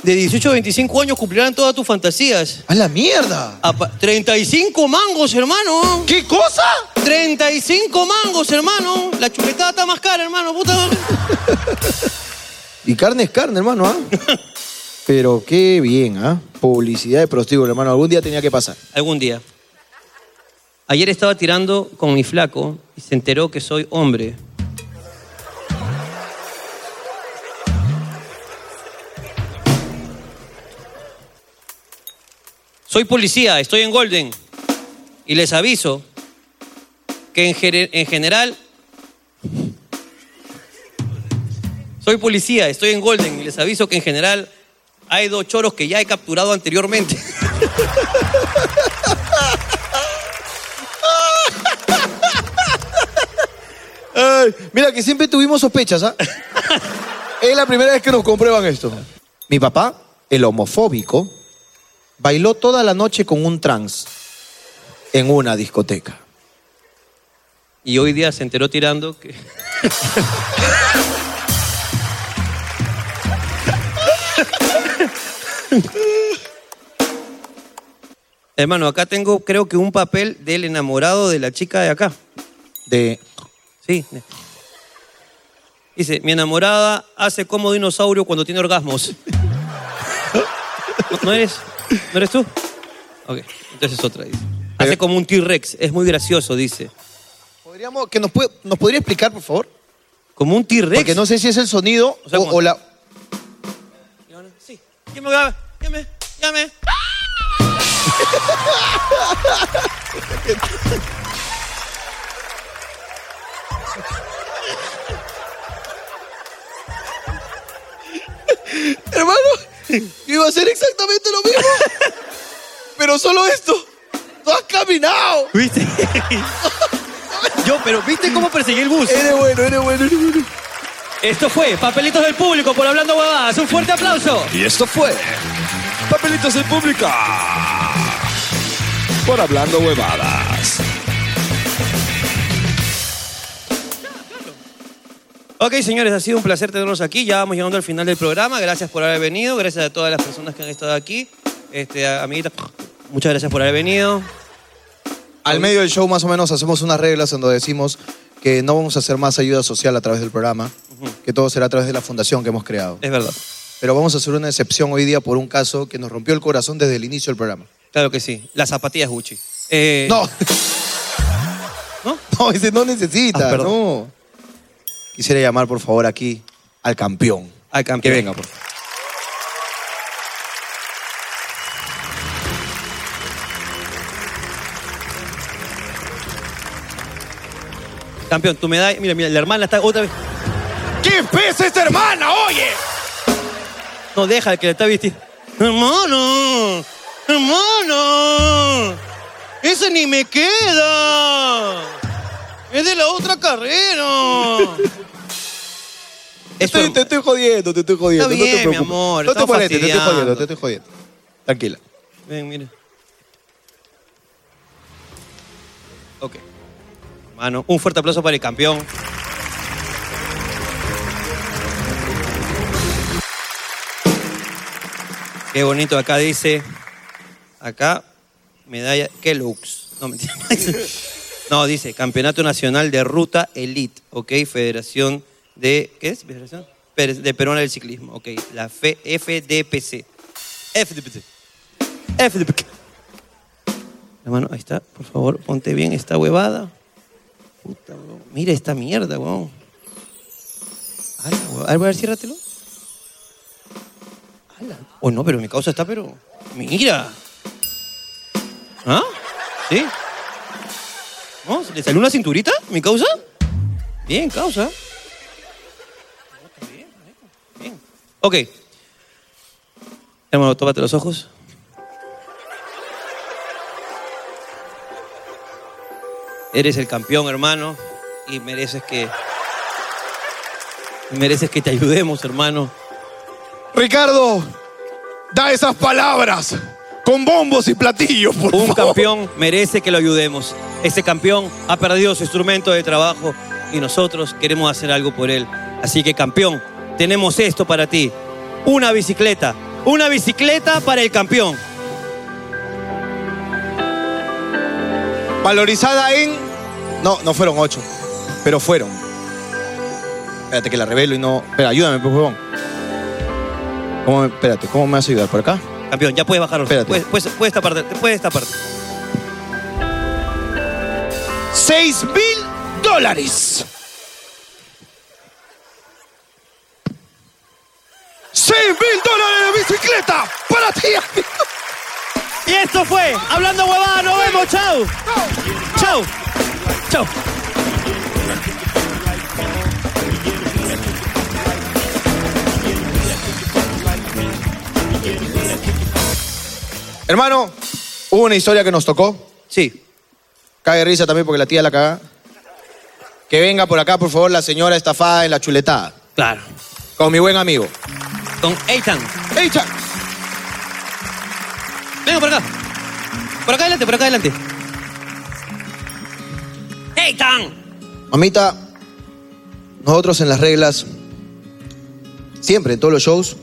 Speaker 1: De 18 a 25 años cumplirán todas tus fantasías.
Speaker 2: ¡A la mierda!
Speaker 1: 35 mangos, hermano.
Speaker 2: ¿Qué cosa?
Speaker 1: 35 mangos, hermano. La chupetada está más cara, hermano. Puta madre.
Speaker 2: Y carne es carne, hermano, (laughs) ¿ah? Pero qué bien, ¿ah? Publicidad de prostíbulo, hermano. Algún día tenía que pasar.
Speaker 1: Algún día. Ayer estaba tirando con mi flaco y se enteró que soy hombre. Soy policía, estoy en Golden. Y les aviso que en, gere- en general... Soy policía, estoy en Golden y les aviso que en general hay dos choros que ya he capturado anteriormente.
Speaker 2: Ay, mira que siempre tuvimos sospechas, (laughs) ¿ah? es la primera vez que nos comprueban esto. Mi papá, el homofóbico, bailó toda la noche con un trans en una discoteca.
Speaker 1: Y hoy día se enteró tirando que. Hermano, acá tengo creo que un papel del enamorado de la chica de acá.
Speaker 24: De.
Speaker 1: Sí. Dice, mi enamorada hace como dinosaurio cuando tiene orgasmos. ¿No, no eres? ¿No eres tú? Ok, entonces otra dice. Hace como un T-Rex, es muy gracioso, dice.
Speaker 2: Podríamos, que nos, puede- ¿Nos podría explicar, por favor?
Speaker 1: Como un T-Rex.
Speaker 2: Porque no sé si es el sonido o, o la.
Speaker 1: ¿Quién me va? Llame, llame.
Speaker 2: Hermano, yo iba a hacer exactamente lo mismo. pero solo esto. ¡Tú has caminado!
Speaker 1: ¿Viste? (laughs) Yo, pero ¿viste cómo perseguí el bus?
Speaker 2: Eres bueno, eres bueno, eres bueno.
Speaker 1: Esto fue Papelitos del Público por Hablando Huevadas. Un fuerte aplauso.
Speaker 8: Y esto fue Papelitos del Público por Hablando Huevadas.
Speaker 1: Ok, señores, ha sido un placer tenerlos aquí. Ya vamos llegando al final del programa. Gracias por haber venido. Gracias a todas las personas que han estado aquí. Este, a- amiguita, muchas gracias por haber venido.
Speaker 2: Al medio del show, más o menos, hacemos unas reglas en donde decimos que no vamos a hacer más ayuda social a través del programa, que todo será a través de la fundación que hemos creado.
Speaker 1: Es verdad.
Speaker 2: Pero vamos a hacer una excepción hoy día por un caso que nos rompió el corazón desde el inicio del programa.
Speaker 1: Claro que sí. Las zapatillas Gucci. Eh,
Speaker 2: No. ¿No? No, ese no necesita,
Speaker 1: Ah, perdón.
Speaker 2: no. Quisiera llamar, por favor, aquí al campeón.
Speaker 1: Al campeón.
Speaker 2: Que venga, por favor.
Speaker 1: Campeón, tu medalla. Mira, mira, la hermana está otra vez.
Speaker 8: ¿Qué pesa esta hermana, oye?
Speaker 1: No, deja que la está vistiendo. ¡Hermano! ¡Hermano! ¡Ese ni me queda! ¡Es de la otra
Speaker 8: (laughs)
Speaker 1: carrera!
Speaker 2: Estoy- te estoy jodiendo, te estoy jodiendo.
Speaker 1: Está
Speaker 2: no te
Speaker 1: bien, mi
Speaker 2: preocupes.
Speaker 1: amor,
Speaker 2: No te
Speaker 1: estamos
Speaker 2: molestes, te estoy jodiendo,
Speaker 1: fastidiando.
Speaker 2: te estoy jodiendo. Tranquila.
Speaker 1: Ven, mira. Ok. Hermano, un fuerte aplauso para el campeón. Qué bonito acá dice. Acá, medalla Kellogg's. No, mentira. No, dice Campeonato Nacional de Ruta Elite, ¿ok? Federación de. ¿Qué es? Federación Per- de Peruana del Ciclismo, ok. La Fe- FDPC. FDPC. FDPC. Hermano, ahí está. Por favor, ponte bien esta huevada. Puta, weón. Mira esta mierda, weón. A la hueva- A ver, a ver, ciérratelo. A la- Oh, no, pero mi causa está, pero. Mira. ¿Ah? ¿Sí? ¿No? ¿Le salió una cinturita? ¿Mi causa? Bien, causa. No, está bien, bien. Ok. Hermano, tómate los ojos. Eres el campeón, hermano, y mereces que. Mereces que te ayudemos, hermano.
Speaker 2: Ricardo, da esas palabras con bombos y platillos, por
Speaker 1: Un campeón merece que lo ayudemos. Este campeón ha perdido su instrumento de trabajo y nosotros queremos hacer algo por él. Así que, campeón, tenemos esto para ti. Una bicicleta. Una bicicleta para el campeón.
Speaker 2: Valorizada en. No, no fueron ocho, pero fueron. Espérate que la revelo y no. Espera, ayúdame, por favor. ¿Cómo me- Espérate, ¿cómo me vas a ayudar? ¿Por acá?
Speaker 1: Campeón, ya puedes bajarlo.
Speaker 2: Espérate.
Speaker 1: Puedes, puedes, puedes taparte. Puedes taparte.
Speaker 2: 6 mil dólares. 6 mil dólares de bicicleta para ti.
Speaker 25: Y esto fue Hablando Huevada. Nos vemos. Chao. Chao. Chao.
Speaker 2: Hermano, hubo una historia que nos tocó.
Speaker 1: Sí.
Speaker 2: Cague risa también porque la tía la caga. Que venga por acá, por favor, la señora estafada en la chuletada.
Speaker 1: Claro.
Speaker 2: Con mi buen amigo.
Speaker 1: Con Eitan.
Speaker 2: Eitan.
Speaker 1: Venga por acá. Por acá adelante, por acá adelante. Eitan.
Speaker 2: Mamita, nosotros en las reglas, siempre en todos los shows,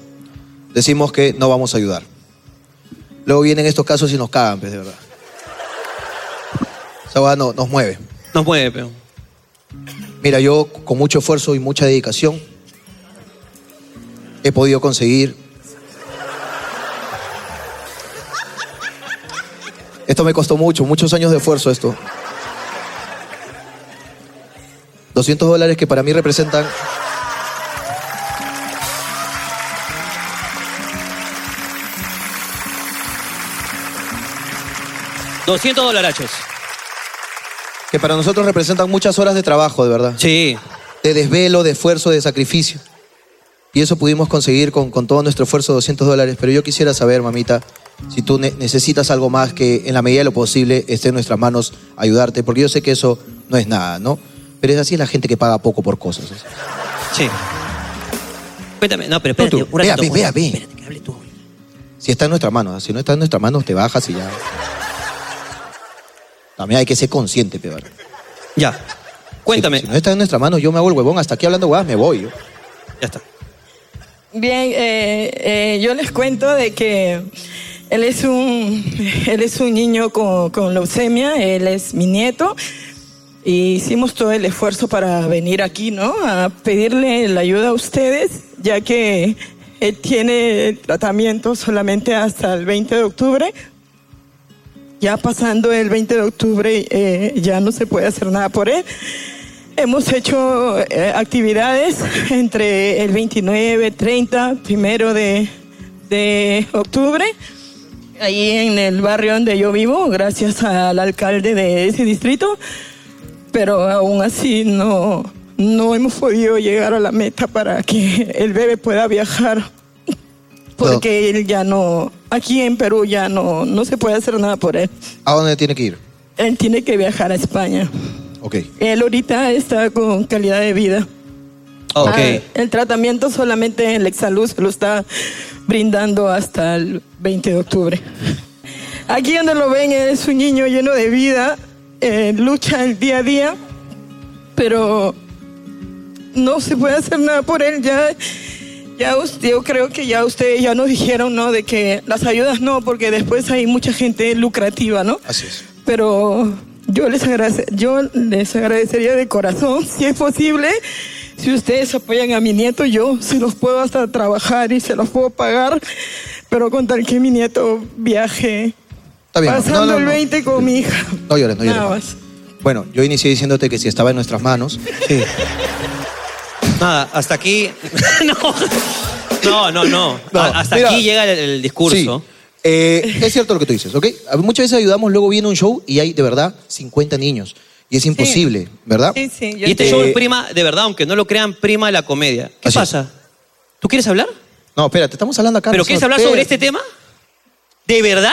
Speaker 2: decimos que no vamos a ayudar. Luego vienen estos casos y nos cagan, pues, de verdad. Esa hueá no- nos mueve.
Speaker 1: Nos mueve, pero.
Speaker 2: Mira, yo con mucho esfuerzo y mucha dedicación he podido conseguir. Esto me costó mucho, muchos años de esfuerzo esto. 200 dólares que para mí representan...
Speaker 1: $200 dolarachos.
Speaker 2: que para nosotros representan muchas horas de trabajo, de verdad.
Speaker 1: Sí.
Speaker 2: De desvelo, de esfuerzo, de sacrificio. Y eso pudimos conseguir con, con todo nuestro esfuerzo, 200 dólares. Pero yo quisiera saber, mamita, si tú ne- necesitas algo más que en la medida de lo posible esté en nuestras manos ayudarte. Porque yo sé que eso no es nada, ¿no? Pero es así la gente que paga poco por cosas.
Speaker 1: Sí. Cuéntame, no, pero espérate, un ratito.
Speaker 2: Ve, ve,
Speaker 1: un-
Speaker 2: ve. Si está en nuestras manos, si no está en nuestras manos, te bajas y ya. También hay que ser consciente, peor.
Speaker 1: Ya.
Speaker 2: Cuéntame. Si, no está en nuestras manos, yo me hago el huevón. Hasta aquí hablando huevadas, me voy. Yo.
Speaker 17: Bien, eh, eh, yo les cuento de que él es un, él es un niño con, con leucemia, él es mi nieto. Y hicimos todo el esfuerzo para venir aquí, ¿no? A pedirle la ayuda a ustedes, ya que él tiene el tratamiento solamente hasta el 20 de octubre. Ya pasando el 20 de octubre, eh, ya no se puede hacer nada por él. Hemos hecho eh, actividades entre el 29, 30, primero de, de octubre, ahí en el barrio donde yo vivo, gracias al alcalde de ese distrito, pero aún así no, no hemos podido llegar a la meta para que el bebé pueda viajar, porque él ya no, aquí en Perú ya no, no se puede hacer nada por él.
Speaker 2: ¿A dónde tiene que ir?
Speaker 17: Él tiene que viajar a España.
Speaker 2: Ok.
Speaker 17: Él ahorita está con calidad de vida.
Speaker 1: Ok.
Speaker 17: Ah, el tratamiento solamente en Lexaluz lo está brindando hasta el 20 de octubre. Aquí donde lo ven es un niño lleno de vida, eh, lucha el día a día, pero no se puede hacer nada por él. Ya, ya us- yo creo que ya ustedes ya nos dijeron, ¿no? De que las ayudas no, porque después hay mucha gente lucrativa, ¿no?
Speaker 2: Así es.
Speaker 17: pero yo les, agradece- yo les agradecería de corazón, si es posible, si ustedes apoyan a mi nieto, yo se los puedo hasta trabajar y se los puedo pagar, pero con tal que mi nieto viaje
Speaker 2: Está bien, no,
Speaker 17: pasando
Speaker 2: no, no.
Speaker 17: el 20 con mi hija.
Speaker 2: No llores, no llores.
Speaker 17: Nada
Speaker 2: mamá.
Speaker 17: más.
Speaker 2: Bueno, yo inicié diciéndote que si estaba en
Speaker 1: (laughs)
Speaker 2: nuestras manos. Sí.
Speaker 1: Nada, hasta aquí. no. No, no, no. A- hasta
Speaker 2: mira.
Speaker 1: aquí llega el, el discurso.
Speaker 2: Eh, es cierto lo que tú dices, ¿ok? A- Muchas veces ayudamos, luego viene un show y hay de verdad 50 niños. Y es imposible, ¿verdad?
Speaker 17: Sí, sí,
Speaker 1: Y este show es prima, de verdad, aunque no lo crean, prima de la comedia. ¿Qué pasa? ¿Tú quieres hablar?
Speaker 2: No, espérate, estamos hablando acá.
Speaker 1: ¿Pero
Speaker 2: nosotros.
Speaker 1: quieres hablar sobre este
Speaker 2: Espérate.
Speaker 1: tema? ¿De verdad?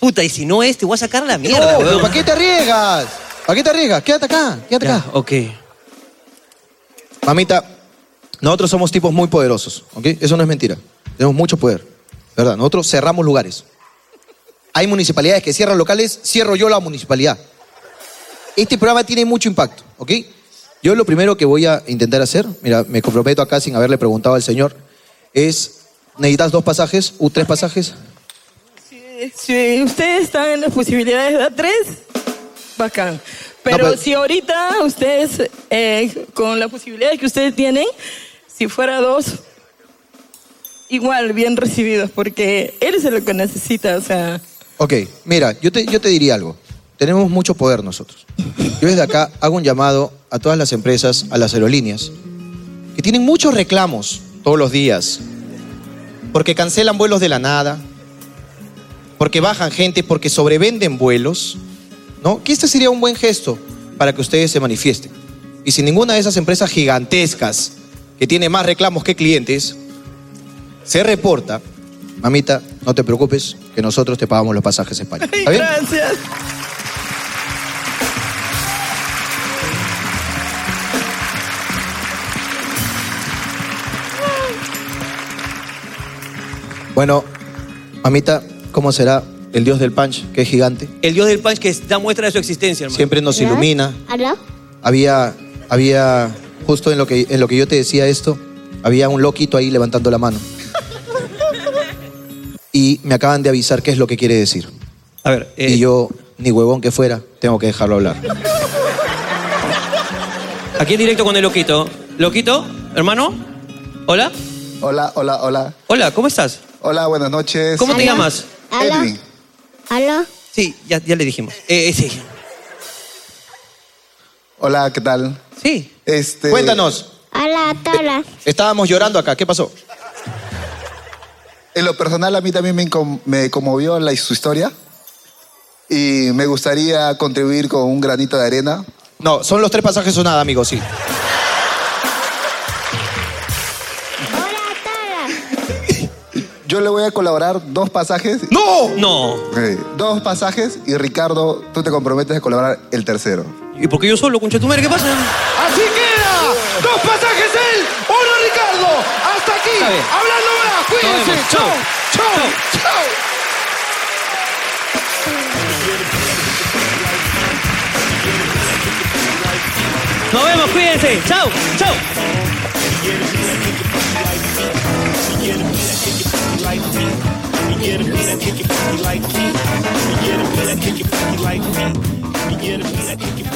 Speaker 1: Puta, y si no es, te voy a sacar la mierda.
Speaker 2: No, pero
Speaker 1: weón.
Speaker 2: ¿para qué te arriesgas? ¿Para qué te arriesgas? Quédate acá, quédate acá.
Speaker 1: Ok.
Speaker 2: Mamita, nosotros somos tipos muy poderosos, ¿ok? Eso no es mentira. Tenemos mucho poder, ¿verdad? Nosotros cerramos lugares. Hay municipalidades que cierran locales, cierro yo la municipalidad. Este programa tiene mucho impacto, ¿ok? Yo lo primero que voy a intentar hacer, mira, me comprometo acá sin haberle preguntado al señor, es, ¿necesitas dos pasajes u tres pasajes?
Speaker 17: Si Este, ustedes están en las posibilidades de dar tres, bacán. Pero
Speaker 2: pero-
Speaker 17: si ahorita ustedes, eh, con las posibilidades que ustedes tienen, si fuera dos, igual bien recibidos, porque él es lo que necesita, o sea.
Speaker 2: Ok, mira, yo te, yo te diría algo. Tenemos mucho poder nosotros. Yo desde acá hago un llamado a todas las empresas, a las aerolíneas, que tienen muchos reclamos todos los días, porque cancelan vuelos de la nada, porque bajan gente, porque sobrevenden vuelos, ¿no? Que este sería un buen gesto para que ustedes se manifiesten. Y si ninguna de esas empresas gigantescas, que tiene más reclamos que clientes, se reporta, mamita, no te preocupes, que nosotros te pagamos los pasajes a
Speaker 16: (laughs)
Speaker 2: España. ¿Está bien?
Speaker 17: Gracias.
Speaker 2: Bueno, mamita, ¿cómo será el dios del punch, que es gigante?
Speaker 1: El dios del punch que da muestra de su existencia, hermano.
Speaker 2: Siempre nos ilumina.
Speaker 26: ¿Aló?
Speaker 2: Había, había, justo en lo, que, en lo que yo te decía esto, había un loquito ahí levantando la mano. Y me acaban de avisar qué es lo que quiere decir.
Speaker 1: A ver. eh,
Speaker 2: y yo
Speaker 27: ni huevón que fuera, tengo que dejarlo hablar.
Speaker 1: Aquí en directo con el Loquito. Loquito, hermano, hola.
Speaker 2: Hola, hola, hola.
Speaker 1: Hola, ¿cómo estás?
Speaker 2: Hola, buenas noches.
Speaker 1: ¿Cómo te
Speaker 2: Hola.
Speaker 1: llamas?
Speaker 2: Edwin.
Speaker 5: ¿Aló?
Speaker 1: Sí, ya, ya le dijimos. Eh, eh, sí.
Speaker 2: Hola, ¿qué tal?
Speaker 1: Sí.
Speaker 2: Este...
Speaker 27: Cuéntanos.
Speaker 5: Hola, Tola.
Speaker 27: Estábamos llorando acá, ¿qué pasó?
Speaker 2: En lo personal, a mí también me, incom- me conmovió la, su historia. Y me gustaría contribuir con un granito de arena.
Speaker 27: No, son los tres pasajes o nada, amigo, sí.
Speaker 2: Yo le voy a colaborar dos pasajes. eh,
Speaker 1: ¡No! ¡No!
Speaker 2: Dos pasajes y Ricardo, tú te comprometes a colaborar el tercero.
Speaker 1: ¿Y por qué yo solo, concha tu madre? ¿Qué pasa?
Speaker 12: Así queda. Dos pasajes él, uno Ricardo. Hasta aquí. Hablando más. Cuídense. Chau. Chau. Chau.
Speaker 1: Nos vemos, cuídense. Chao, chao.
Speaker 12: Like me, you get a bit of kick it like me. You get a bit of kick it like me. You get a bit of kick it